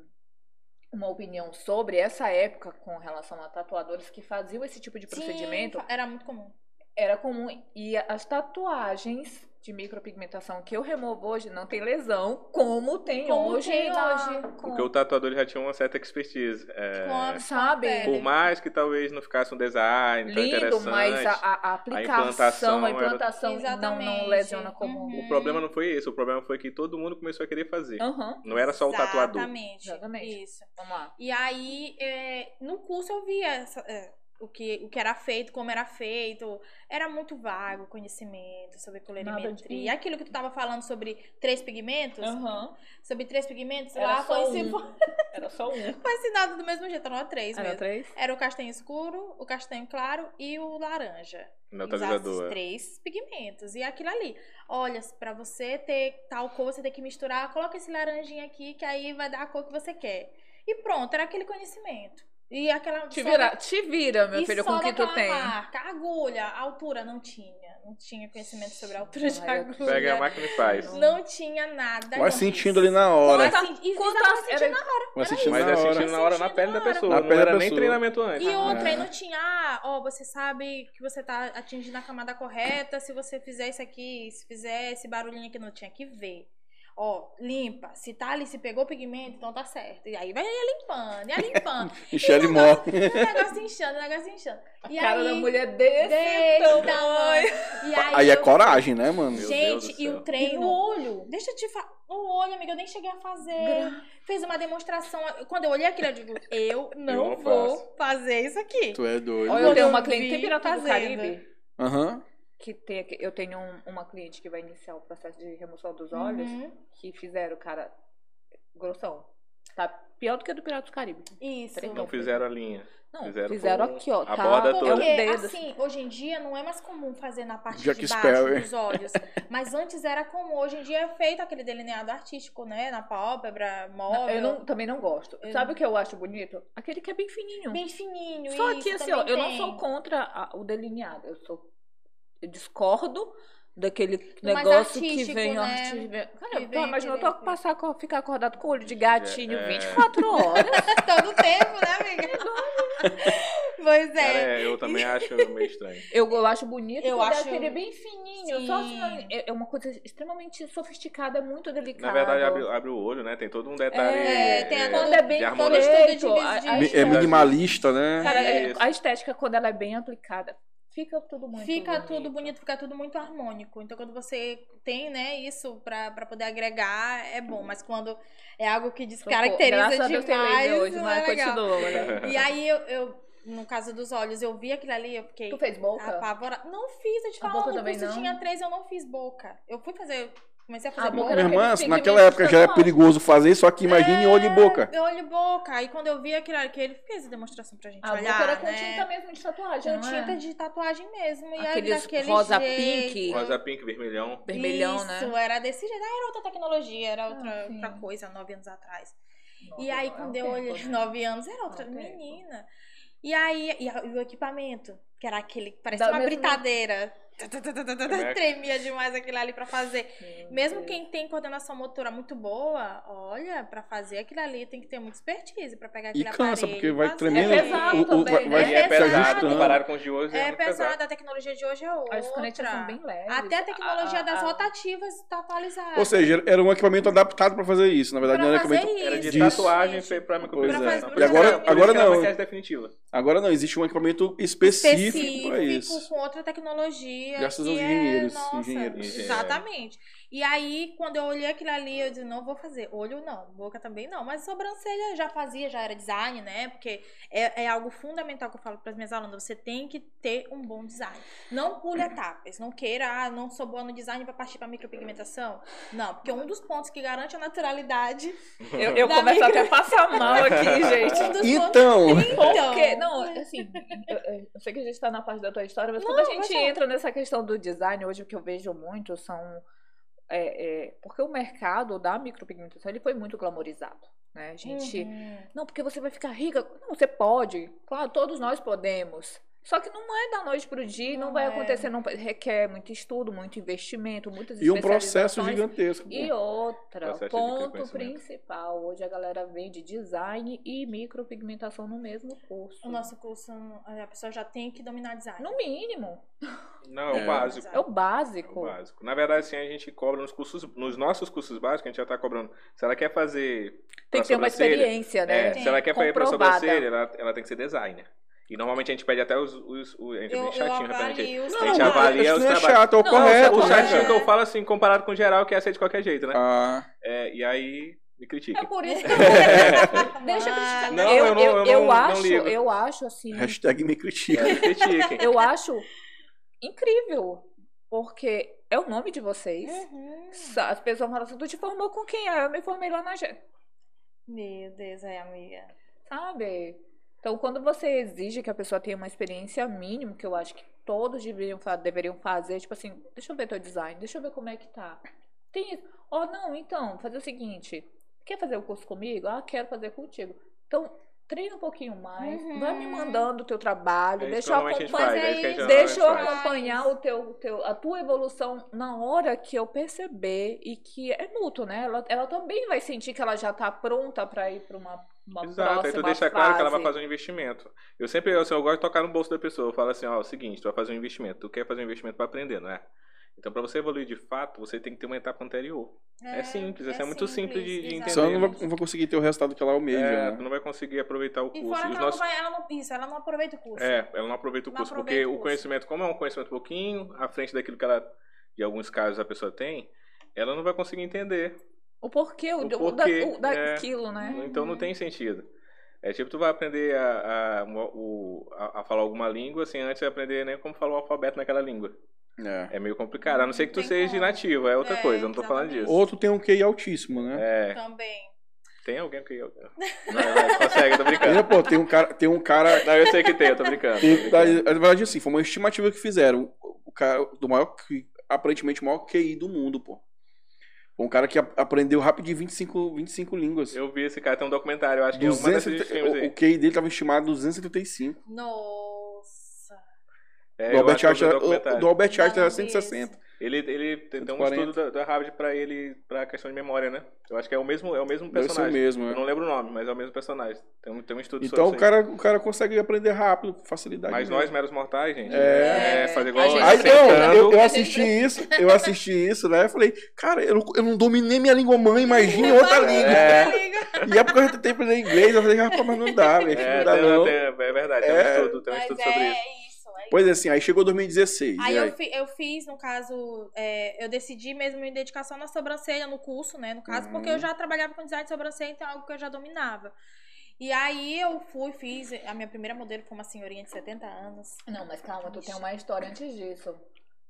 S2: uma opinião sobre essa época com relação a tatuadores que faziam esse tipo de
S4: Sim,
S2: procedimento.
S4: fa- era muito comum.
S2: Era comum. E as tatuagens de micropigmentação que eu removo hoje não tem lesão, como tem
S4: Como
S2: hoje.
S4: tem hoje.
S2: hoje. Com-
S3: Porque o tatuador já tinha uma certa expertise. É,
S4: Com a-
S2: Sabe?
S4: com a pele.
S3: por mais que talvez não ficasse um design tão
S2: Lindo,
S3: interessante.
S2: mas a, a- a aplicação,
S3: implantação
S2: a
S3: era-
S2: implantação, não, não
S4: Exatamente.
S2: lesiona como.
S4: Uhum.
S3: O problema não foi esse, o problema foi que todo mundo começou a querer fazer.
S2: Aham,
S3: Não era só o tatuador.
S4: Exatamente.
S2: Exatamente.
S4: Isso.
S2: Vamos lá.
S4: E aí, é, no curso eu via essa- é, o, que, o que era feito, como era feito. Era muito vago o conhecimento sobre
S2: Nada de-
S4: colorimetria. Aquilo que tu tava falando sobre três pigmentos,
S2: Aham.
S4: sobre três pigmentos,
S2: Era
S4: lá
S2: só
S4: foi,
S2: um.
S4: ensi-
S2: Era só um.
S4: foi ensinado do mesmo jeito, eram três
S2: Era
S4: mesmo.
S2: três?
S4: Era o castanho escuro, o castanho claro e o laranja.
S3: No
S4: Usar
S3: tatuador.
S4: esses três pigmentos. E aquilo ali. Olha, pra você ter tal cor, você tem que misturar. Coloca esse laranjinha aqui, que aí vai dar a cor que você quer. E pronto, era aquele conhecimento. E aquela.
S2: Te
S4: só
S2: vira,
S4: da-
S2: te vira, meu
S4: e
S2: filho,
S4: só
S2: com o que tu
S4: daquela
S2: tem.
S4: Marca, agulha, a altura, não tinha. Não tinha conhecimento sobre a altura de
S2: Ai, eu-
S4: agulha.
S3: Pega a máquina e faz.
S4: Não tinha nada.
S1: Vai
S4: disso.
S1: sentindo ali na hora.
S4: Vai sen- e-
S2: Quanto
S4: exatamente,
S2: a- era-
S4: sentindo na
S1: Vai
S4: era
S1: sentindo
S3: Mas
S1: na
S3: é
S1: hora.
S3: sentindo na hora na
S4: Sentindo
S3: pele
S4: na
S3: da
S4: hora.
S3: pessoa.
S1: Na
S3: Não
S1: pele
S3: era
S1: da
S3: nem
S1: pessoa.
S3: treinamento antes.
S4: E outra,
S1: É.
S4: aí não tinha, ah, ó, você sabe que você tá atingindo a camada correta, se você fizer isso aqui, se fizer esse barulhinho aqui, não tinha que ver. Ó, limpa. Se tá ali, se pegou pigmento, então tá certo. E aí vai ia limpando, ia
S3: [laughs]
S4: limpando.
S1: Michelle
S4: o
S1: morre.
S4: negócio- E o negócio inchando, o negócio inchando. E
S2: cara
S4: aí,
S2: da mulher é então, desse
S4: desse
S2: tamanho.
S4: E aí,
S1: Aí é
S4: eu-
S1: coragem, né, mano?
S3: Meu Deus
S4: Gente,
S3: do
S4: e
S3: céu.
S4: o trem
S2: E
S4: no
S2: no
S4: olho. Deixa eu te falar. No olho, amiga, eu nem cheguei a fazer. Fez uma demonstração. Quando eu olhei aquilo, eu digo, eu não,
S3: não
S4: vou
S3: faço.
S4: fazer isso aqui.
S1: Tu é doido.
S2: Olha, eu tenho uma
S4: Eu
S2: cliente em
S4: vi
S2: Piratuba do
S4: fazendo.
S2: Caribe,
S1: Aham.
S2: que tem, aqui- eu tenho um- uma cliente que vai iniciar o processo de remoção dos olhos,
S4: Uhum.
S2: que fizeram, cara, grossão. Tá pior do que a do Pirata do Caribe.
S4: Isso.
S2: Trem
S3: Não fizeram a linha.
S2: Não,
S3: Fizeram
S2: fizeram,
S3: com
S2: aqui, ó.
S3: a
S2: Tá,
S3: borda
S2: é
S3: toda.
S2: um
S4: Porque,
S2: dedo.
S4: assim, hoje em dia não é mais comum fazer na parte
S1: Jack
S4: de baixo
S1: Sparrow.
S2: [laughs]
S4: dos olhos. Mas antes era comum. Hoje em dia é feito aquele delineado artístico, né? Na pálpebra, móvel.
S2: Não, eu não- também não gosto.
S4: Eu
S2: Sabe
S4: não-
S2: o que eu acho bonito? Aquele que é bem fininho.
S4: Bem fininho.
S2: Só
S4: isso
S2: que assim, ó,
S4: também
S2: eu não
S4: tem.
S2: sou contra a- o delineado. Eu sou. Eu discordo daquele
S4: mais
S2: negócio que
S4: artístico,
S2: vem o
S4: né?
S2: artista.
S4: Que
S2: Cara,
S4: vem,
S2: tu imagina, eu
S4: que vem,
S2: tô
S4: que
S2: passar, com- ficar acordado com o olho de gatinho
S3: É.
S2: 24
S4: [laughs]
S2: horas.
S4: Todo tempo,
S2: [laughs]
S4: né,
S2: É
S4: amiga?
S2: né?
S4: pois
S3: Cara,
S4: é.
S3: é, eu também acho meio estranho.
S2: Eu, eu acho bonito,
S4: Eu
S2: quando é
S4: acho-
S2: aquele bem fininho.
S4: Sim.
S2: Só assim, é, é uma coisa extremamente sofisticada, é muito delicada.
S3: Na verdade, abre, abre o olho, né? Tem todo um detalhe.
S4: É, tem a
S3: é,
S2: Quando é
S3: de
S2: bem
S3: harmonia.
S2: feito,
S4: Todo estudo de
S2: a-
S4: visi-
S2: a
S1: Mi- É
S2: estética-
S1: minimalista, né?
S2: Cara, é-
S3: Isso.
S2: a estética, quando ela é bem aplicada, fica tudo muito
S4: Fica
S2: bonito.
S4: tudo bonito, fica tudo muito harmônico. Então, quando você tem, né, isso pra, pra poder agregar, é bom. Mas quando é algo que descaracteriza
S2: Graças a Deus tem
S4: demais,
S2: laser hoje,
S4: não
S2: mas
S4: é legal.
S2: continua, né?
S4: E aí, eu, eu, no caso dos olhos, eu vi aquilo ali, eu fiquei
S2: Tu fez boca?
S4: apavorada. Não fiz, eu te
S2: A
S4: falo,
S2: boca
S4: no
S2: também
S4: curso
S2: não?
S4: tinha três, eu não fiz boca. Eu fui fazer, eu comecei a fazer
S2: boca
S4: boca.
S1: Minha irmã,
S2: Aquele
S1: naquela
S2: pigmento
S1: época já era
S2: estampado.
S1: perigoso fazer, só que imagine olho e boca.
S4: É, Olho e boca. Aí quando eu vi aquilo ali, que ele fez a demonstração pra gente
S2: A
S4: olhar,
S2: boca era com
S4: né?
S2: tinta mesmo de tatuagem,
S4: Com
S2: não
S4: tinta
S2: é?
S4: de tatuagem mesmo. E aí,
S2: Aqueles
S4: daquele
S2: rosa
S4: jeito.
S2: pink.
S3: Rosa pink, vermelhão.
S2: Vermelhão,
S4: Isso,
S2: né?
S4: era desse jeito. Ah, era outra tecnologia, era outra,
S2: Ah, sim.
S4: outra coisa, nove anos atrás.
S2: Nossa,
S4: e aí,
S2: não, é
S4: quando
S2: um
S4: eu
S2: tempo,
S4: olhei,
S2: né?
S4: [laughs] nove anos, era outra
S2: É um tempo.
S4: menina. E aí, e, a- e o equipamento, que era aquele, que parecia
S2: Da
S4: uma
S2: mesma-
S4: britadeira. [laughs] Tremia demais aquilo ali pra fazer.
S2: Meu
S4: Mesmo
S2: Deus.
S4: quem tem coordenação motora muito boa, olha, pra fazer aquilo ali tem que ter muita expertise pra pegar
S1: E
S4: aquele
S1: cansa,
S4: aparelho
S1: porque
S4: e
S1: vai
S4: fazer.
S1: tremendo.
S2: É pesado
S1: o- o-
S2: também,
S1: vai
S4: né?
S3: e é
S1: se
S3: pesado,
S1: ajustando.
S3: comparado com os de hoje.
S4: É
S3: muito pesado.
S4: pesado, a tecnologia de hoje é outra.
S2: As conexões são bem leves. Ah,
S4: Até a tecnologia
S2: A- a-
S4: das
S2: a-
S4: rotativas tá atualizada.
S1: Ou seja, era um equipamento adaptado pra fazer isso. Na verdade,
S4: Pra
S1: não era
S4: fazer
S1: equipamento.
S4: isso,
S3: Era de
S1: Disso.
S3: tatuagem feito pra
S1: Pois
S3: microbiologia.
S1: é.
S4: Pra
S1: E agora,
S4: fazer-
S1: agora
S3: Era uma
S1: não.
S3: teste definitiva.
S1: Agora não, existe um equipamento específico, pra isso.
S4: com outra tecnologia.
S1: Graças
S4: que
S1: aos
S4: é-
S1: engenheiros,
S4: nossa,
S2: É.
S1: engenheiros.
S4: Exatamente. E aí, quando eu olhei aquilo ali, eu disse, não vou fazer. Olho não, boca também não. Mas sobrancelha eu já fazia, já era design, né? Porque é, é algo fundamental que eu falo para as minhas alunas. Você tem que ter um bom design.
S1: [clears throat]
S4: Não pule etapas. Não queira, ah, não sou boa no design para partir para micropigmentação. Não, porque um dos pontos que garante a naturalidade...
S2: Eu, eu
S4: Da
S2: começo até
S4: micro-
S2: a passar mal
S4: [laughs]
S2: aqui,
S1: Ah,
S2: gente.
S4: Um dos pontos...
S1: Então,
S4: Então,
S2: Porque, não, assim, eu, eu- eu sei que a gente tá na parte da tua história, mas quando a gente
S4: vai lá.
S2: entra nessa questão do design, hoje o que eu vejo muito são. é, é, porque o mercado da micropigmentação ele foi muito glamorizado. Né? A gente.
S4: Uhum.
S2: Não, porque você vai ficar rica. Não, você pode. Claro, todos nós podemos. Só que não é da noite pro dia, não,
S4: Não
S2: vai
S4: é.
S2: acontecer, não requer muito estudo, muito investimento, muitas
S1: e um processo
S2: especializações.
S1: gigantesco. pô.
S2: E outra,
S3: Processo de
S2: ponto
S3: reconhecimento.
S2: principal. Hoje a galera vende design e micropigmentação no mesmo curso.
S4: O nosso curso, a pessoa já tem que dominar design.
S2: No mínimo.
S3: Não, é
S1: É.
S3: o básico.
S2: É o
S3: É
S2: básico.
S3: o básico. Na verdade, assim, a gente cobra nos cursos, nos nossos cursos básicos, a gente já tá cobrando. Se ela quer fazer.
S2: Tem
S3: pra
S2: que ter uma
S3: sobrancelha,
S2: experiência, né?
S3: é,
S4: Tem.
S3: se ela quer fazer pra
S2: Comprovada.
S3: sobrancelha, ela, ela tem que ser designer. E normalmente a gente pede até os. os, os a gente é
S4: Eu,
S3: bem
S4: eu
S3: chatinho, realmente.
S4: avalio os
S3: A gente
S1: Não,
S4: trabalhos. [laughs]
S3: avalia
S1: isso
S3: os
S1: não é
S3: trabalhos.
S1: chato, é o
S2: Não,
S1: correto.
S3: O
S2: Não,
S1: né,
S4: certo.
S3: chatinho
S1: cara?
S3: que eu falo assim, comparado com geral, que é ser de qualquer jeito, né?
S1: Ah,
S3: É, e aí, me
S4: [laughs]
S3: critica.
S2: É por isso [laughs] que
S3: [laughs]
S4: Deixa
S2: Deixa eu criticar.
S3: Não, eu não- eu não- não
S2: acho,
S3: ligo.
S2: eu acho assim.
S1: hashtag me critica.
S3: É, Me critiquem.
S2: Eu acho incrível. Porque é o nome de vocês.
S4: É. Uhum.
S2: Sa- As pessoas falam assim, tu te formou com quem? Ah, eu me formei lá na G.
S4: Meu Deus, aí, amiga.
S2: Sabe? Então, quando você exige que a pessoa tenha uma experiência mínima, que eu acho que todos deveriam, fa- deveriam fazer, tipo assim, deixa eu ver teu design, deixa eu ver como é que tá. Tem isso. Ó, não, então, fazer o seguinte, quer fazer o curso comigo? Ah, quero fazer contigo. Então, treina um pouquinho mais,
S4: Uhum.
S2: vai me mandando o teu trabalho,
S3: É isso que
S2: deixa eu
S3: normalmente a gente
S2: acompanhar.
S3: faz.
S4: Mas
S3: é isso que a
S4: aí-
S3: gente
S2: Deixa eu
S3: normalmente faz.
S2: acompanhar o teu, teu- a tua evolução na hora que eu perceber e que é mútuo, né? Ela, ela também vai sentir que ela já tá pronta pra ir pra uma, uma
S3: Exato, aí tu
S2: próxima
S3: deixa
S2: fase.
S3: claro que ela vai fazer um investimento. Eu sempre, assim, eu gosto de tocar no bolso da pessoa. Eu falo assim, ó, é o seguinte, tu vai fazer um investimento. Tu quer fazer um investimento pra aprender, não é? Então, para você evoluir de fato, você tem que ter uma etapa anterior. É, simples, assim, é muito simples de- de
S4: exato.
S1: Senão não vai,
S3: Entendemos.
S1: não vai conseguir ter o resultado que ela almeja,
S3: É,
S1: né?
S3: tu não vai conseguir aproveitar o
S4: E fora
S3: curso. E
S4: que
S3: os
S4: ela
S3: nossos-
S4: não vai, ela não, isso, ela não aproveita o curso.
S3: É, ela não aproveita o
S4: Não
S3: curso,
S4: aproveita
S3: porque
S4: o
S3: o
S4: curso.
S3: conhecimento, como é um conhecimento pouquinho à frente daquilo que ela, de alguns casos, a pessoa tem, ela não vai conseguir entender.
S2: O porquê, o,
S3: O
S2: do-
S3: porquê,
S2: o da, o
S3: é.
S2: daquilo, né?
S3: Então não
S4: Uhum.
S3: tem sentido. É tipo, tu vai aprender a, a, o- a- a falar alguma língua sem antes aprender nem como falar o alfabeto naquela língua.
S1: É.
S3: É meio complicado, a não ser que tu
S4: Tem
S3: seja
S4: como.
S3: nativo, é outra
S4: É,
S3: coisa, eu não tô falando
S4: exatamente.
S3: disso.
S1: Ou tu tem um QI altíssimo, né?
S3: É,
S4: Também.
S3: tem alguém que... Não, não, consegue, eu tô brincando.
S1: Tem, pô, tem um cara, tem um cara
S3: Não, eu sei que tem, eu tô brincando. tô
S1: Tem- da-
S3: brincando.
S1: na verdade, assim, foi uma estimativa que fizeram. O cara do maior, que- aparentemente, o maior QI do mundo, pô. Foi um cara que a- aprendeu rapidinho 25, 25 línguas.
S3: Eu vi esse cara, tem um documentário, eu acho que é uma
S1: 200,
S3: desses filmes
S1: o,
S3: aí.
S1: o QI dele estava estimado 275.
S4: Nossa.
S3: É,
S1: do,
S3: eu
S1: Albert
S3: acho que eu vi
S1: Einstein,
S3: um
S1: era- o,
S3: documentário.
S1: o do Albert Einstein
S4: Não,
S1: era
S4: vi
S1: 160.
S3: Ele, ele tem tem um
S1: 140.
S3: estudo da, da Harvard pra ele, pra questão de memória, né? Eu acho que é o mesmo, é o mesmo
S1: Deve ser o
S3: personagem.
S1: mesmo,
S3: Eu
S1: né?
S3: não lembro o nome, mas é o mesmo personagem. Tem, um- tem um estudo
S1: Então o
S3: sobre isso. aí.
S1: cara, o cara consegue aprender rápido, com facilidade.
S3: Mas
S1: né?
S3: nós, meros mortais, gente,
S1: É.
S3: é, fazer igual
S2: A
S1: Aí,
S2: gente-
S1: não,
S3: nós,
S4: tá
S3: sentando.
S1: eu, eu assisti isso, eu assisti isso, né? Eu falei, cara, eu não, eu não dominei minha língua mãe, imagina outra língua.
S3: É.
S1: E é porque eu tentei aprender inglês, eu falei, rapaz, mas não dá, velho.
S3: É,
S1: não dá,
S3: tem-
S1: não.
S3: tem- é verdade, tem um
S1: É.
S3: estudo, tem um
S4: Mas
S3: estudo
S4: é
S3: sobre isso.
S4: isso. é
S1: Pois é, assim, aí chegou 2016.
S4: Aí
S1: e aí?
S4: eu, fi- eu fiz, no caso, é, eu decidi mesmo me dedicar só na sobrancelha, no curso, né? No caso, porque
S1: Uhum.
S4: eu já trabalhava com design de sobrancelha, então é algo que eu já dominava. E aí eu fui, fiz. A minha primeira modelo foi uma senhorinha de 70 anos.
S2: Não, mas calma, tu tem uma história antes disso.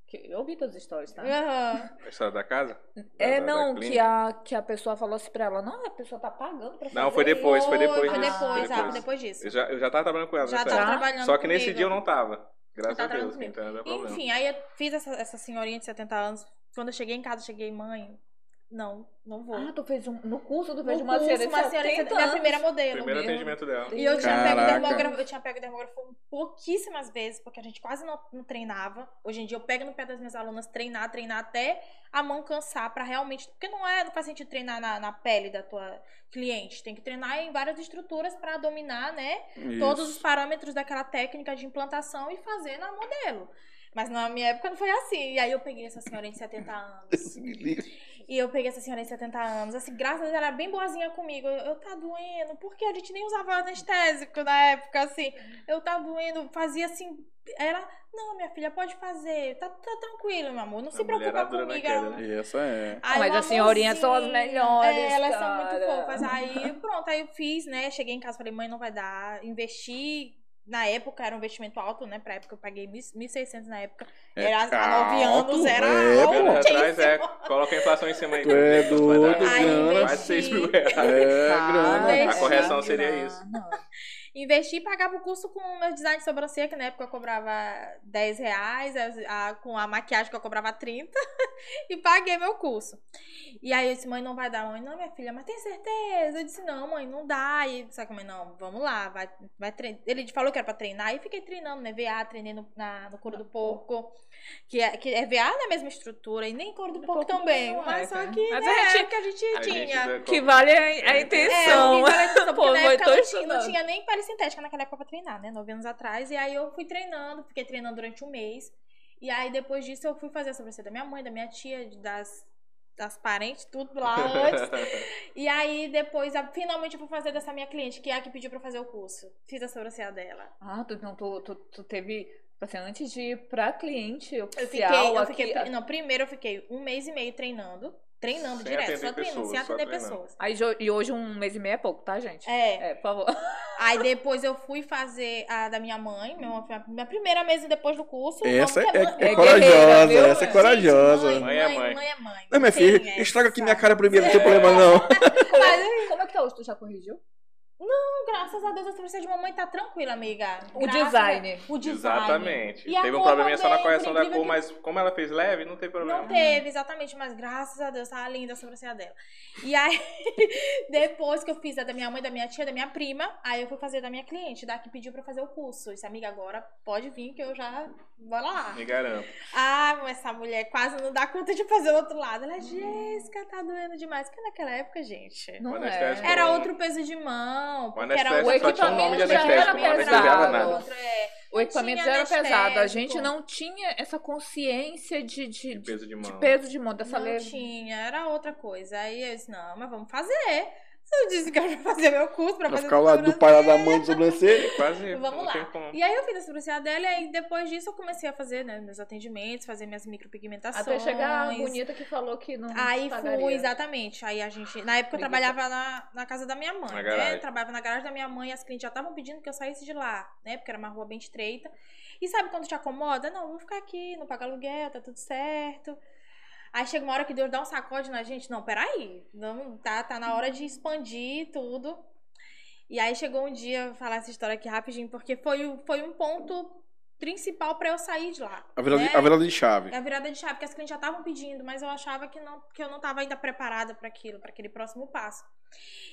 S2: Que- eu ouvi todas as histórias, tá?
S4: Aham.
S3: A história da casa?
S2: É,
S3: Da- da-
S2: não,
S3: da
S2: que
S3: clínica?
S2: a, que a pessoa falou assim pra ela, não, a pessoa tá pagando pra fazer
S3: Não, foi depois, foi depois
S4: Foi
S2: disso,
S4: depois,
S2: foi
S4: ah,
S2: depois.
S4: depois disso.
S3: Eu já, eu já tava trabalhando com ela
S4: Já
S3: nessa
S4: tava
S3: época.
S4: trabalhando
S3: Só que nesse
S4: comigo.
S3: dia eu não tava. Graças
S4: tava
S3: a Deus,
S4: trabalhando
S3: então não é problema.
S4: Enfim, aí eu fiz essa, essa senhorinha de 70 anos. Quando eu cheguei em casa, eu cheguei, mãe, não, não vou.
S2: Ah, tu fez um, no curso tu
S4: No
S2: fez uma
S4: curso,
S2: série de
S4: uma senhorinha de 70
S2: 70
S4: minha
S2: anos.
S4: primeira modelo.
S3: Primeiro
S2: meu.
S3: atendimento dela.
S4: E eu tinha, pego
S1: Caraca.
S4: dermógrafo, eu tinha pego dermógrafo pouquíssimas vezes, porque a gente quase não, não treinava. Hoje em dia eu pego no pé das minhas alunas treinar, treinar até a mão cansar pra realmente. Porque não é, não faz sentido treinar na, na pele da tua cliente. Tem que treinar em várias estruturas pra dominar, né? todos os
S1: Isso.
S4: parâmetros daquela técnica de implantação e fazer na modelo. Mas na minha época não foi assim. E aí eu peguei essa senhora de 70 anos.
S1: Esse [laughs] me livre.
S4: E eu peguei essa senhora de 70 anos. Assim, graças a Deus, ela era bem boazinha comigo. Eu, eu tá doendo. Porque a gente nem usava anestésico na época, assim. Eu tá doendo. Fazia assim. Ela, não, minha filha, pode fazer. Tá, tá tranquilo, meu amor. Não se
S3: A mulher
S4: preocupa
S3: era dura na
S4: comigo.
S3: queda,
S4: Ela-
S3: né?
S1: E Essa é.
S4: Aí,
S2: Ah, Mas
S4: uma
S2: as senhorinhas são as
S4: mãozinha.
S2: melhores,
S4: É, elas são muito
S2: cara.
S4: fofas. Aí, pronto, aí eu fiz, né? Cheguei em casa falei, mãe, não vai dar. Investi. Na época era um investimento alto, né? Pra época eu paguei 1.600 na época.
S1: É
S4: era há 9
S1: alto,
S4: anos, era
S1: é,
S4: alto.
S1: pô.
S3: Anos atrás,
S4: altíssimo. [laughs]
S3: é, coloca a inflação em cima aí.
S1: Tu é doido,
S4: Ai,
S1: grana.
S3: Quase 6 mil
S4: gente.
S1: É,
S3: reais.
S1: grana.
S3: A correção seria
S2: Não,
S3: isso.
S2: não.
S4: Investi e pagava o curso com o meu design de sobrancelha, que na época eu cobrava 10 reais, a- a- com a maquiagem que eu cobrava 30, [laughs] e paguei meu curso. E aí eu disse, mãe, não vai dar. Mãe, não, minha filha, mas tem certeza? Eu disse, não, mãe, não dá. E, só que a mãe, não, vamos lá, vai, vai treinar. Ele falou que era pra treinar, e fiquei treinando, né, VA, treinei no, na, no
S2: Ah,
S4: couro do porco, que é, que é VA na mesma estrutura, e nem couro do porco também,
S2: não é,
S4: mas só
S2: cara.
S4: que,
S2: Mas
S4: né,
S2: a gente-
S4: é o que a gente
S3: A gente
S4: tinha.
S3: dá-
S2: Que
S3: [laughs]
S2: vale a, a
S4: É, eu
S2: intenção.
S4: fiz várias coisas, porque
S2: Pô,
S4: na
S2: eu
S4: época
S2: tô
S4: não tinha, não
S2: estudando.
S4: tinha nem pele sintética naquela época pra treinar, né? Nove anos atrás. E aí eu fui treinando, fiquei treinando durante um mês. E aí depois disso eu fui fazer a sobrancelha da minha mãe, da minha tia, de- das, das parentes, tudo lá antes.
S3: [laughs]
S4: e aí depois, a- finalmente eu fui fazer dessa minha cliente, que é a que pediu pra fazer o curso. Fiz a sobrancelha dela.
S2: Ah, tu, não, tu, tu, tu teve. tipo Assim, antes de ir pra cliente
S4: Eu
S2: oficial
S4: fiquei, eu
S2: aqui,
S4: fiquei, não, primeiro eu fiquei um mês e meio treinando, treinando
S3: Sem
S4: direto,
S3: atender
S4: só treinando, sem
S3: pessoas, só
S4: atender
S3: treinando.
S4: pessoas.
S2: Aí, jo- e hoje um mês e meio é pouco, tá, gente?
S4: É.
S2: É, por
S4: [laughs]
S2: favor.
S4: Aí depois eu fui fazer a da minha mãe, meu- minha, primeira mesa depois do curso.
S1: Essa é,
S4: Porque mãe-
S1: é
S2: é guerreira,
S1: corajosa,
S2: viu,
S1: essa é
S2: mano?
S1: corajosa.
S4: Gente,
S1: Não,
S4: mãe, mãe, mãe,
S3: mãe.
S4: é mãe. é?
S1: minha
S4: tem
S1: filha,
S4: essa.
S1: estraga aqui minha cara primeiro,
S4: É.
S1: não tem problema
S4: [laughs]
S1: não.
S2: Mas, como é que tá hoje? Tu já corrigiu?
S4: Então, Graças a Deus, a sobrancelha de mamãe tá tranquila, amiga.
S2: O
S4: Graças
S2: design.
S4: a- O design.
S3: Exatamente.
S4: E a
S3: teve um
S4: cor
S3: probleminha só na
S4: também, por
S3: correção da
S4: incrível
S3: cor,
S4: que-
S3: mas como ela fez leve, não teve problema.
S4: Não teve, exatamente, mas graças a Deus, tava linda a sobrancelha dela. E aí, [laughs] depois que eu fiz a da minha mãe, da minha tia, da minha prima, aí eu fui fazer da minha cliente, da que pediu pra fazer o curso. Eu disse, amiga, agora pode vir que eu já. Bora lá.
S3: Me garanto.
S4: Ah, mas essa mulher quase não dá conta de fazer o outro lado. Ela, Jéssica, tá doendo demais. Porque naquela época, gente.
S2: Não
S3: Quando a
S2: é.
S3: estética-
S4: Era outro peso de mão, Não,
S3: Mas
S4: porque era
S3: anestésico
S4: um
S2: o
S3: só tinha um nome de
S2: equipamento já
S3: anestésico,
S2: era
S3: não anestesiava
S2: pesado.
S3: nada.
S4: outro, é.
S2: O equipamento já
S4: Tinha
S2: era pesado. A gente
S4: anestésico.
S2: não tinha essa consciência de, de,
S3: De peso de
S2: de
S3: mão.
S2: peso de mão, dessa
S4: não
S2: lei.
S4: tinha, era outra coisa. Aí eu disse, não, mas vamos fazer. Se eu disse que era pra fazer meu curso, pra,
S1: Pra
S4: fazer
S1: ficar ao lado do pai lá da
S4: sobrancelha.
S1: mãe do sobrancelha.
S3: Quase.
S4: Vamos
S3: não
S4: lá.
S3: tem como.
S4: E aí eu fiz a sobrancelha dela e aí depois disso eu comecei a fazer né, meus atendimentos, fazer minhas micropigmentações.
S2: Até chegar a bonita que falou que não
S4: Aí fui,
S2: pagaria.
S4: exatamente. Aí a gente. Na época eu
S2: Obrigada.
S4: trabalhava na, na casa da minha mãe,
S3: Na
S4: né?
S3: garagem.
S4: Trabalhava na garagem da minha mãe, e as clientes já estavam pedindo que eu saísse de lá, né? Porque era uma rua bem estreita. E sabe quando te acomoda? Não, vou ficar aqui, não paga aluguel, tá tudo certo. Aí chega uma hora que Deus dá um sacode na gente. Não, peraí. Não, tá, tá na hora de expandir tudo. E aí chegou um dia, vou falar essa história aqui rapidinho, porque foi, o- foi um ponto principal pra eu sair de lá.
S1: A virada,
S4: né?
S1: de- a virada de chave.
S4: É a virada de chave, porque as clientes já estavam pedindo, mas eu achava que, não, que eu não estava ainda preparada para aquilo, para aquele próximo passo.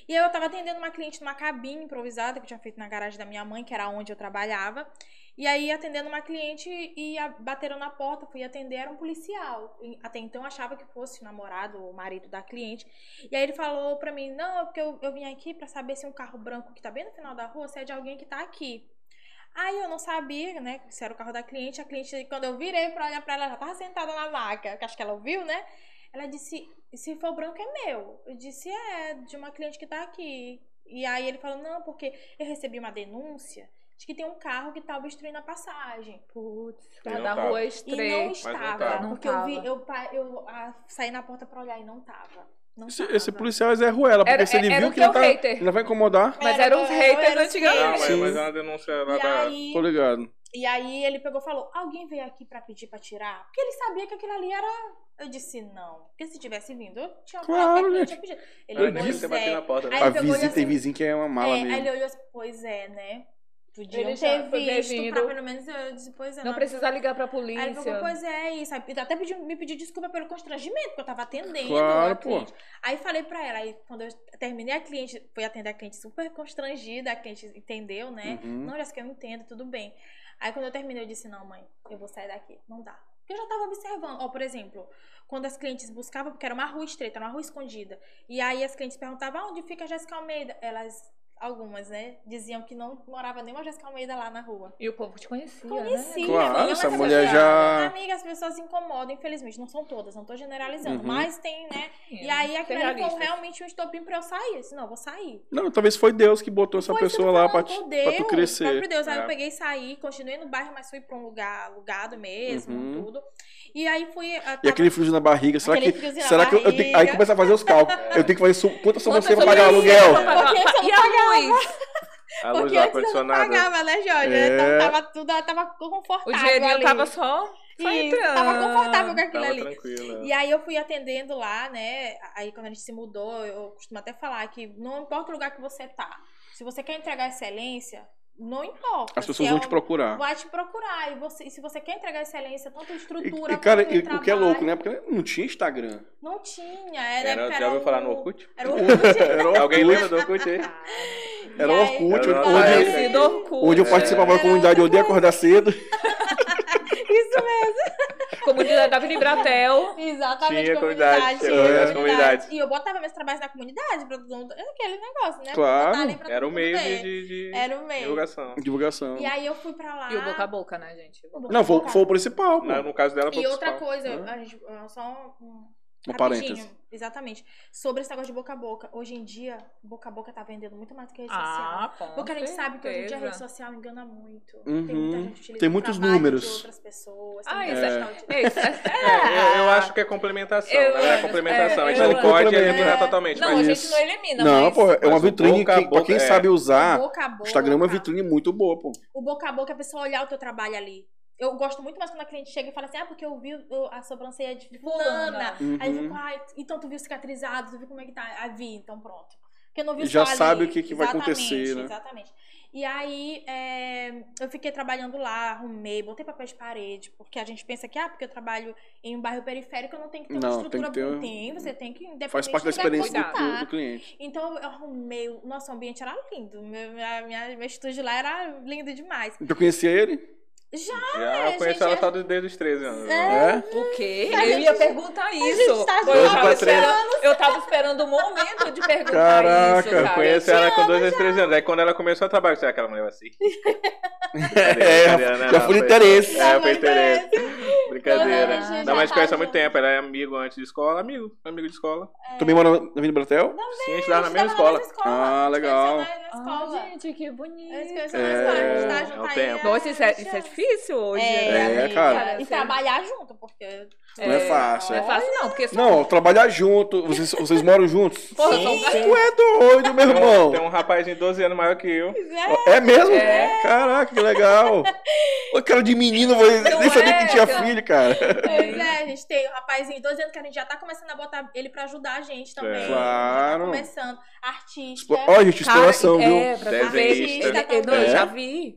S4: E aí eu estava atendendo uma cliente numa cabine improvisada que eu tinha feito na garagem da minha mãe, que era onde eu trabalhava. E aí, atendendo uma cliente, e a- bateram na porta, fui atender, era um policial. E até então eu achava que fosse o namorado ou o marido da cliente. E aí ele falou pra mim: Não, é porque eu, eu vim aqui pra saber se um carro branco que tá bem no final da rua, se é de alguém que tá aqui. Aí eu não sabia, né, se era o carro da cliente. A cliente, quando eu virei pra olhar pra ela, ela já tava sentada na maca, que acho que ela ouviu, né? Ela disse: Se for branco é meu. Eu disse: É, de uma cliente que tá aqui. E aí ele falou: Não, porque eu recebi uma denúncia de que tem um carro que tá obstruindo a passagem.
S2: Putz,
S3: não
S2: cada
S3: tava.
S2: rua
S4: E não
S2: estreita.
S4: estava,
S3: tava.
S2: Não
S4: porque eu
S2: tava.
S4: vi, eu, pa- eu ah, saí na porta pra olhar e não tava. Não
S1: Esse,
S4: tava.
S1: esse policial é Zé Ruela, porque
S2: Era-
S1: se ele
S2: era
S1: viu
S2: o
S1: que ele
S2: teu
S1: tá,
S2: hater.
S1: ele vai incomodar,
S2: Mas
S4: Era
S2: eram os
S4: do-
S2: haters
S4: era os
S3: Não,
S2: antigamente.
S3: mas,
S1: Sim.
S3: mas é uma denúncia lá
S4: E
S3: da.
S4: aí,
S1: tô ligado.
S4: e aí ele pegou e falou: Alguém veio aqui pra pedir pra tirar? Porque ele sabia que aquilo ali era. Eu disse: Não. Porque se tivesse vindo, eu tinha
S1: Claro, né?
S4: falado que eu
S1: gente.
S4: tinha pedido.
S3: Não,
S4: Ele
S3: é nem
S1: disse-
S3: você bater na porta. né?
S4: Aí
S1: A
S4: ele pegou e
S1: visita tem
S4: assim-
S1: vizinho que é uma mala
S4: é, aí
S1: mesmo.
S4: ele olhou assim: Pois é, né? Podiam
S2: Ele já
S4: ter
S2: foi
S4: visto, pra
S2: previndo.
S4: pelo menos eu disse: Pois é.
S2: Não precisa ligar pra polícia.
S4: Aí ele falou, pois é isso. Aí até pediu, me pediu desculpa pelo constrangimento, porque eu tava atendendo.
S1: Claro,
S4: a
S1: pô.
S4: cliente. Aí falei pra ela, aí quando eu terminei a cliente, fui atender a cliente super constrangida, a cliente entendeu, né?
S1: Uhum.
S4: Não, Jéssica, eu entendo, tudo bem. Aí quando eu terminei, eu disse, não, mãe, eu vou sair daqui. Não dá. Porque eu já tava observando. Ó, por exemplo, quando as clientes buscavam, porque era uma rua estreita, uma rua escondida. E aí as clientes perguntavam, "Ah, onde fica a Jéssica Almeida? Elas, algumas, né, diziam que não morava nenhuma Jéssica Almeida lá na rua.
S2: E o povo te conhecia,
S4: Conheci,
S2: né?
S1: Claro,
S4: amiga,
S1: essa
S4: mas
S1: mulher
S4: pessoa-
S1: já-
S4: Amiga, as pessoas se incomodam, infelizmente. Não são todas, não tô generalizando.
S1: Uhum.
S4: Mas tem, né? E aí aquilo ali foi realmente um estopim pra eu sair. Eu disse, não, eu vou sair.
S1: Não, talvez foi Deus que botou essa
S4: Foi isso que eu
S1: pessoa
S4: tô
S1: lá pra,
S4: falando,
S1: te-
S4: com
S1: pra tu
S4: Deus,
S1: crescer.
S4: próprio Deus. Aí
S3: É.
S4: eu peguei e saí, continuei no bairro, mas fui pra um lugar alugado mesmo,
S1: Uhum.
S4: tudo. E aí fui. ah,
S1: E
S4: tava-
S1: aquele frio na barriga, será
S4: Aquele
S1: que.
S4: friozinho na
S1: Será que eu, eu tenho. Aí
S4: barriga.
S1: começa a fazer os cálculos. Eu tenho que fazer su, puta sobrancelha pra
S2: Quantas
S1: pagar
S2: sobrancelhas
S1: aluguel.
S2: pra pagar?
S4: Porque antes eu não
S2: E a luz?
S3: A luz
S4: Porque
S3: do
S4: antes eu não
S3: ar-condicionado.
S4: pagava, né, Jorge?
S1: É.
S4: Então tava tudo, tava confortável.
S2: O dinheirinho
S4: ali.
S2: tava só, só
S4: Isso,
S2: entrando.
S4: Tava confortável com aquilo
S3: Tava
S4: ali.
S3: tranquila.
S4: E aí eu fui atendendo lá, né? Aí quando a gente se mudou, eu costumo até falar que não importa o lugar que você tá. Se você quer entregar excelência, não importa.
S1: As pessoas
S4: Se
S1: vão
S4: é
S1: te
S4: um-
S1: procurar.
S4: Vai te procurar. E, você, e se você quer entregar excelência, tanto estrutura
S1: E, e, cara,
S4: quanto
S1: e, o que é
S4: trabalho,
S1: louco, né? Porque não tinha Instagram.
S4: Não tinha. Era,
S3: Era,
S4: era
S3: já ouviu
S4: o-
S3: falar no Orkut?
S4: [laughs] Era o Orkut. é
S1: Era Orkut.
S3: Alguém lembra do Orkut aí?
S4: Ah, E
S1: Era
S4: aí-
S1: Orkut,
S3: Era
S1: onde,
S3: Orkut.
S2: Conhecido Orkut.
S1: Ah, é. onde eu participava da comunidade Eu Odeio Acordar Cedo.
S4: Isso
S2: É. Comunidade da Vila Embratel.
S4: Exatamente,
S3: Tinha
S4: comunidade.
S3: comunidade,
S4: tinha
S1: tinha
S4: comunidade.
S3: comunidade.
S4: E eu botava meus trabalhos na comunidade, pra todo mundo. Era aquele negócio, né?
S1: Claro.
S4: Botar ali pra
S3: Era
S4: todo
S3: o
S4: mundo
S3: meio de,
S4: ver.
S3: de- de
S4: Era o meio. [laughs]
S3: divulgação.
S1: Divulgação.
S4: E aí eu fui pra lá.
S2: E o boca a boca, né, gente?
S4: O boca
S1: Não,
S4: a
S1: foi,
S4: boca.
S1: foi o principal, pô.
S3: Na- no caso dela, foi
S4: E outra
S3: principal.
S4: coisa,
S1: Hã?
S4: a gente- ah, só um- um.
S1: Um
S4: rapidinho,
S1: parêntese.
S4: Exatamente. Sobre esse negócio de boca a boca. Hoje em dia, boca a boca tá vendendo muito mais do que rede social.
S2: Ah, com
S4: Porque a gente é sabe que hoje em dia a rede
S2: certeza.
S4: social engana muito. Tem muita
S1: Uhum.
S4: gente utilizando
S1: Tem muitos
S4: o trabalho
S1: números.
S4: De outras pessoas.
S2: Ah,
S4: tem
S2: isso
S4: muita
S1: é-
S4: gente utilizando.
S2: É isso.
S3: É, eu, eu acho que é complementação.
S2: Eu
S3: galera, é
S2: acho, é,
S3: complementação. a gente
S2: eu
S3: não pode
S1: acho.
S3: eliminar
S4: É.
S3: totalmente.
S2: Não,
S3: mas
S2: a
S1: Mas-
S2: gente não elimina,
S1: Não,
S2: mas...
S1: pô, é uma
S3: mas o
S1: vitrine
S3: boca a
S1: que, pra
S3: boca
S1: quem
S3: é-
S1: sabe usar,
S4: boca a boca.
S1: o Instagram é uma vitrine muito boa, pô.
S4: O boca a boca é a pessoa olhar o teu trabalho ali. Eu gosto muito mais quando a cliente chega e fala assim: ah, porque eu vi o- a sobrancelha de fulana. Aí eu
S1: Uhum.
S4: fico, ai, então tu viu cicatrizado, tu viu como é que tá? Ah, vi, então pronto. Porque eu não vi
S1: E
S4: só
S1: já
S4: ali.
S1: sabe o que que vai acontecer, né?
S4: Exatamente. E aí, é, eu fiquei trabalhando lá, arrumei, botei papel de parede, porque a gente pensa que, ah, porque eu trabalho em um bairro periférico, eu não tenho que ter uma
S1: Não, tem
S4: estrutura
S1: que ter
S4: boa.
S1: um-
S4: Tem, você tem que, independente
S1: Faz parte da
S4: do lugar que
S1: experiência
S4: você
S1: do,
S4: tá.
S1: do- do cliente.
S4: Então eu arrumei, o- nossa, o ambiente era lindo. Meu, minha, minha, meu estúdio lá era lindo demais.
S1: Eu conhecia ele?
S4: Já,
S3: Já
S4: é,
S3: conheço
S4: gente,
S3: ela
S4: é-
S3: tá desde os 13 anos. né?
S1: É?
S2: O quê?
S4: A
S2: eu
S4: gente-
S2: ia perguntar isso.
S4: gente tá
S2: eu, tava
S3: junto.
S2: esperando, eu tava esperando o momento de perguntar
S1: Caraca,
S2: isso,
S1: eu
S2: cara.
S3: Eu conheço ela com 2 a 3 anos. Aí quando ela começou a trabalhar, eu "Ah, falei, aquela mulher vai ser. né,
S1: já foi no interesse.
S3: É,
S4: Não,
S3: foi
S4: mas
S3: interesse.
S4: Não,
S3: Brincadeira.
S4: gente,
S3: Não,
S4: já
S3: mas conhece
S4: tá
S3: há muito
S4: junto.
S3: tempo. Ela é amigo antes de escola. Amigo. Amigo de escola.
S1: Tu também mora na Avenida Bratel?
S3: Sim, a gente lá na
S4: gente
S3: mesma
S4: tava
S3: escola.
S1: Ah,
S4: a gente
S1: legal.
S4: conheceu na- na escola.
S2: Ah, gente, que bonito.
S4: A gente conheceu na
S1: É,
S4: escola, a gente tá
S3: é
S4: junto
S3: o
S4: aí,
S3: tempo.
S4: é,
S2: Nossa, isso é,
S4: já-
S2: isso é difícil hoje. né?
S1: É,
S4: É,
S1: cara.
S4: cara. E trabalhar junto, porque.
S1: Não é fácil,
S2: Não é fácil, não, porque
S1: Não, trabalhar junto. Vocês, vocês moram juntos?
S2: Porra, um
S3: Sim,
S2: são
S3: sim.
S1: Tu é doido, meu
S3: Tem um-
S1: irmão.
S3: Tem um rapaz de 12 anos maior que eu.
S4: né?
S1: É mesmo?
S2: É.
S1: Caraca, que legal. O cara de menino, vou-
S2: Não
S1: nem sabia
S2: é,
S1: que tinha
S2: cara.
S1: filho, cara.
S4: Pois é, a gente tem um rapazinho de 12 anos que a gente já tá começando a botar ele pra ajudar a gente também.
S3: É.
S1: Claro. Tipo,
S4: Já tá começando. Artista.
S1: Ó, gente, exploração,
S2: Cara,
S1: viu?
S2: É, pra tu ver.
S3: Desenhista.
S2: Ele- ele- não, Eu
S1: É?
S2: já vi.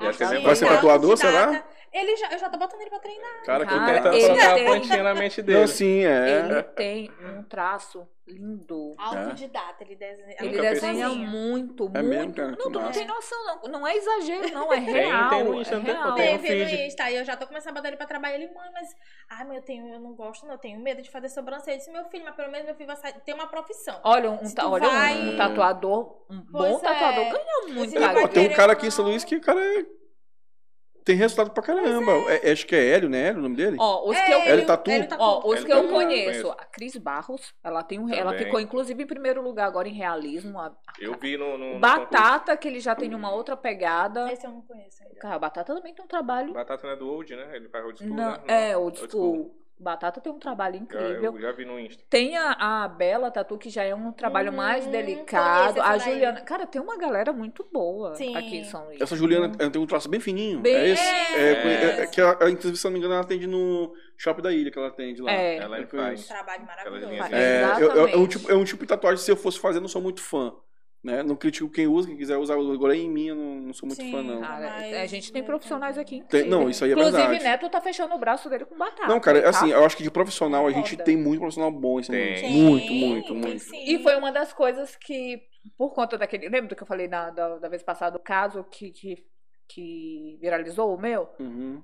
S3: Eu acho que
S4: artista,
S3: ele
S1: Vai ser tatuador, será?
S4: autodidata. Ele já, eu já tô botando ele pra treinar.
S1: Cara, que
S3: Tô
S2: Cara,
S1: legal.
S3: tentando
S2: ele
S3: colocar
S2: tem-
S3: a pontinha na mente
S1: Não,
S3: dele.
S1: sim,
S2: Ele
S1: é.
S2: tem um traço lindo.
S4: Autodidata, ele desenha.
S2: Ele
S3: Nunca fez
S2: desenha
S4: sozinho.
S2: muito, muito.
S1: É mesmo, cara? Que
S2: Não, tu não
S1: massa.
S2: tem noção, não. Não é exagero, não. É
S3: tem
S2: real.
S3: no Insta,
S2: é
S3: não tem
S2: real.
S3: como. Tem um
S4: Teve no
S3: feed.
S4: Insta, e eu já tô começando a botar ele pra trabalhar. Ele, mãe, mas. Ai, meu, eu, tenho, eu não gosto, não. Eu tenho medo de fazer sobrancelha. Eu disse, meu filho, mas pelo menos meu filho vai sair- tem uma profissão.
S2: Olha, um,
S4: Se
S2: ta-
S4: tu
S2: olha um-
S4: vai-
S2: um tatuador, um bom
S4: Pois é.
S2: tatuador, ganha muito
S4: Se tu
S1: Pô,
S4: vai
S2: mais.
S1: tem um
S4: querer
S1: cara aqui em
S4: não.
S1: São Luís que o cara é- tem resultado pra caramba. É- acho que é Hélio, né? Hélio o nome dele?
S2: Ó, os
S4: É,
S2: que eu,
S1: Ele tá tatu?
S4: ele tatu.
S2: ó, os
S3: Ele
S2: que eu
S3: tá-
S2: conheço,
S3: conheço.
S2: a Cris Barros, ela tem um, ela
S3: Também.
S2: ficou inclusive em primeiro lugar agora em realismo. a- a-
S3: Eu vi no. no- no
S2: Batata, que ele já tem uma outra pegada.
S4: Esse eu não conheço ainda.
S2: Cara, Batata também tem um trabalho.
S3: concurso. Batata não é do Old, né? Ele pagou de
S4: Tipo,
S3: tudo.
S2: Não,
S3: né?
S2: é, old
S3: Old
S2: school. Batata tem um trabalho
S4: é,
S3: Já-
S2: incrível.
S3: Eu já vi no Insta.
S2: Tem a, a Bela Tatu, que já é um trabalho
S4: Hum,
S2: mais
S4: conheço
S2: delicado.
S4: essa
S2: A
S4: daí.
S2: Juliana. Cara, tem uma galera muito boa
S4: Sim.
S2: aqui em São Luís.
S1: Essa Juliana ela tem um traço bem fininho.
S2: Bem-
S1: é esse? É,
S4: É.
S1: é- é que ela, ela, inclusive, se eu não me engano, ela atende no shopping da ilha que ela atende lá.
S2: É.
S3: Ela
S1: Eu
S3: faz.
S1: conheço.
S4: Um trabalho maravilhoso.
S2: assim.
S3: linhas
S1: É, eu- eu- é um
S2: Exatamente.
S1: tipo, é um tipo de tatuagem, se eu fosse fazer, eu não sou muito fã. Né? Não critico quem usa, quem quiser usar agora em mim, eu não, não sou muito
S4: Sim,
S1: fã, não.
S4: cara.
S2: Cara,
S4: Mas
S2: a gente tem
S4: eu
S2: profissionais
S4: também.
S2: aqui
S1: é Tem-
S2: incríveis.
S1: não, isso aí é
S2: Inclusive,
S1: verdade.
S2: Neto tá fechando o braço dele com batata.
S1: Não, cara,
S2: tá?
S1: assim, eu acho que de profissional a gente
S2: Foda.
S1: tem muito profissional bom, assim,
S3: Tem.
S1: muito, muito, muito.
S4: Sim.
S2: E foi uma das coisas que, por conta daquele. Lembra do que eu falei na- da, da vez passada, o caso que, que, que viralizou o meu?
S1: Uhum.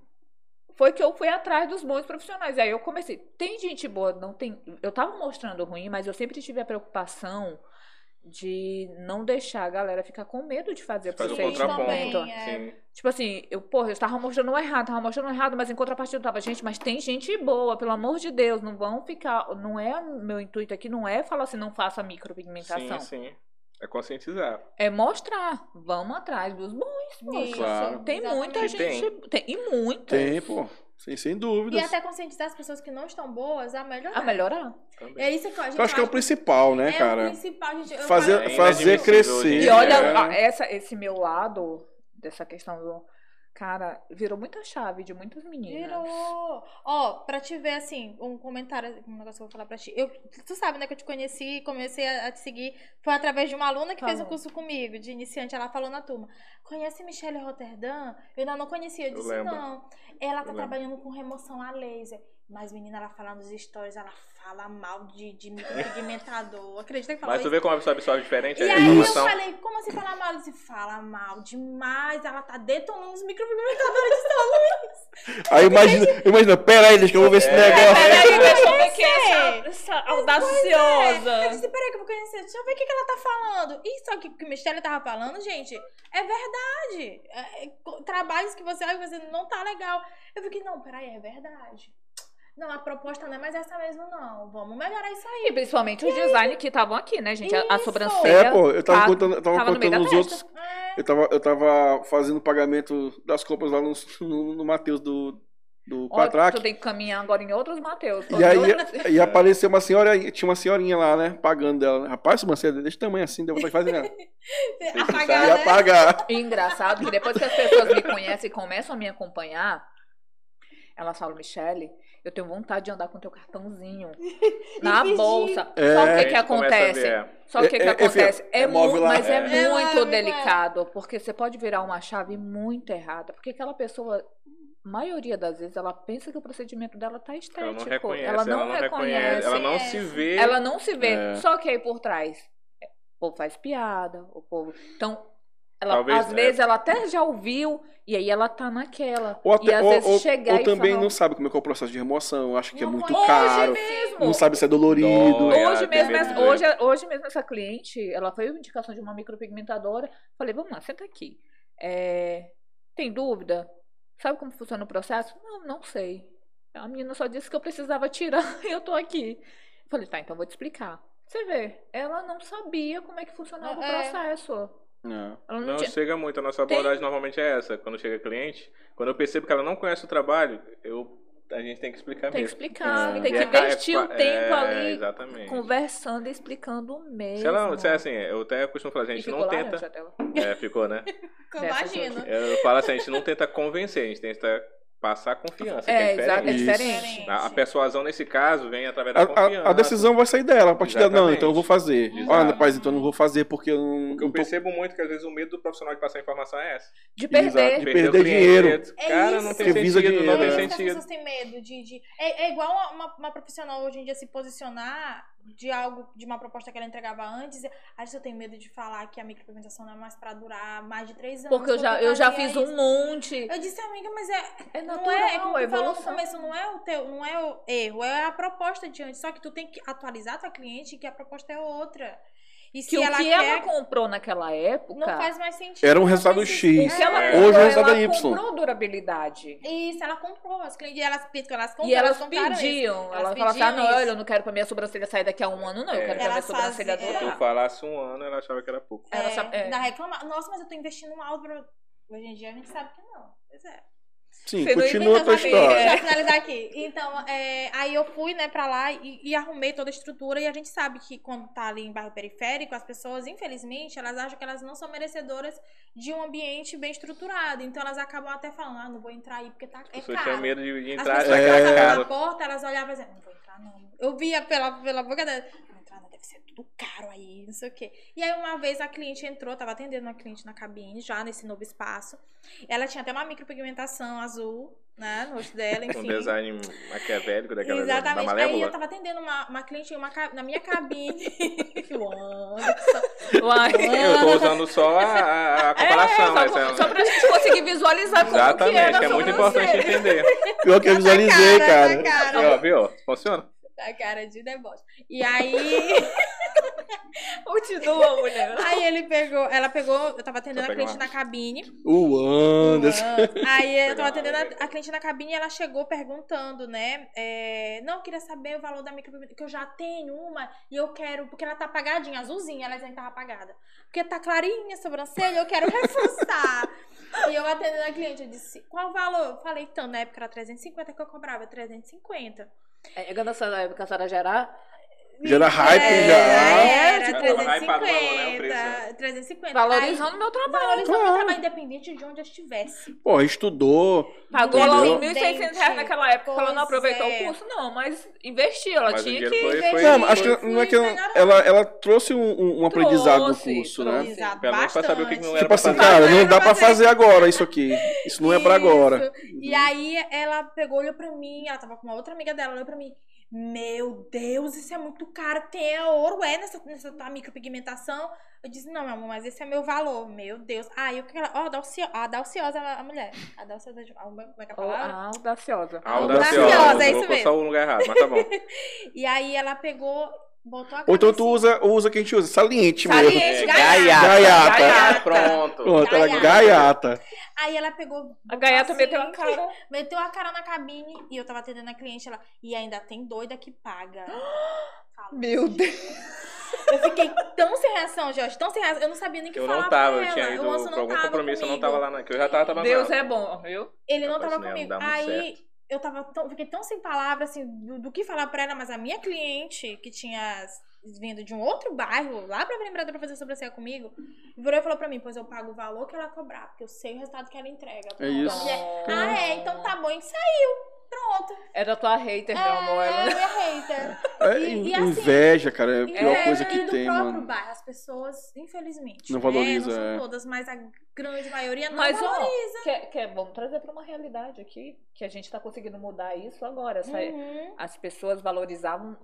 S2: Foi que eu fui atrás dos bons profissionais. Aí eu comecei. Tem gente boa, não tem. Eu tava mostrando ruim, mas eu sempre tive a preocupação de não deixar a galera ficar com medo de fazer
S3: Faz o
S4: Sim,
S2: vocês
S3: contraponto.
S4: também, é.
S3: Sim.
S2: Tipo assim, eu, porra, eu tava mostrando um errado, tava mostrando um errado, mas em contrapartida eu tava, gente, mas tem gente boa, pelo amor de Deus, não vão ficar. Não é. Meu intuito aqui não é falar assim, não faça micropigmentação.
S3: Sim, sim. É conscientizar.
S2: É mostrar. Vamos atrás dos bons.
S4: Isso,
S1: Claro.
S2: um Tem muita
S3: exatamente.
S2: gente. Tem. e muita.
S1: Tem, pô. Sem, sem
S4: E
S1: dúvidas.
S4: até conscientizar as pessoas que não estão boas a melhorar.
S2: A Ah, melhorar.
S3: Também.
S4: É isso que a gente
S1: Eu acho que é o principal, né,
S4: é o
S1: cara?
S4: principal, gente. Eu
S1: Fazer,
S4: falo-
S3: É
S1: fazer
S3: inadmissível,
S1: crescer.
S3: gente.
S2: E olha,
S1: é.
S2: a- essa, esse meu lado, dessa questão do. Cara, virou muita chave de muitas meninas.
S4: Virou. Ó, pra te ver, assim, um comentário, um negócio que eu vou falar pra ti. Eu, tu sabe, né, que eu te conheci e comecei a, a te seguir. Foi através de uma aluna que fez um
S2: Falou.
S4: curso comigo, de iniciante. Ela falou na turma: Conhece Michelle Rotterdam? Eu ainda não conhecia. Eu
S3: Eu
S4: disse:
S3: lembro.
S4: Não. Ela tá
S3: lembro.
S4: trabalhando com remoção a laser. Mas, menina, ela fala nos stories, ela fala mal de, de
S3: [laughs]
S4: micropigmentador. Acredita que falou
S3: Mas tu
S4: isso?
S3: vê como é a pessoa absorve diferente
S4: E
S3: a
S4: aí eu
S3: informação.
S4: falei, como assim falar mal? Ela disse, fala mal demais, ela tá detonando os micropigmentadores de São Luís.
S1: Aí imagina, imagina, pera aí, deixa que eu vou ver esse
S3: É.
S1: negócio.
S2: Peraí, deixa eu ver
S4: quem é
S2: essa,
S4: Eu
S2: audaciosa.
S4: disse, peraí que eu vou conhecer, deixa eu ver o que, que ela tá falando. E só que o que o Michelle tava falando, gente, é verdade. É, é, co- trabalhos que você olha e você não tá legal. Eu fiquei, não, peraí, é verdade. Não, a proposta não é mais essa mesmo, não. Vamos melhorar isso aí.
S2: E principalmente os design que estavam aqui, né, gente? A, a
S4: Isso.
S2: sobrancelha.
S1: É, pô, eu tava
S2: tá-
S1: contando, eu tava
S2: tava no meio
S1: contando
S2: da
S1: os
S2: festa.
S1: outros. Eu tava, eu tava fazendo pagamento das compras lá no, no, no Matheus do, do
S2: Ó,
S1: Quatrac.
S2: tu tem que caminhar agora em outros Mateus.
S1: E aí, e apareceu uma senhora, tinha uma senhorinha lá, né? Pagando dela. Rapaz, sobrancelha desse tamanho assim, deu vontade de fazer. né?
S2: é
S4: Apagar,
S1: E
S4: né?
S1: apagar.
S2: E engraçado que depois que as pessoas me conhecem e começam a me acompanhar, elas falam, Michele, eu tenho vontade de andar com teu cartãozinho na
S4: pedir.
S2: bolsa.
S1: É.
S2: Só o que,
S3: Aí
S2: que
S3: tu começa a
S2: acontece?
S3: ver,
S2: Só o que,
S1: É,
S2: que
S1: é, é,
S2: acontece?
S1: filho,
S2: É,
S1: é móvel
S2: mu-
S1: lá.
S2: mas é,
S3: É.
S4: É
S2: muito
S4: móvel, é.
S2: delicado, porque você pode virar uma chave muito errada. Porque aquela pessoa, maioria das vezes, ela pensa que o procedimento dela tá
S3: Ela não
S2: estético.
S3: reconhece, ela não reconhece, ela não se vê.
S2: Ela não se vê.
S1: É.
S2: é, Só que aí por trás, o povo faz piada, o povo. Então, Ela,
S3: Talvez,
S2: às
S3: né?
S2: vezes ela até já ouviu e aí ela tá naquela.
S1: Ou, até-
S2: e às
S1: ou-
S2: vezes
S1: ou-
S2: chegar
S1: ou
S2: e
S1: também
S2: falar,
S1: não sabe como é que é o processo de remoção, acha que é
S4: Não
S1: muito
S4: conhece,
S1: caro,
S2: Hoje mesmo.
S1: não sabe se é dolorido.
S3: Dói. Ela
S2: Hoje
S3: tem
S2: mesmo,
S3: medo
S2: essa-
S3: de ver.
S2: hoje, é, hoje mesmo essa cliente, ela foi uma indicação de uma micropigmentadora. Falei, vamos lá, senta aqui. É, tem dúvida? Sabe como funciona o processo? Não, não sei. A menina só disse que eu precisava tirar [laughs] e eu tô aqui. Falei, tá, então vou te explicar. Você vê, ela não sabia como é que funcionava o
S4: É.
S2: processo.
S1: É.
S2: Ela não,
S3: Não
S2: tinha...
S3: chega muito, a nossa
S2: Tem-
S3: abordagem normalmente é essa. Quando chega cliente, quando eu percebo que ela não conhece o trabalho, eu, a gente tem que explicar
S2: Tem que
S3: mesmo.
S2: explicar,
S1: É.
S2: tem
S3: E
S2: que
S3: é ca- é
S2: investir um
S3: qua-
S2: tempo
S3: é,
S2: ali
S3: Exatamente.
S2: conversando e explicando mesmo.
S3: Se ela, se é assim, eu até costumo falar, a
S2: E
S3: gente
S2: ficou
S3: não
S2: laranja
S3: tenta.
S2: a tela.
S3: É, ficou, né?
S4: Eu
S2: Dessas
S4: imagino.
S3: Eu falo assim, a gente não tenta convencer, a gente tenta passar confiança. que
S2: É,
S3: é
S2: exato, é
S3: diferente.
S2: diferente.
S3: A, a persuasão nesse caso vem através
S1: A,
S3: da
S1: a-
S3: confiança.
S1: a decisão vai sair dela, a partir dela, não,
S3: Exatamente.
S1: então eu vou fazer.
S3: Exato.
S1: Olha, rapaz, então eu não vou fazer porque eu não,
S3: Porque
S1: não
S3: eu
S1: tô
S3: percebo muito é que às vezes o medo do profissional de passar a informação é essa.
S2: De
S1: Exato.
S2: perder.
S1: um De
S3: o
S1: perder
S3: cliente.
S1: dinheiro.
S4: É
S3: Cara,
S4: isso.
S3: não tem
S1: Porque visa
S3: sentido, não
S1: dinheiro,
S3: tem
S1: né?
S4: É isso que as
S3: sentido.
S4: pessoas têm medo de. de- É, é igual uma, uma- uma profissional hoje em dia se posicionar de algo, de uma proposta que ela entregava antes. Acho que eu tenho medo de falar que a micropigmentação não é mais pra durar mais de três anos.
S2: Porque eu já, eu já fiz um monte.
S4: Eu disse, amiga, mas é.
S2: É
S4: não é, é
S2: natural,
S4: como
S2: é
S4: tu falou no
S2: evolução.
S4: começo, não é o teu, não é o erro, é a proposta de antes. Só que tu tem que atualizar tua cliente que a proposta é outra. E se
S2: Que o
S4: ela
S2: que
S4: quer,
S2: ela comprou naquela época.
S4: não faz mais sentido.
S1: Era um
S4: não
S1: resultado
S4: faz
S1: X.
S2: O que ela
S3: É.
S2: comprou,
S1: Hoje o resultado
S2: ela
S1: é Y.
S2: comprou durabilidade.
S1: É.
S4: Isso, ela comprou. As clientes, elas, porque elas compram,
S2: E elas
S4: compraram isso.
S2: pediam.
S4: Elas
S2: Elas falavam assim, ah, não,
S4: pediam
S2: olha,
S4: isso.
S2: eu não quero pra minha sobrancelha sair daqui a um ano, não. Eu
S3: É.
S2: quero pra minha
S4: Elas
S2: sobrancelha
S4: faziam-
S3: Se eu
S2: durar.
S3: falasse um ano, ela achava que era pouco.
S2: Ela
S4: é,
S2: sabe- é.
S4: ainda reclama. Nossa, mas eu tô investindo mal pra... Hoje em dia a gente sabe que não. Pois é.
S1: Sim,
S2: Você não
S1: continua a
S2: inventa
S1: tua
S2: família.
S1: história.
S4: Deixa eu finalizar aqui. Então, é, aí eu fui, né, pra lá e, e arrumei toda a estrutura. E a gente sabe que quando tá ali em bairro periférico, as pessoas, infelizmente, elas acham que elas não são merecedoras de um ambiente bem estruturado. Então elas acabam até falando, ah, não vou entrar aí porque tá,
S3: As
S4: é
S3: pessoas tinham
S4: caro.
S3: medo de de
S4: As
S3: entrar
S4: pessoas
S3: achar que
S1: é
S3: era
S4: passavam pela
S3: caro.
S4: porta, elas olhavam e diziam, não vou entrar não. Eu via pela, pela boca dela, não vou entrar não, deve ser tudo caro aí, não sei o quê. E aí uma vez a cliente entrou, tava atendendo uma cliente na cabine, já nesse novo espaço. Ela tinha até uma micropigmentação azul, né, no rosto dela, enfim.
S3: [laughs] Um design maquiavélico daquela da
S4: Exatamente. Aí
S3: malévola.
S4: eu tava atendendo uma, uma cliente em uma ca- na minha cabine. [laughs] Luana,
S2: Uai.
S3: [laughs] Eu tô usando só a, a- a comparação,
S2: é,
S3: mas
S2: só,
S3: é um-
S2: só pra gente conseguir visualizar como que
S3: Exatamente,
S2: era.
S3: que é
S2: a
S3: muito
S2: sobrancelha.
S3: importante entender.
S1: Pior que eu visualizei,
S4: Tá na
S1: cara.
S4: cara.
S3: Aí, ó, viu? Funciona?
S4: Da cara de deboche. E aí... [laughs]
S2: Continua, mulher.
S4: Aí ele pegou, ela pegou, eu tava atendendo
S3: Só
S4: a
S3: pegar
S4: cliente
S3: uma
S4: na cabine.
S1: O Anderson.
S4: Aí eu tava
S3: Pegava,
S4: atendendo
S3: né?
S4: a, a cliente na cabine e ela chegou perguntando, né? é, não, eu queria saber o valor da micropigmentação, que eu já tenho uma e eu quero, porque ela tá apagadinha, azulzinha, ela ainda tava apagada. Porque tá clarinha a sobrancelha, eu quero
S3: [laughs]
S4: reforçar. e eu atendendo a cliente, eu disse, qual o valor? Eu falei, então, na época era 350 que eu cobrava, 350.
S2: É, quando essa época a senhora já era,
S1: Já era hype,
S4: é,
S1: já.
S4: Era,
S3: Já tava hypado o valor, né, o
S4: 350.
S3: preço,
S4: 350. Aí,
S2: valorizando meu trabalho.
S4: valorizou
S1: Claro.
S4: meu trabalho, independente de onde eu estivesse.
S1: Pô, estudou.
S2: Pagou lá
S1: Entendeu?
S2: uns 1.600 reais naquela época. ela não
S4: Pois
S2: aproveitou
S4: é.
S2: o curso, não, mas investiu. Ela
S3: Mas o
S2: tinha
S3: dinheiro
S2: que.
S3: foi- foi-
S1: Não,
S3: foi-
S1: mas acho que ela- não é que ela, ela, ela trouxe um, um- um aprendizado do
S2: Trouxe,
S1: curso, né?
S2: trouxe.
S4: Exato,
S3: Pelo menos pra saber o que que
S4: bastante.
S3: não é era
S1: Tipo
S3: pra
S1: assim,
S3: fazer.
S1: cara,
S4: Não
S1: não
S4: era
S1: dá
S4: pra
S1: pra fazer
S4: fazer.
S1: agora isso aqui. Isso não é pra agora.
S4: Isso. E aí ela pegou, olhou pra mim, ela tava com uma outra amiga dela, olhou pra mim. Meu Deus, isso é muito caro. Tem é ouro, é nessa, nessa tua micropigmentação. Eu disse, não, meu amor, mas esse é meu valor. Meu Deus. Aí o que ela. Ó, Dalcio- a Dalciosa, a mulher. A Dalciosa. de- Como é que é a
S2: Oh,
S4: palavra?
S2: ah, audaciosa.
S4: Audaciosa,
S3: Audaciosa,
S4: é isso
S3: colocou
S4: mesmo.
S3: só o lugar errado, mas tá bom.
S4: E aí ela pegou, botou a
S1: Ou então tu
S4: cabecinha-
S1: usa, usa o que a gente usa, saliente mesmo.
S2: Saliente,
S3: É,
S2: gaiata.
S1: gaiata.
S2: Gaiata.
S3: Pronto.
S1: Pronto, ela
S4: Gaiata.
S1: gaiata.
S4: Aí ela pegou.
S2: A gaiata
S4: botou
S2: meteu a
S4: assim,
S2: um cara.
S4: Meteu a cara na cabine e eu tava atendendo a cliente, ela, e ainda tem doida que paga. Fala.
S2: [laughs] Meu Deus.
S4: Eu fiquei tão sem reação, Jorge, tão sem reação. Eu não sabia nem o que
S3: Eu
S4: falar
S3: não tava,
S4: pra
S3: eu tinha
S4: ela.
S3: ido
S4: o Anson
S3: pra algum
S4: tava
S3: compromisso, eu não
S4: comigo.
S3: tava lá, na, que eu já tava trabalhando.
S2: Deus é bom, viu?
S4: Ele não
S3: Rapaz,
S4: tava
S3: não ia
S4: comigo.
S3: dar muito
S4: Aí eu tava tão, fiquei tão sem palavras, assim, do, do que falar pra ela, mas a minha cliente, que tinha vindo de um outro bairro, lá pra Lembrador pra fazer sobrancelha comigo, virou e falou pra mim, pois eu pago o valor que ela cobrar, porque eu sei o resultado que ela entrega. Pronto.
S1: isso.
S4: A mulher, Ah, é, então tá bom, e saiu. Pronto.
S2: Era tua hater, meu amor.
S4: É,
S2: Ela-
S4: eu errei, tá?
S1: É,
S4: E- e assim,
S1: inveja, cara, é a pior
S2: é,
S1: coisa
S4: e
S1: que
S4: do
S1: tem,
S4: próprio
S1: mano.
S4: bairro, as pessoas, infelizmente.
S1: Não
S4: né,
S1: valoriza,
S4: Não
S1: é.
S4: são todas, mas a grande maioria não
S2: Mas, ó,
S4: valoriza.
S2: que, que, vamos trazer pra uma realidade aqui, que a gente tá conseguindo mudar isso agora. essa- é
S4: Uhum.
S2: As pessoas valorizavam,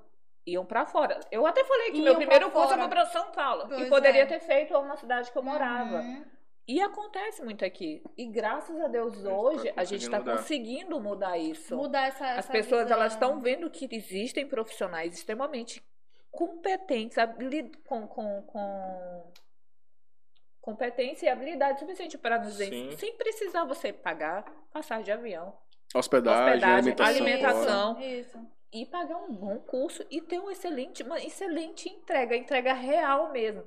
S2: iam pra fora. Eu até falei que
S4: Iam
S2: meu
S4: pra
S2: primeiro curso
S4: fora.
S2: eu fui pra São Paulo.
S4: Pois
S2: e poderia
S4: é.
S2: ter feito uma cidade que eu morava.
S4: Uhum.
S2: E acontece muito aqui. E graças a Deus
S3: tá
S2: hoje a gente
S3: conseguindo
S2: está
S3: mudar.
S2: conseguindo mudar isso.
S4: Mudar essa.
S2: As
S4: essa
S2: pessoas
S4: visão.
S2: elas estão vendo que existem profissionais extremamente competentes, habili- com, com, com competência e habilidade suficiente para nos
S3: Sim.
S2: ensinar, sem precisar você pagar passagem de avião
S1: Hospedagem,
S2: Hospedagem,
S1: alimentação.
S2: alimentação.
S4: Isso.
S1: Uhum.
S2: e pagar um bom curso e ter um excelente, uma excelente entrega, entrega real mesmo.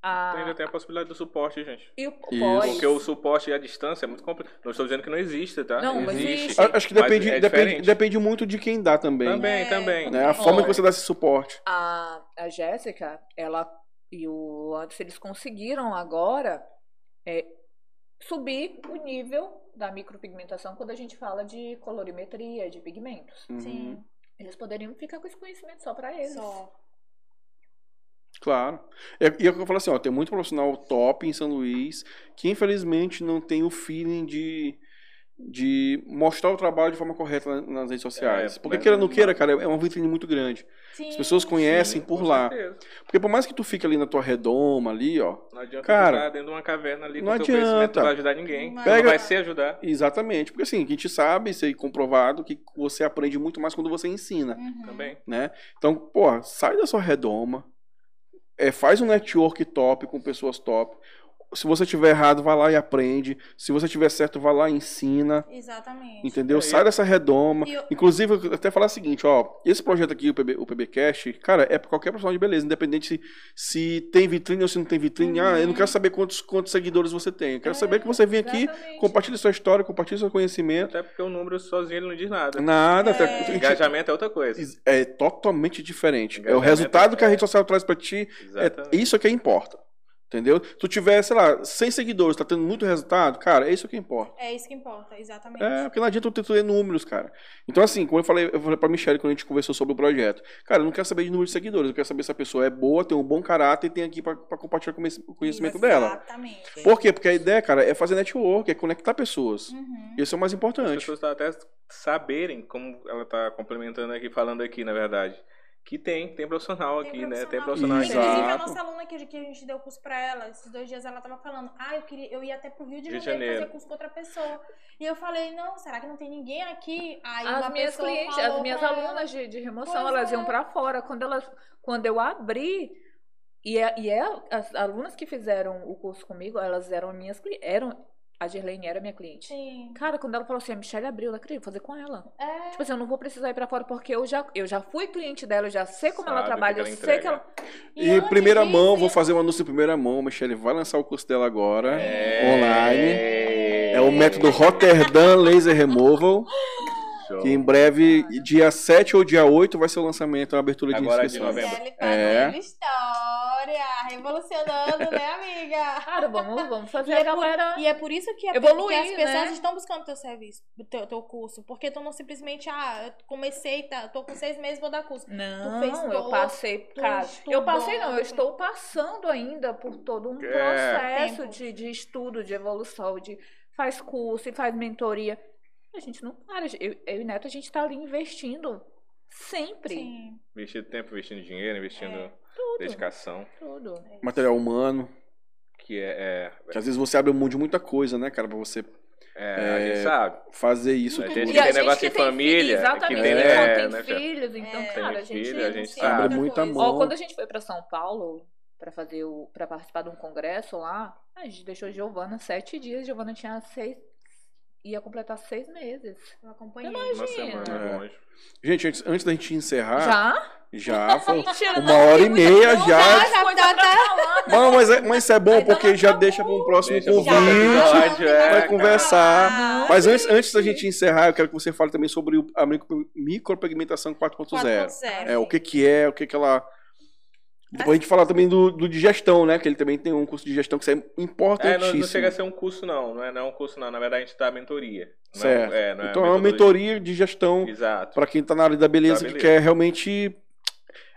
S2: Ah,
S3: Ainda tem a possibilidade do suporte, gente.
S2: e o
S1: Isso.
S2: pós,
S3: Porque o suporte à distância é muito complicado. Não estou dizendo que não existe, tá?
S2: Não, mas existe.
S1: A- Acho que
S3: Mas
S1: depende,
S3: é
S1: depende,
S3: diferente.
S1: depende muito de quem dá também.
S3: Também,
S4: É.
S3: também.
S1: né? A forma que você dá esse suporte.
S2: a, a Jéssica, ela e o Anderson, eles conseguiram agora é, subir o nível da micropigmentação quando a gente fala de colorimetria, de pigmentos.
S1: Uhum.
S4: Sim.
S2: Eles poderiam ficar com esse conhecimento só pra eles.
S4: Só.
S1: Claro. E e é o que eu falo assim, ó, tem muito profissional top em São Luís que infelizmente não tem o feeling de, de mostrar o trabalho de forma correta na- nas redes sociais.
S3: É,
S1: Porque
S3: mas
S1: queira ou não
S3: não
S1: queira,
S3: dá.
S1: cara, é uma vitrine muito grande.
S4: Sim.
S1: As pessoas conhecem
S3: Sim,
S1: por
S3: com
S1: lá.
S3: certeza.
S1: Porque por mais que tu fique ali na tua redoma ali, ó,
S3: Não adianta
S1: Cara,
S3: tu estar dentro de uma caverna ali
S1: não
S3: com teu
S1: adianta.
S3: conhecimento, tu vai ajudar ninguém.
S4: Não
S3: Tu
S1: Pega-
S3: Não vai se ajudar.
S1: exatamente. Porque assim, a gente sabe, isso aí é comprovado, que você aprende muito mais quando você ensina.
S4: Uhum.
S3: Também.
S1: né? Então, pô, sai da sua redoma, é, faz um network top com pessoas top. Se você tiver errado, vai lá e aprende. Se você tiver certo, vai lá e ensina.
S4: Exatamente.
S1: Entendeu?
S3: É,
S1: Sai dessa redoma.
S4: E eu-
S1: Inclusive, eu quero até falar o seguinte, ó. Esse projeto aqui, o, PB, o PBcast, cara, é pra qualquer profissional de beleza. Independente se, se tem vitrine ou se não tem vitrine. Ah, eu não quero saber quantos, quantos seguidores você tem. Eu quero saber que você vem aqui,
S2: É, Exatamente.
S1: compartilha sua história, compartilha seu conhecimento.
S3: Até porque o número sozinho ele não diz nada.
S1: Nada.
S4: É.
S1: até- a gente-
S3: Engajamento é outra coisa.
S1: é totalmente diferente. É o
S3: Engajamento,
S1: resultado que a
S3: é.
S1: rede social traz pra ti. É
S3: Exatamente.
S1: isso é que importa. Entendeu? Se tu tiver, sei lá, 100 seguidores, tá tendo muito resultado, cara, é isso que importa.
S4: É isso que importa, exatamente.
S1: É, porque não adianta tu ter números, cara. Então, assim, como eu falei, eu falei pra Michelle quando a gente conversou sobre o projeto, cara, eu não quero saber de número de seguidores, eu quero saber se a pessoa é boa, tem um bom caráter e tem aqui pra, pra compartilhar o conhecimento dela.
S4: Exatamente.
S1: Por quê? Porque a ideia, cara, é fazer network, é conectar pessoas.
S4: Uhum.
S1: Isso é o mais
S3: As
S1: importante.
S3: pessoas até saberem, como ela tá complementando aqui, falando aqui, na verdade. Que tem, tem profissional aqui, né? Tem profissional
S1: Exato.
S4: Inclusive,
S3: aqui.
S4: a nossa aluna que, que a gente deu curso pra ela, esses dois dias ela tava falando, ah, eu queria, eu ia até pro Rio de
S3: Rio
S4: Janeiro,
S3: de
S4: fazer
S3: Janeiro.
S4: curso com outra pessoa. E eu falei, não, será que não tem ninguém aqui? Aí
S2: As
S4: uma
S2: minhas
S4: pessoa
S2: clientes,
S4: falou
S2: as minhas
S4: pra ela,
S2: alunas de, de remoção,
S4: Pois
S2: elas
S4: é.
S2: iam pra fora. Quando, elas, quando eu abri, e, é- e é, as alunas que fizeram o curso comigo, elas eram minhas clientes. Eram, a Gerlene era minha cliente.
S4: Sim.
S2: Cara, quando ela falou assim, a Michelle abriu, eu não acredito, vou fazer com ela.
S4: É,
S2: Tipo assim, eu não vou precisar ir pra fora porque eu já, eu já fui cliente dela, eu já sei como ela
S3: Sabe o que
S2: trabalha, eu
S3: ela
S2: sei que ela.
S1: E
S4: antes
S1: primeira
S4: disso,
S1: mão,
S4: eu-
S1: vou fazer um anúncio em primeira mão. Michelle vai lançar o curso dela agora.
S3: É.
S1: Online. É o método Rotterdam Laser Removal.
S3: Show.
S1: Que em breve, dia 7 ou dia 8, vai ser o lançamento, a abertura de
S3: Agora de
S1: inscrições.
S3: novembro.
S4: Gisele
S1: É.
S4: fazendo história, revolucionando, né, amiga?
S2: Cara, vamos, vamos fazer
S4: E
S2: a
S4: é, por,
S2: galera.
S4: [laughs] e é por isso que, é
S2: evoluir,
S4: porque as pessoas
S2: né?
S4: estão buscando teu serviço, teu, teu curso. Porque tu não simplesmente, ah, eu comecei, tá, tô com seis meses, vou dar curso.
S2: Não,
S4: Tu fez
S2: eu
S4: todo,
S2: passei,
S4: tu
S2: cara. Eu
S4: estudou.
S2: passei, não, eu estou passando ainda por todo um
S3: É.
S2: processo
S4: Tempo.
S2: de, de estudo, de evolução, de faz curso e faz mentoria. A gente não para. Eu, eu e Neto, a gente está ali investindo sempre.
S4: Sim.
S3: Investindo tempo, investindo dinheiro, investindo
S4: É.
S2: Tudo.
S3: dedicação.
S2: Tudo.
S1: Material humano.
S3: Que é.
S1: Que às vezes você abre mão de muita coisa, né, cara, pra você
S3: é, é, A gente sabe.
S1: fazer isso
S3: A
S1: tudo.
S3: gente
S2: E a
S3: tem
S2: gente
S3: negócio
S2: que
S3: em
S2: tem filho,
S3: família, que
S2: Exatamente.
S3: tem,
S2: que
S3: né,
S2: tem
S3: né,
S2: filhos, então,
S4: É.
S2: cara, a
S3: Tem
S2: gente. assim.
S3: filho, a
S4: não
S3: gente tá
S4: sei
S3: sabe.
S1: Abre muita
S4: coisa.
S1: mão.
S2: Ó, quando a gente foi pra São Paulo pra fazer o para participar de um congresso lá, a gente deixou Giovana sete dias. Giovana tinha seis, ia completar seis meses.
S4: Eu acompanhei.
S3: Uma
S2: Imagina.
S3: semana
S1: É.
S3: longe.
S1: Gente, antes, antes da gente
S3: Ah.
S1: encerrar,
S2: Já?
S1: já, foi
S2: [laughs] Mentira,
S1: uma hora e meia já.
S4: já
S2: coisa
S4: tá-
S2: pra falar.
S1: Não, mas, é, mas isso é bom,
S2: Então
S1: porque já deixa pra um próximo
S3: Deixa pra um
S1: convite.
S3: próximo episódio, é,
S1: vai
S3: cara.
S1: conversar.
S4: Ah,
S1: Mas antes, antes da gente encerrar, eu quero que você fale também sobre o- a micro- micropigmentação 4.0.
S4: 4.0.
S1: É, o que que é, o que que ela... Depois a gente falar também do, do de gestão, né? Que ele também tem um curso de gestão que isso é
S3: É,
S1: importantíssimo.
S3: não, não chega a ser um curso, não. Não é, não é um curso, não. Na verdade, a gente dá mentoria. Não,
S1: Certo.
S3: É, não é
S1: então é uma
S3: metodologia.
S1: mentoria de gestão
S3: Exato.
S1: para quem tá na área da beleza,
S3: Da
S1: que
S3: beleza.
S1: quer realmente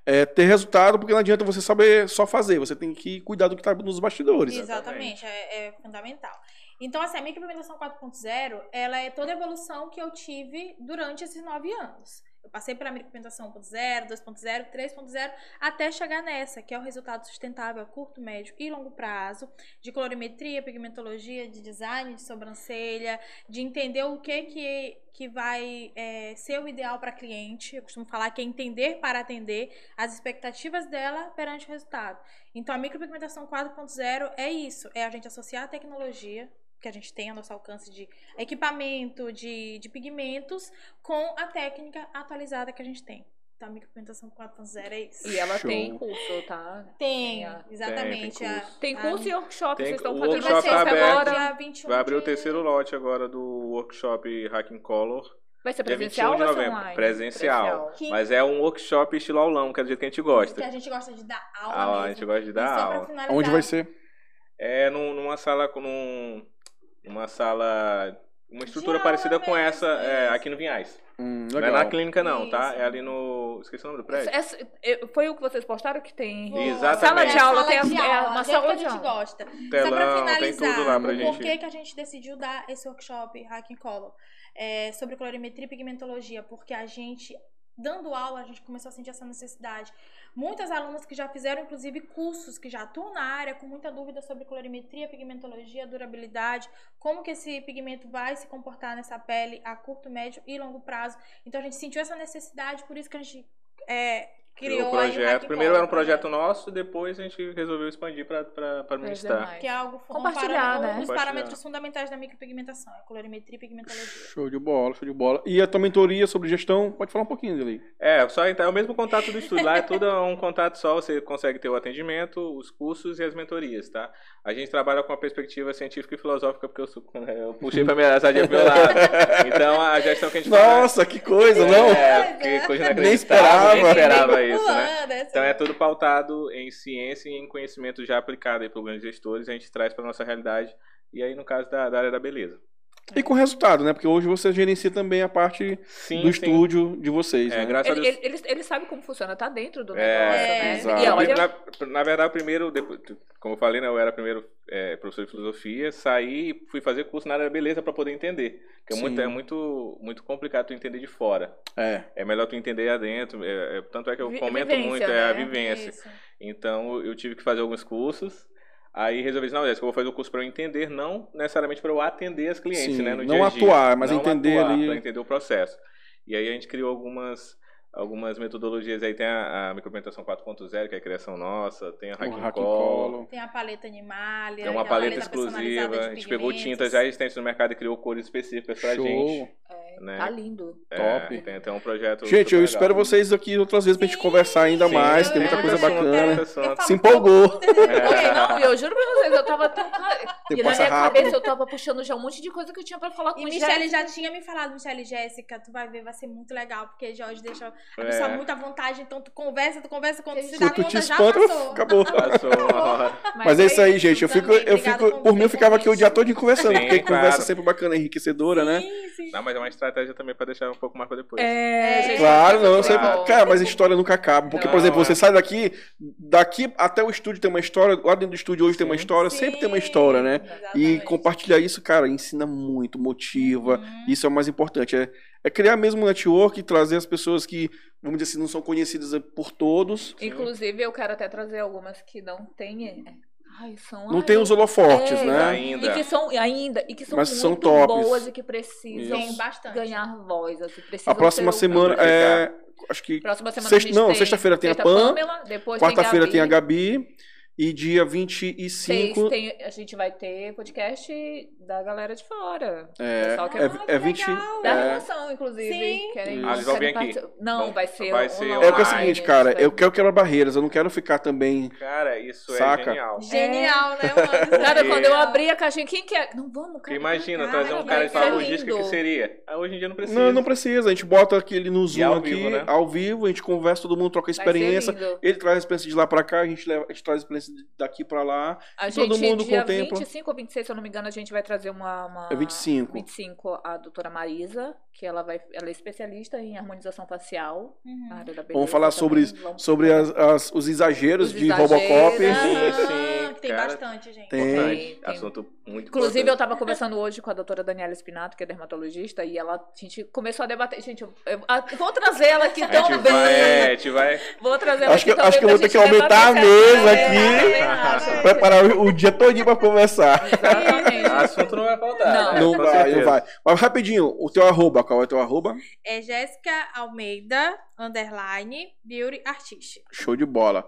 S1: é, ter resultado, porque não adianta você saber só fazer, você tem que cuidar do que tá nos bastidores.
S4: Exatamente, é, é fundamental. Então, assim, a minha um implementação 4.0, ela é toda a evolução que eu tive durante esses nove anos. Eu passei para a micropigmentação 1.0, 2.0, 3.0, até chegar nessa, que é o resultado sustentável a curto, médio e longo prazo, de colorimetria, pigmentologia, de design de sobrancelha, de entender o que que, que vai é, ser o ideal para cliente. Eu costumo falar que é entender para atender as expectativas dela perante o resultado. Então, a micropigmentação 4.0 é isso, é a gente associar a tecnologia que a gente tem ao nosso alcance de equipamento, de, de pigmentos, com a técnica atualizada que a gente tem. Então, a micropigmentação 4.0 é isso.
S2: E ela
S1: Show.
S2: tem curso, tá?
S4: Tem,
S2: a-
S4: exatamente.
S3: Tem, tem
S4: a-
S3: curso.
S2: Tem
S4: a-
S2: curso e workshop,
S3: Tem-
S2: vocês estão
S3: o
S4: que
S2: fazendo
S4: vai
S3: workshop
S2: workshop
S4: ser
S3: tá
S4: agora,
S2: agora.
S3: aberto.
S4: dia 21
S3: Vai abrir o
S4: de-
S3: terceiro lote agora do workshop Hacking Color.
S2: Vai ser
S3: Dia
S2: presencial
S3: 21
S2: ou
S3: de
S2: vai ser
S3: novembro.
S2: online?
S3: Presencial.
S4: Que,
S3: Mas é um workshop estilo aulão, que é do jeito que a gente
S4: que
S3: gosta.
S4: a gente gosta de dar aula
S3: Ah, a
S4: mesmo.
S3: gente gosta de
S4: E
S3: dar
S4: só pra
S3: aula.
S4: finalizar,
S1: Onde vai ser?
S3: É num- numa sala com num- uma sala, uma estrutura
S4: aula
S3: parecida com
S4: mesmo,
S3: essa é,
S4: isso.
S3: aqui no Vinhais.
S1: Hum,
S3: Não é
S1: legal.
S3: na clínica não, tá?
S4: Isso. é
S3: É ali no, esqueci o nome do
S2: Essa-
S3: prédio.
S2: essa- eh, foi o que vocês postaram que tem.
S4: Boa.
S3: Exatamente. Sala de
S2: aula,
S4: Sala
S2: tem a-
S4: de
S2: é
S4: aula,
S2: uma
S4: do
S2: sala
S4: jeito que
S2: de
S4: a gente
S2: aula.
S4: gosta. Só pra
S3: Telão, tem
S4: finalizar,
S3: tudo lá pra
S4: o porquê
S3: gente.
S4: que a gente decidiu dar esse workshop Hacking Color é, sobre colorimetria e pigmentologia? Porque a gente, dando aula, a gente começou a sentir essa necessidade. Muitas alunas que já fizeram, inclusive, cursos que já atuam na área, com muita dúvida sobre colorimetria, pigmentologia, durabilidade, como que esse pigmento vai se comportar nessa pele a curto, médio e longo prazo. Então a gente sentiu essa necessidade, por isso que a gente é, criou
S3: o
S4: aí o né?
S3: projeto.
S4: Hacking
S3: Primeiro
S4: Color,
S3: era um projeto nosso, depois a gente resolveu expandir pra- pra pra administrar.
S4: que é algo com
S2: Compartilhar,
S4: parâmetro-
S2: né?
S4: um dos
S3: Compartilhar.
S4: parâmetros fundamentais da micropigmentação, é colorimetria e pigmentologia.
S1: Show de bola, show de bola. E a tua mentoria sobre gestão, pode falar um pouquinho dele.
S3: É, só então, é o mesmo contato do estudo. Lá é tudo [laughs] um contato só, você consegue ter o atendimento, os cursos e as mentorias, tá? A gente trabalha com a perspectiva científica e filosófica, porque eu, sou- [laughs] eu puxei pra minha sardinha pro meu
S4: [laughs]
S3: lado. Então a gestão que a gente
S1: Nossa, que coisa, não?
S3: É, que coisa inacreditável.
S1: Nem esperava.
S3: ninguém esperava isso, né?
S2: [laughs]
S4: Voando, essa-
S3: Então é tudo pautado em ciência e em conhecimento já aplicado aí por grandes gestores, a gente traz para nossa realidade. E aí, no caso da, da área da beleza.
S1: E com resultado, né? Porque hoje você gerencia também a parte
S3: Sim,
S1: do
S3: sim.
S1: estúdio de vocês,
S3: É,
S1: né?
S3: graças
S2: Ele,
S3: a Deus.
S2: ele, ele- ele sabe como funciona, tá dentro do
S4: É,
S2: negócio, né?
S1: exato.
S2: E
S3: Porque,
S2: olha,
S3: na, na verdade, primeiro, depois- como eu falei, né, eu era primeiro é, professor de filosofia, saí e fui fazer curso na área da beleza para poder entender. Porque é
S1: Sim.
S3: muito, é muito, muito complicado tu entender de fora.
S1: É.
S3: É melhor tu entender adentro. É, é- tanto é que eu
S2: Vi-
S3: comento
S2: vivência,
S3: muito, é a
S2: né?
S3: vivência.
S4: Isso.
S3: Então eu tive que fazer alguns cursos. Aí resolvi, não, Jéssica, eu vou fazer o curso para eu entender, não necessariamente para eu atender as clientes,
S1: Sim,
S3: né? No
S1: não
S3: dia a dia.
S1: atuar, mas
S3: Não
S1: entender
S3: atuar,
S1: ali.
S3: Pra entender o processo. E aí a gente criou algumas, algumas metodologias. Aí tem a, a micropigmentação 4.0, que é a criação nossa, tem a
S1: O
S3: Hacking,
S1: hack and
S3: Call,
S1: colo.
S4: Tem a paleta animalia,
S3: tem É uma
S4: a
S3: paleta
S4: É, personalizada
S3: exclusiva.
S4: de
S3: A gente pegou
S4: pigmentos.
S3: tintas já é existentes no mercado e criou cores específicas pra gente.
S1: Show.
S2: é,
S3: né?
S2: tá lindo.
S3: É,
S1: Top.
S3: tem até um projeto.
S1: Gente,
S3: super
S1: eu
S3: legal. é,
S1: espero vocês aqui outras vezes pra gente
S4: Sim,
S1: conversar ainda
S4: sim,
S1: mais.
S4: eu
S1: Tem muita
S4: quero,
S1: coisa
S4: eu
S3: assim,
S4: quero.
S1: bacana.
S4: Eu
S3: assunto.
S4: falo
S1: Se
S4: pra
S1: empolgou.
S4: todas, né?
S2: Gente, não, eu juro pra vocês, eu tava tão. E na
S1: Tempo É. passa
S2: minha
S1: rápido.
S2: cabeça eu tava puxando já um monte de coisa que eu tinha pra falar com
S4: E
S2: o
S4: Michelle já tinha me falado, Michelle e Jéssica, tu vai ver, vai ser muito legal, porque Jorge deixa a pessoa
S3: É,
S4: muito à vontade, então tu conversa, tu conversa, quando
S2: Sim.
S4: se dá
S1: Quando tu te
S4: conta, já
S1: espanta,
S4: passou.
S1: acabou.
S3: É, [laughs] Passou uma hora.
S1: Mas é isso aí,
S4: isso,
S1: gente. Eu fico,
S4: também.
S1: eu
S4: Obrigada
S1: fico,
S4: pelo
S1: por mim eu ficava aqui o
S4: convite.
S1: dia todo conversando,
S3: Sim,
S1: porque
S3: claro.
S1: conversa é sempre bacana, enriquecedora, né?
S4: Sim, sim.
S3: Não, mas é uma estratégia também pra deixar um pouco mais pra depois.
S2: É, gente,
S1: Claro,
S2: tá
S1: não, eu
S2: tudo
S1: sei.
S2: bom.
S1: Cara, mas a história nunca acaba. Porque, por
S3: Não,
S1: exemplo,
S3: é.
S1: você sai daqui, daqui até o estúdio tem uma história, lá dentro do estúdio hoje tem uma
S3: Sim.
S1: história, sempre tem uma história, né? E
S4: Exatamente.
S1: compartilhar isso, cara, ensina muito, motiva.
S4: Uhum.
S1: Isso é o mais importante. É, é criar mesmo um network e trazer as pessoas que, vamos dizer assim, não são conhecidas por todos.
S2: Inclusive, eu quero até trazer algumas que não tem. é, Ai, são.
S1: Não
S2: ai,
S1: tem os holofortes,
S2: É,
S1: né?
S3: Ainda.
S2: E que são ainda e que são
S1: Mas
S2: muito
S1: são tops.
S2: boas e que
S1: Isso.
S2: precisam
S4: Tem bastante.
S2: Então, ganhar voz, assim, precisam
S1: A próxima
S2: ser o-
S1: semana
S3: Vai
S1: é. Acho que
S2: Próxima semana
S1: Sexta-
S2: a gente
S1: não,
S2: tem
S1: sexta-feira tem a
S2: sexta
S1: Pam,
S2: Pamela, depois
S1: quarta-feira tem a
S2: Gabi,
S1: Gabi. E dia
S2: seis
S1: 25.
S2: tem- a gente vai ter podcast da galera de fora.
S1: É,
S2: Pessoal que
S1: é, é
S4: que
S1: 20.
S4: legal.
S2: Da
S1: É,
S2: revolução, inclusive.
S4: Sim.
S2: Querem,
S1: Ah,
S3: eles vão
S2: querem
S3: vir aqui.
S2: participar- Não,
S3: Vão-
S2: vai ser.
S3: vai ser
S2: online,
S1: é que é o seguinte, cara, eu quero quebrar barreiras, eu não quero ficar também.
S3: Cara, isso
S1: Saca?
S3: é genial.
S4: Genial, né,
S1: É.
S4: mano?
S2: Cara, quando eu
S4: Genial.
S2: abri a caixinha, quem quer? Não vamos, cara.
S3: Imagina,
S4: Cara,
S3: trazer um
S4: vai
S3: cara de
S4: ser
S3: logística que
S2: lindo.
S3: seria. Ah, hoje em dia não precisa.
S1: Não, não precisa. A gente bota aquele no Zoom
S3: ao
S1: aqui,
S3: vivo, né?
S1: ao vivo, a gente conversa, todo mundo troca
S2: Vai ser
S1: experiência.
S2: lindo.
S1: Ele traz a experiência de lá pra cá, a gente, leva, a gente traz a experiência daqui pra lá.
S2: A gente,
S1: Todo mundo
S2: dia
S1: contempla.
S2: Ah, 25 ou 26, se eu não me engano, a gente vai trazer uma. uma
S1: É 25.
S2: 25, a doutora Marisa, que que ela, vai, ela é especialista em harmonização facial, na
S4: Uhum.
S2: área da beleza.
S1: Vamos falar sobre,
S2: também. Vamos-
S1: sobre as- as- os exageros
S2: Os
S1: de
S2: exageros.
S1: Robocop.
S4: Aham,
S3: sim,
S4: tem
S3: cara.
S4: bastante, gente.
S1: Tem.
S3: Importante.
S2: tem.
S3: Assunto muito
S2: Inclusive, eu
S3: importante.
S2: tava conversando hoje com a doutora Daniela Spinato, que é dermatologista, e ela, a gente começou a debater. Gente, eu, eu- a- vou trazer ela aqui
S3: A gente
S2: também.
S3: vai, é, a gente vai.
S2: Vou trazer ela
S1: Acho que,
S2: aqui também.
S1: acho que eu
S2: pra
S1: vou ter
S2: gente
S1: que aumentar a
S2: debater essa-
S1: mesa
S2: É,
S1: aqui. [laughs]
S2: é,
S1: Preparar o, o dia todinho pra conversar.
S2: Exatamente.
S3: Assunto não vai faltar.
S2: Não.
S3: né?
S1: Não
S3: Com
S1: vai, não
S3: certeza.
S1: vai. Mas rapidinho, o teu arroba, qual é o teu arroba?
S4: É Jéssica Almeida, underline, beauty artist.
S1: Show de bola.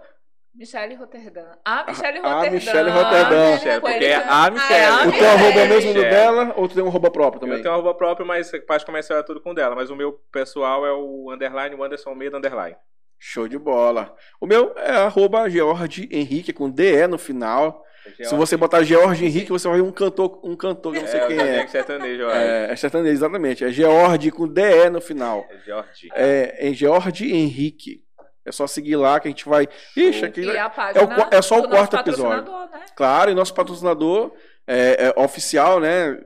S2: Michelle Roterdã. A Michelle
S1: A- a
S2: Roterdã.
S1: Michelle Ah, Roterdã.
S3: Michelle, porque é
S2: Coelho.
S3: a Michelle.
S1: O
S2: Ah,
S1: teu
S2: é.
S1: arroba é o mesmo do
S3: Michelle.
S1: dela ou tu tem um arroba próprio
S3: Eu
S1: também?
S3: tenho uma roupa própria, mas a parte comercial é tudo com dela. Mas o meu pessoal é o underline, o Anderson Almeida underline.
S1: Show de bola. O meu é arroba George Henrique com DE no final. Se você botar George Henrique, você vai ver um cantor, um cantor, que eu não sei
S3: é,
S1: quem
S3: eu
S1: é.
S3: tenho que sertanejo, eu acho.
S1: É, é sertanejo, exatamente. É George com DE no final.
S3: É Jorge.
S1: É, é George Henrique. É só seguir lá que a gente vai. Ixi, aqui.
S2: E a página
S1: É o qua- é só o
S2: do nosso
S1: quarto episódio.
S2: patrocinador, Né?
S1: Claro, e nosso patrocinador é, é oficial, né?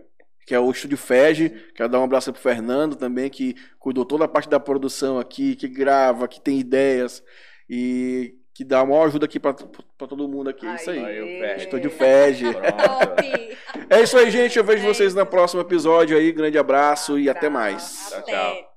S1: Que é o Estúdio Feg. Quero dar um abraço aí pro Fernando também, que cuidou toda a parte da produção aqui, que grava, que tem ideias e que dá a maior ajuda aqui pra pra todo mundo aqui. É isso aí.
S3: Aí, o Feg.
S1: Estúdio Feg.
S3: Pronto.
S1: É isso aí, gente. Eu vejo
S4: É
S1: vocês
S4: isso.
S1: no próximo episódio aí. Grande abraço e até mais.
S3: Tchau,
S4: Até.
S3: tchau.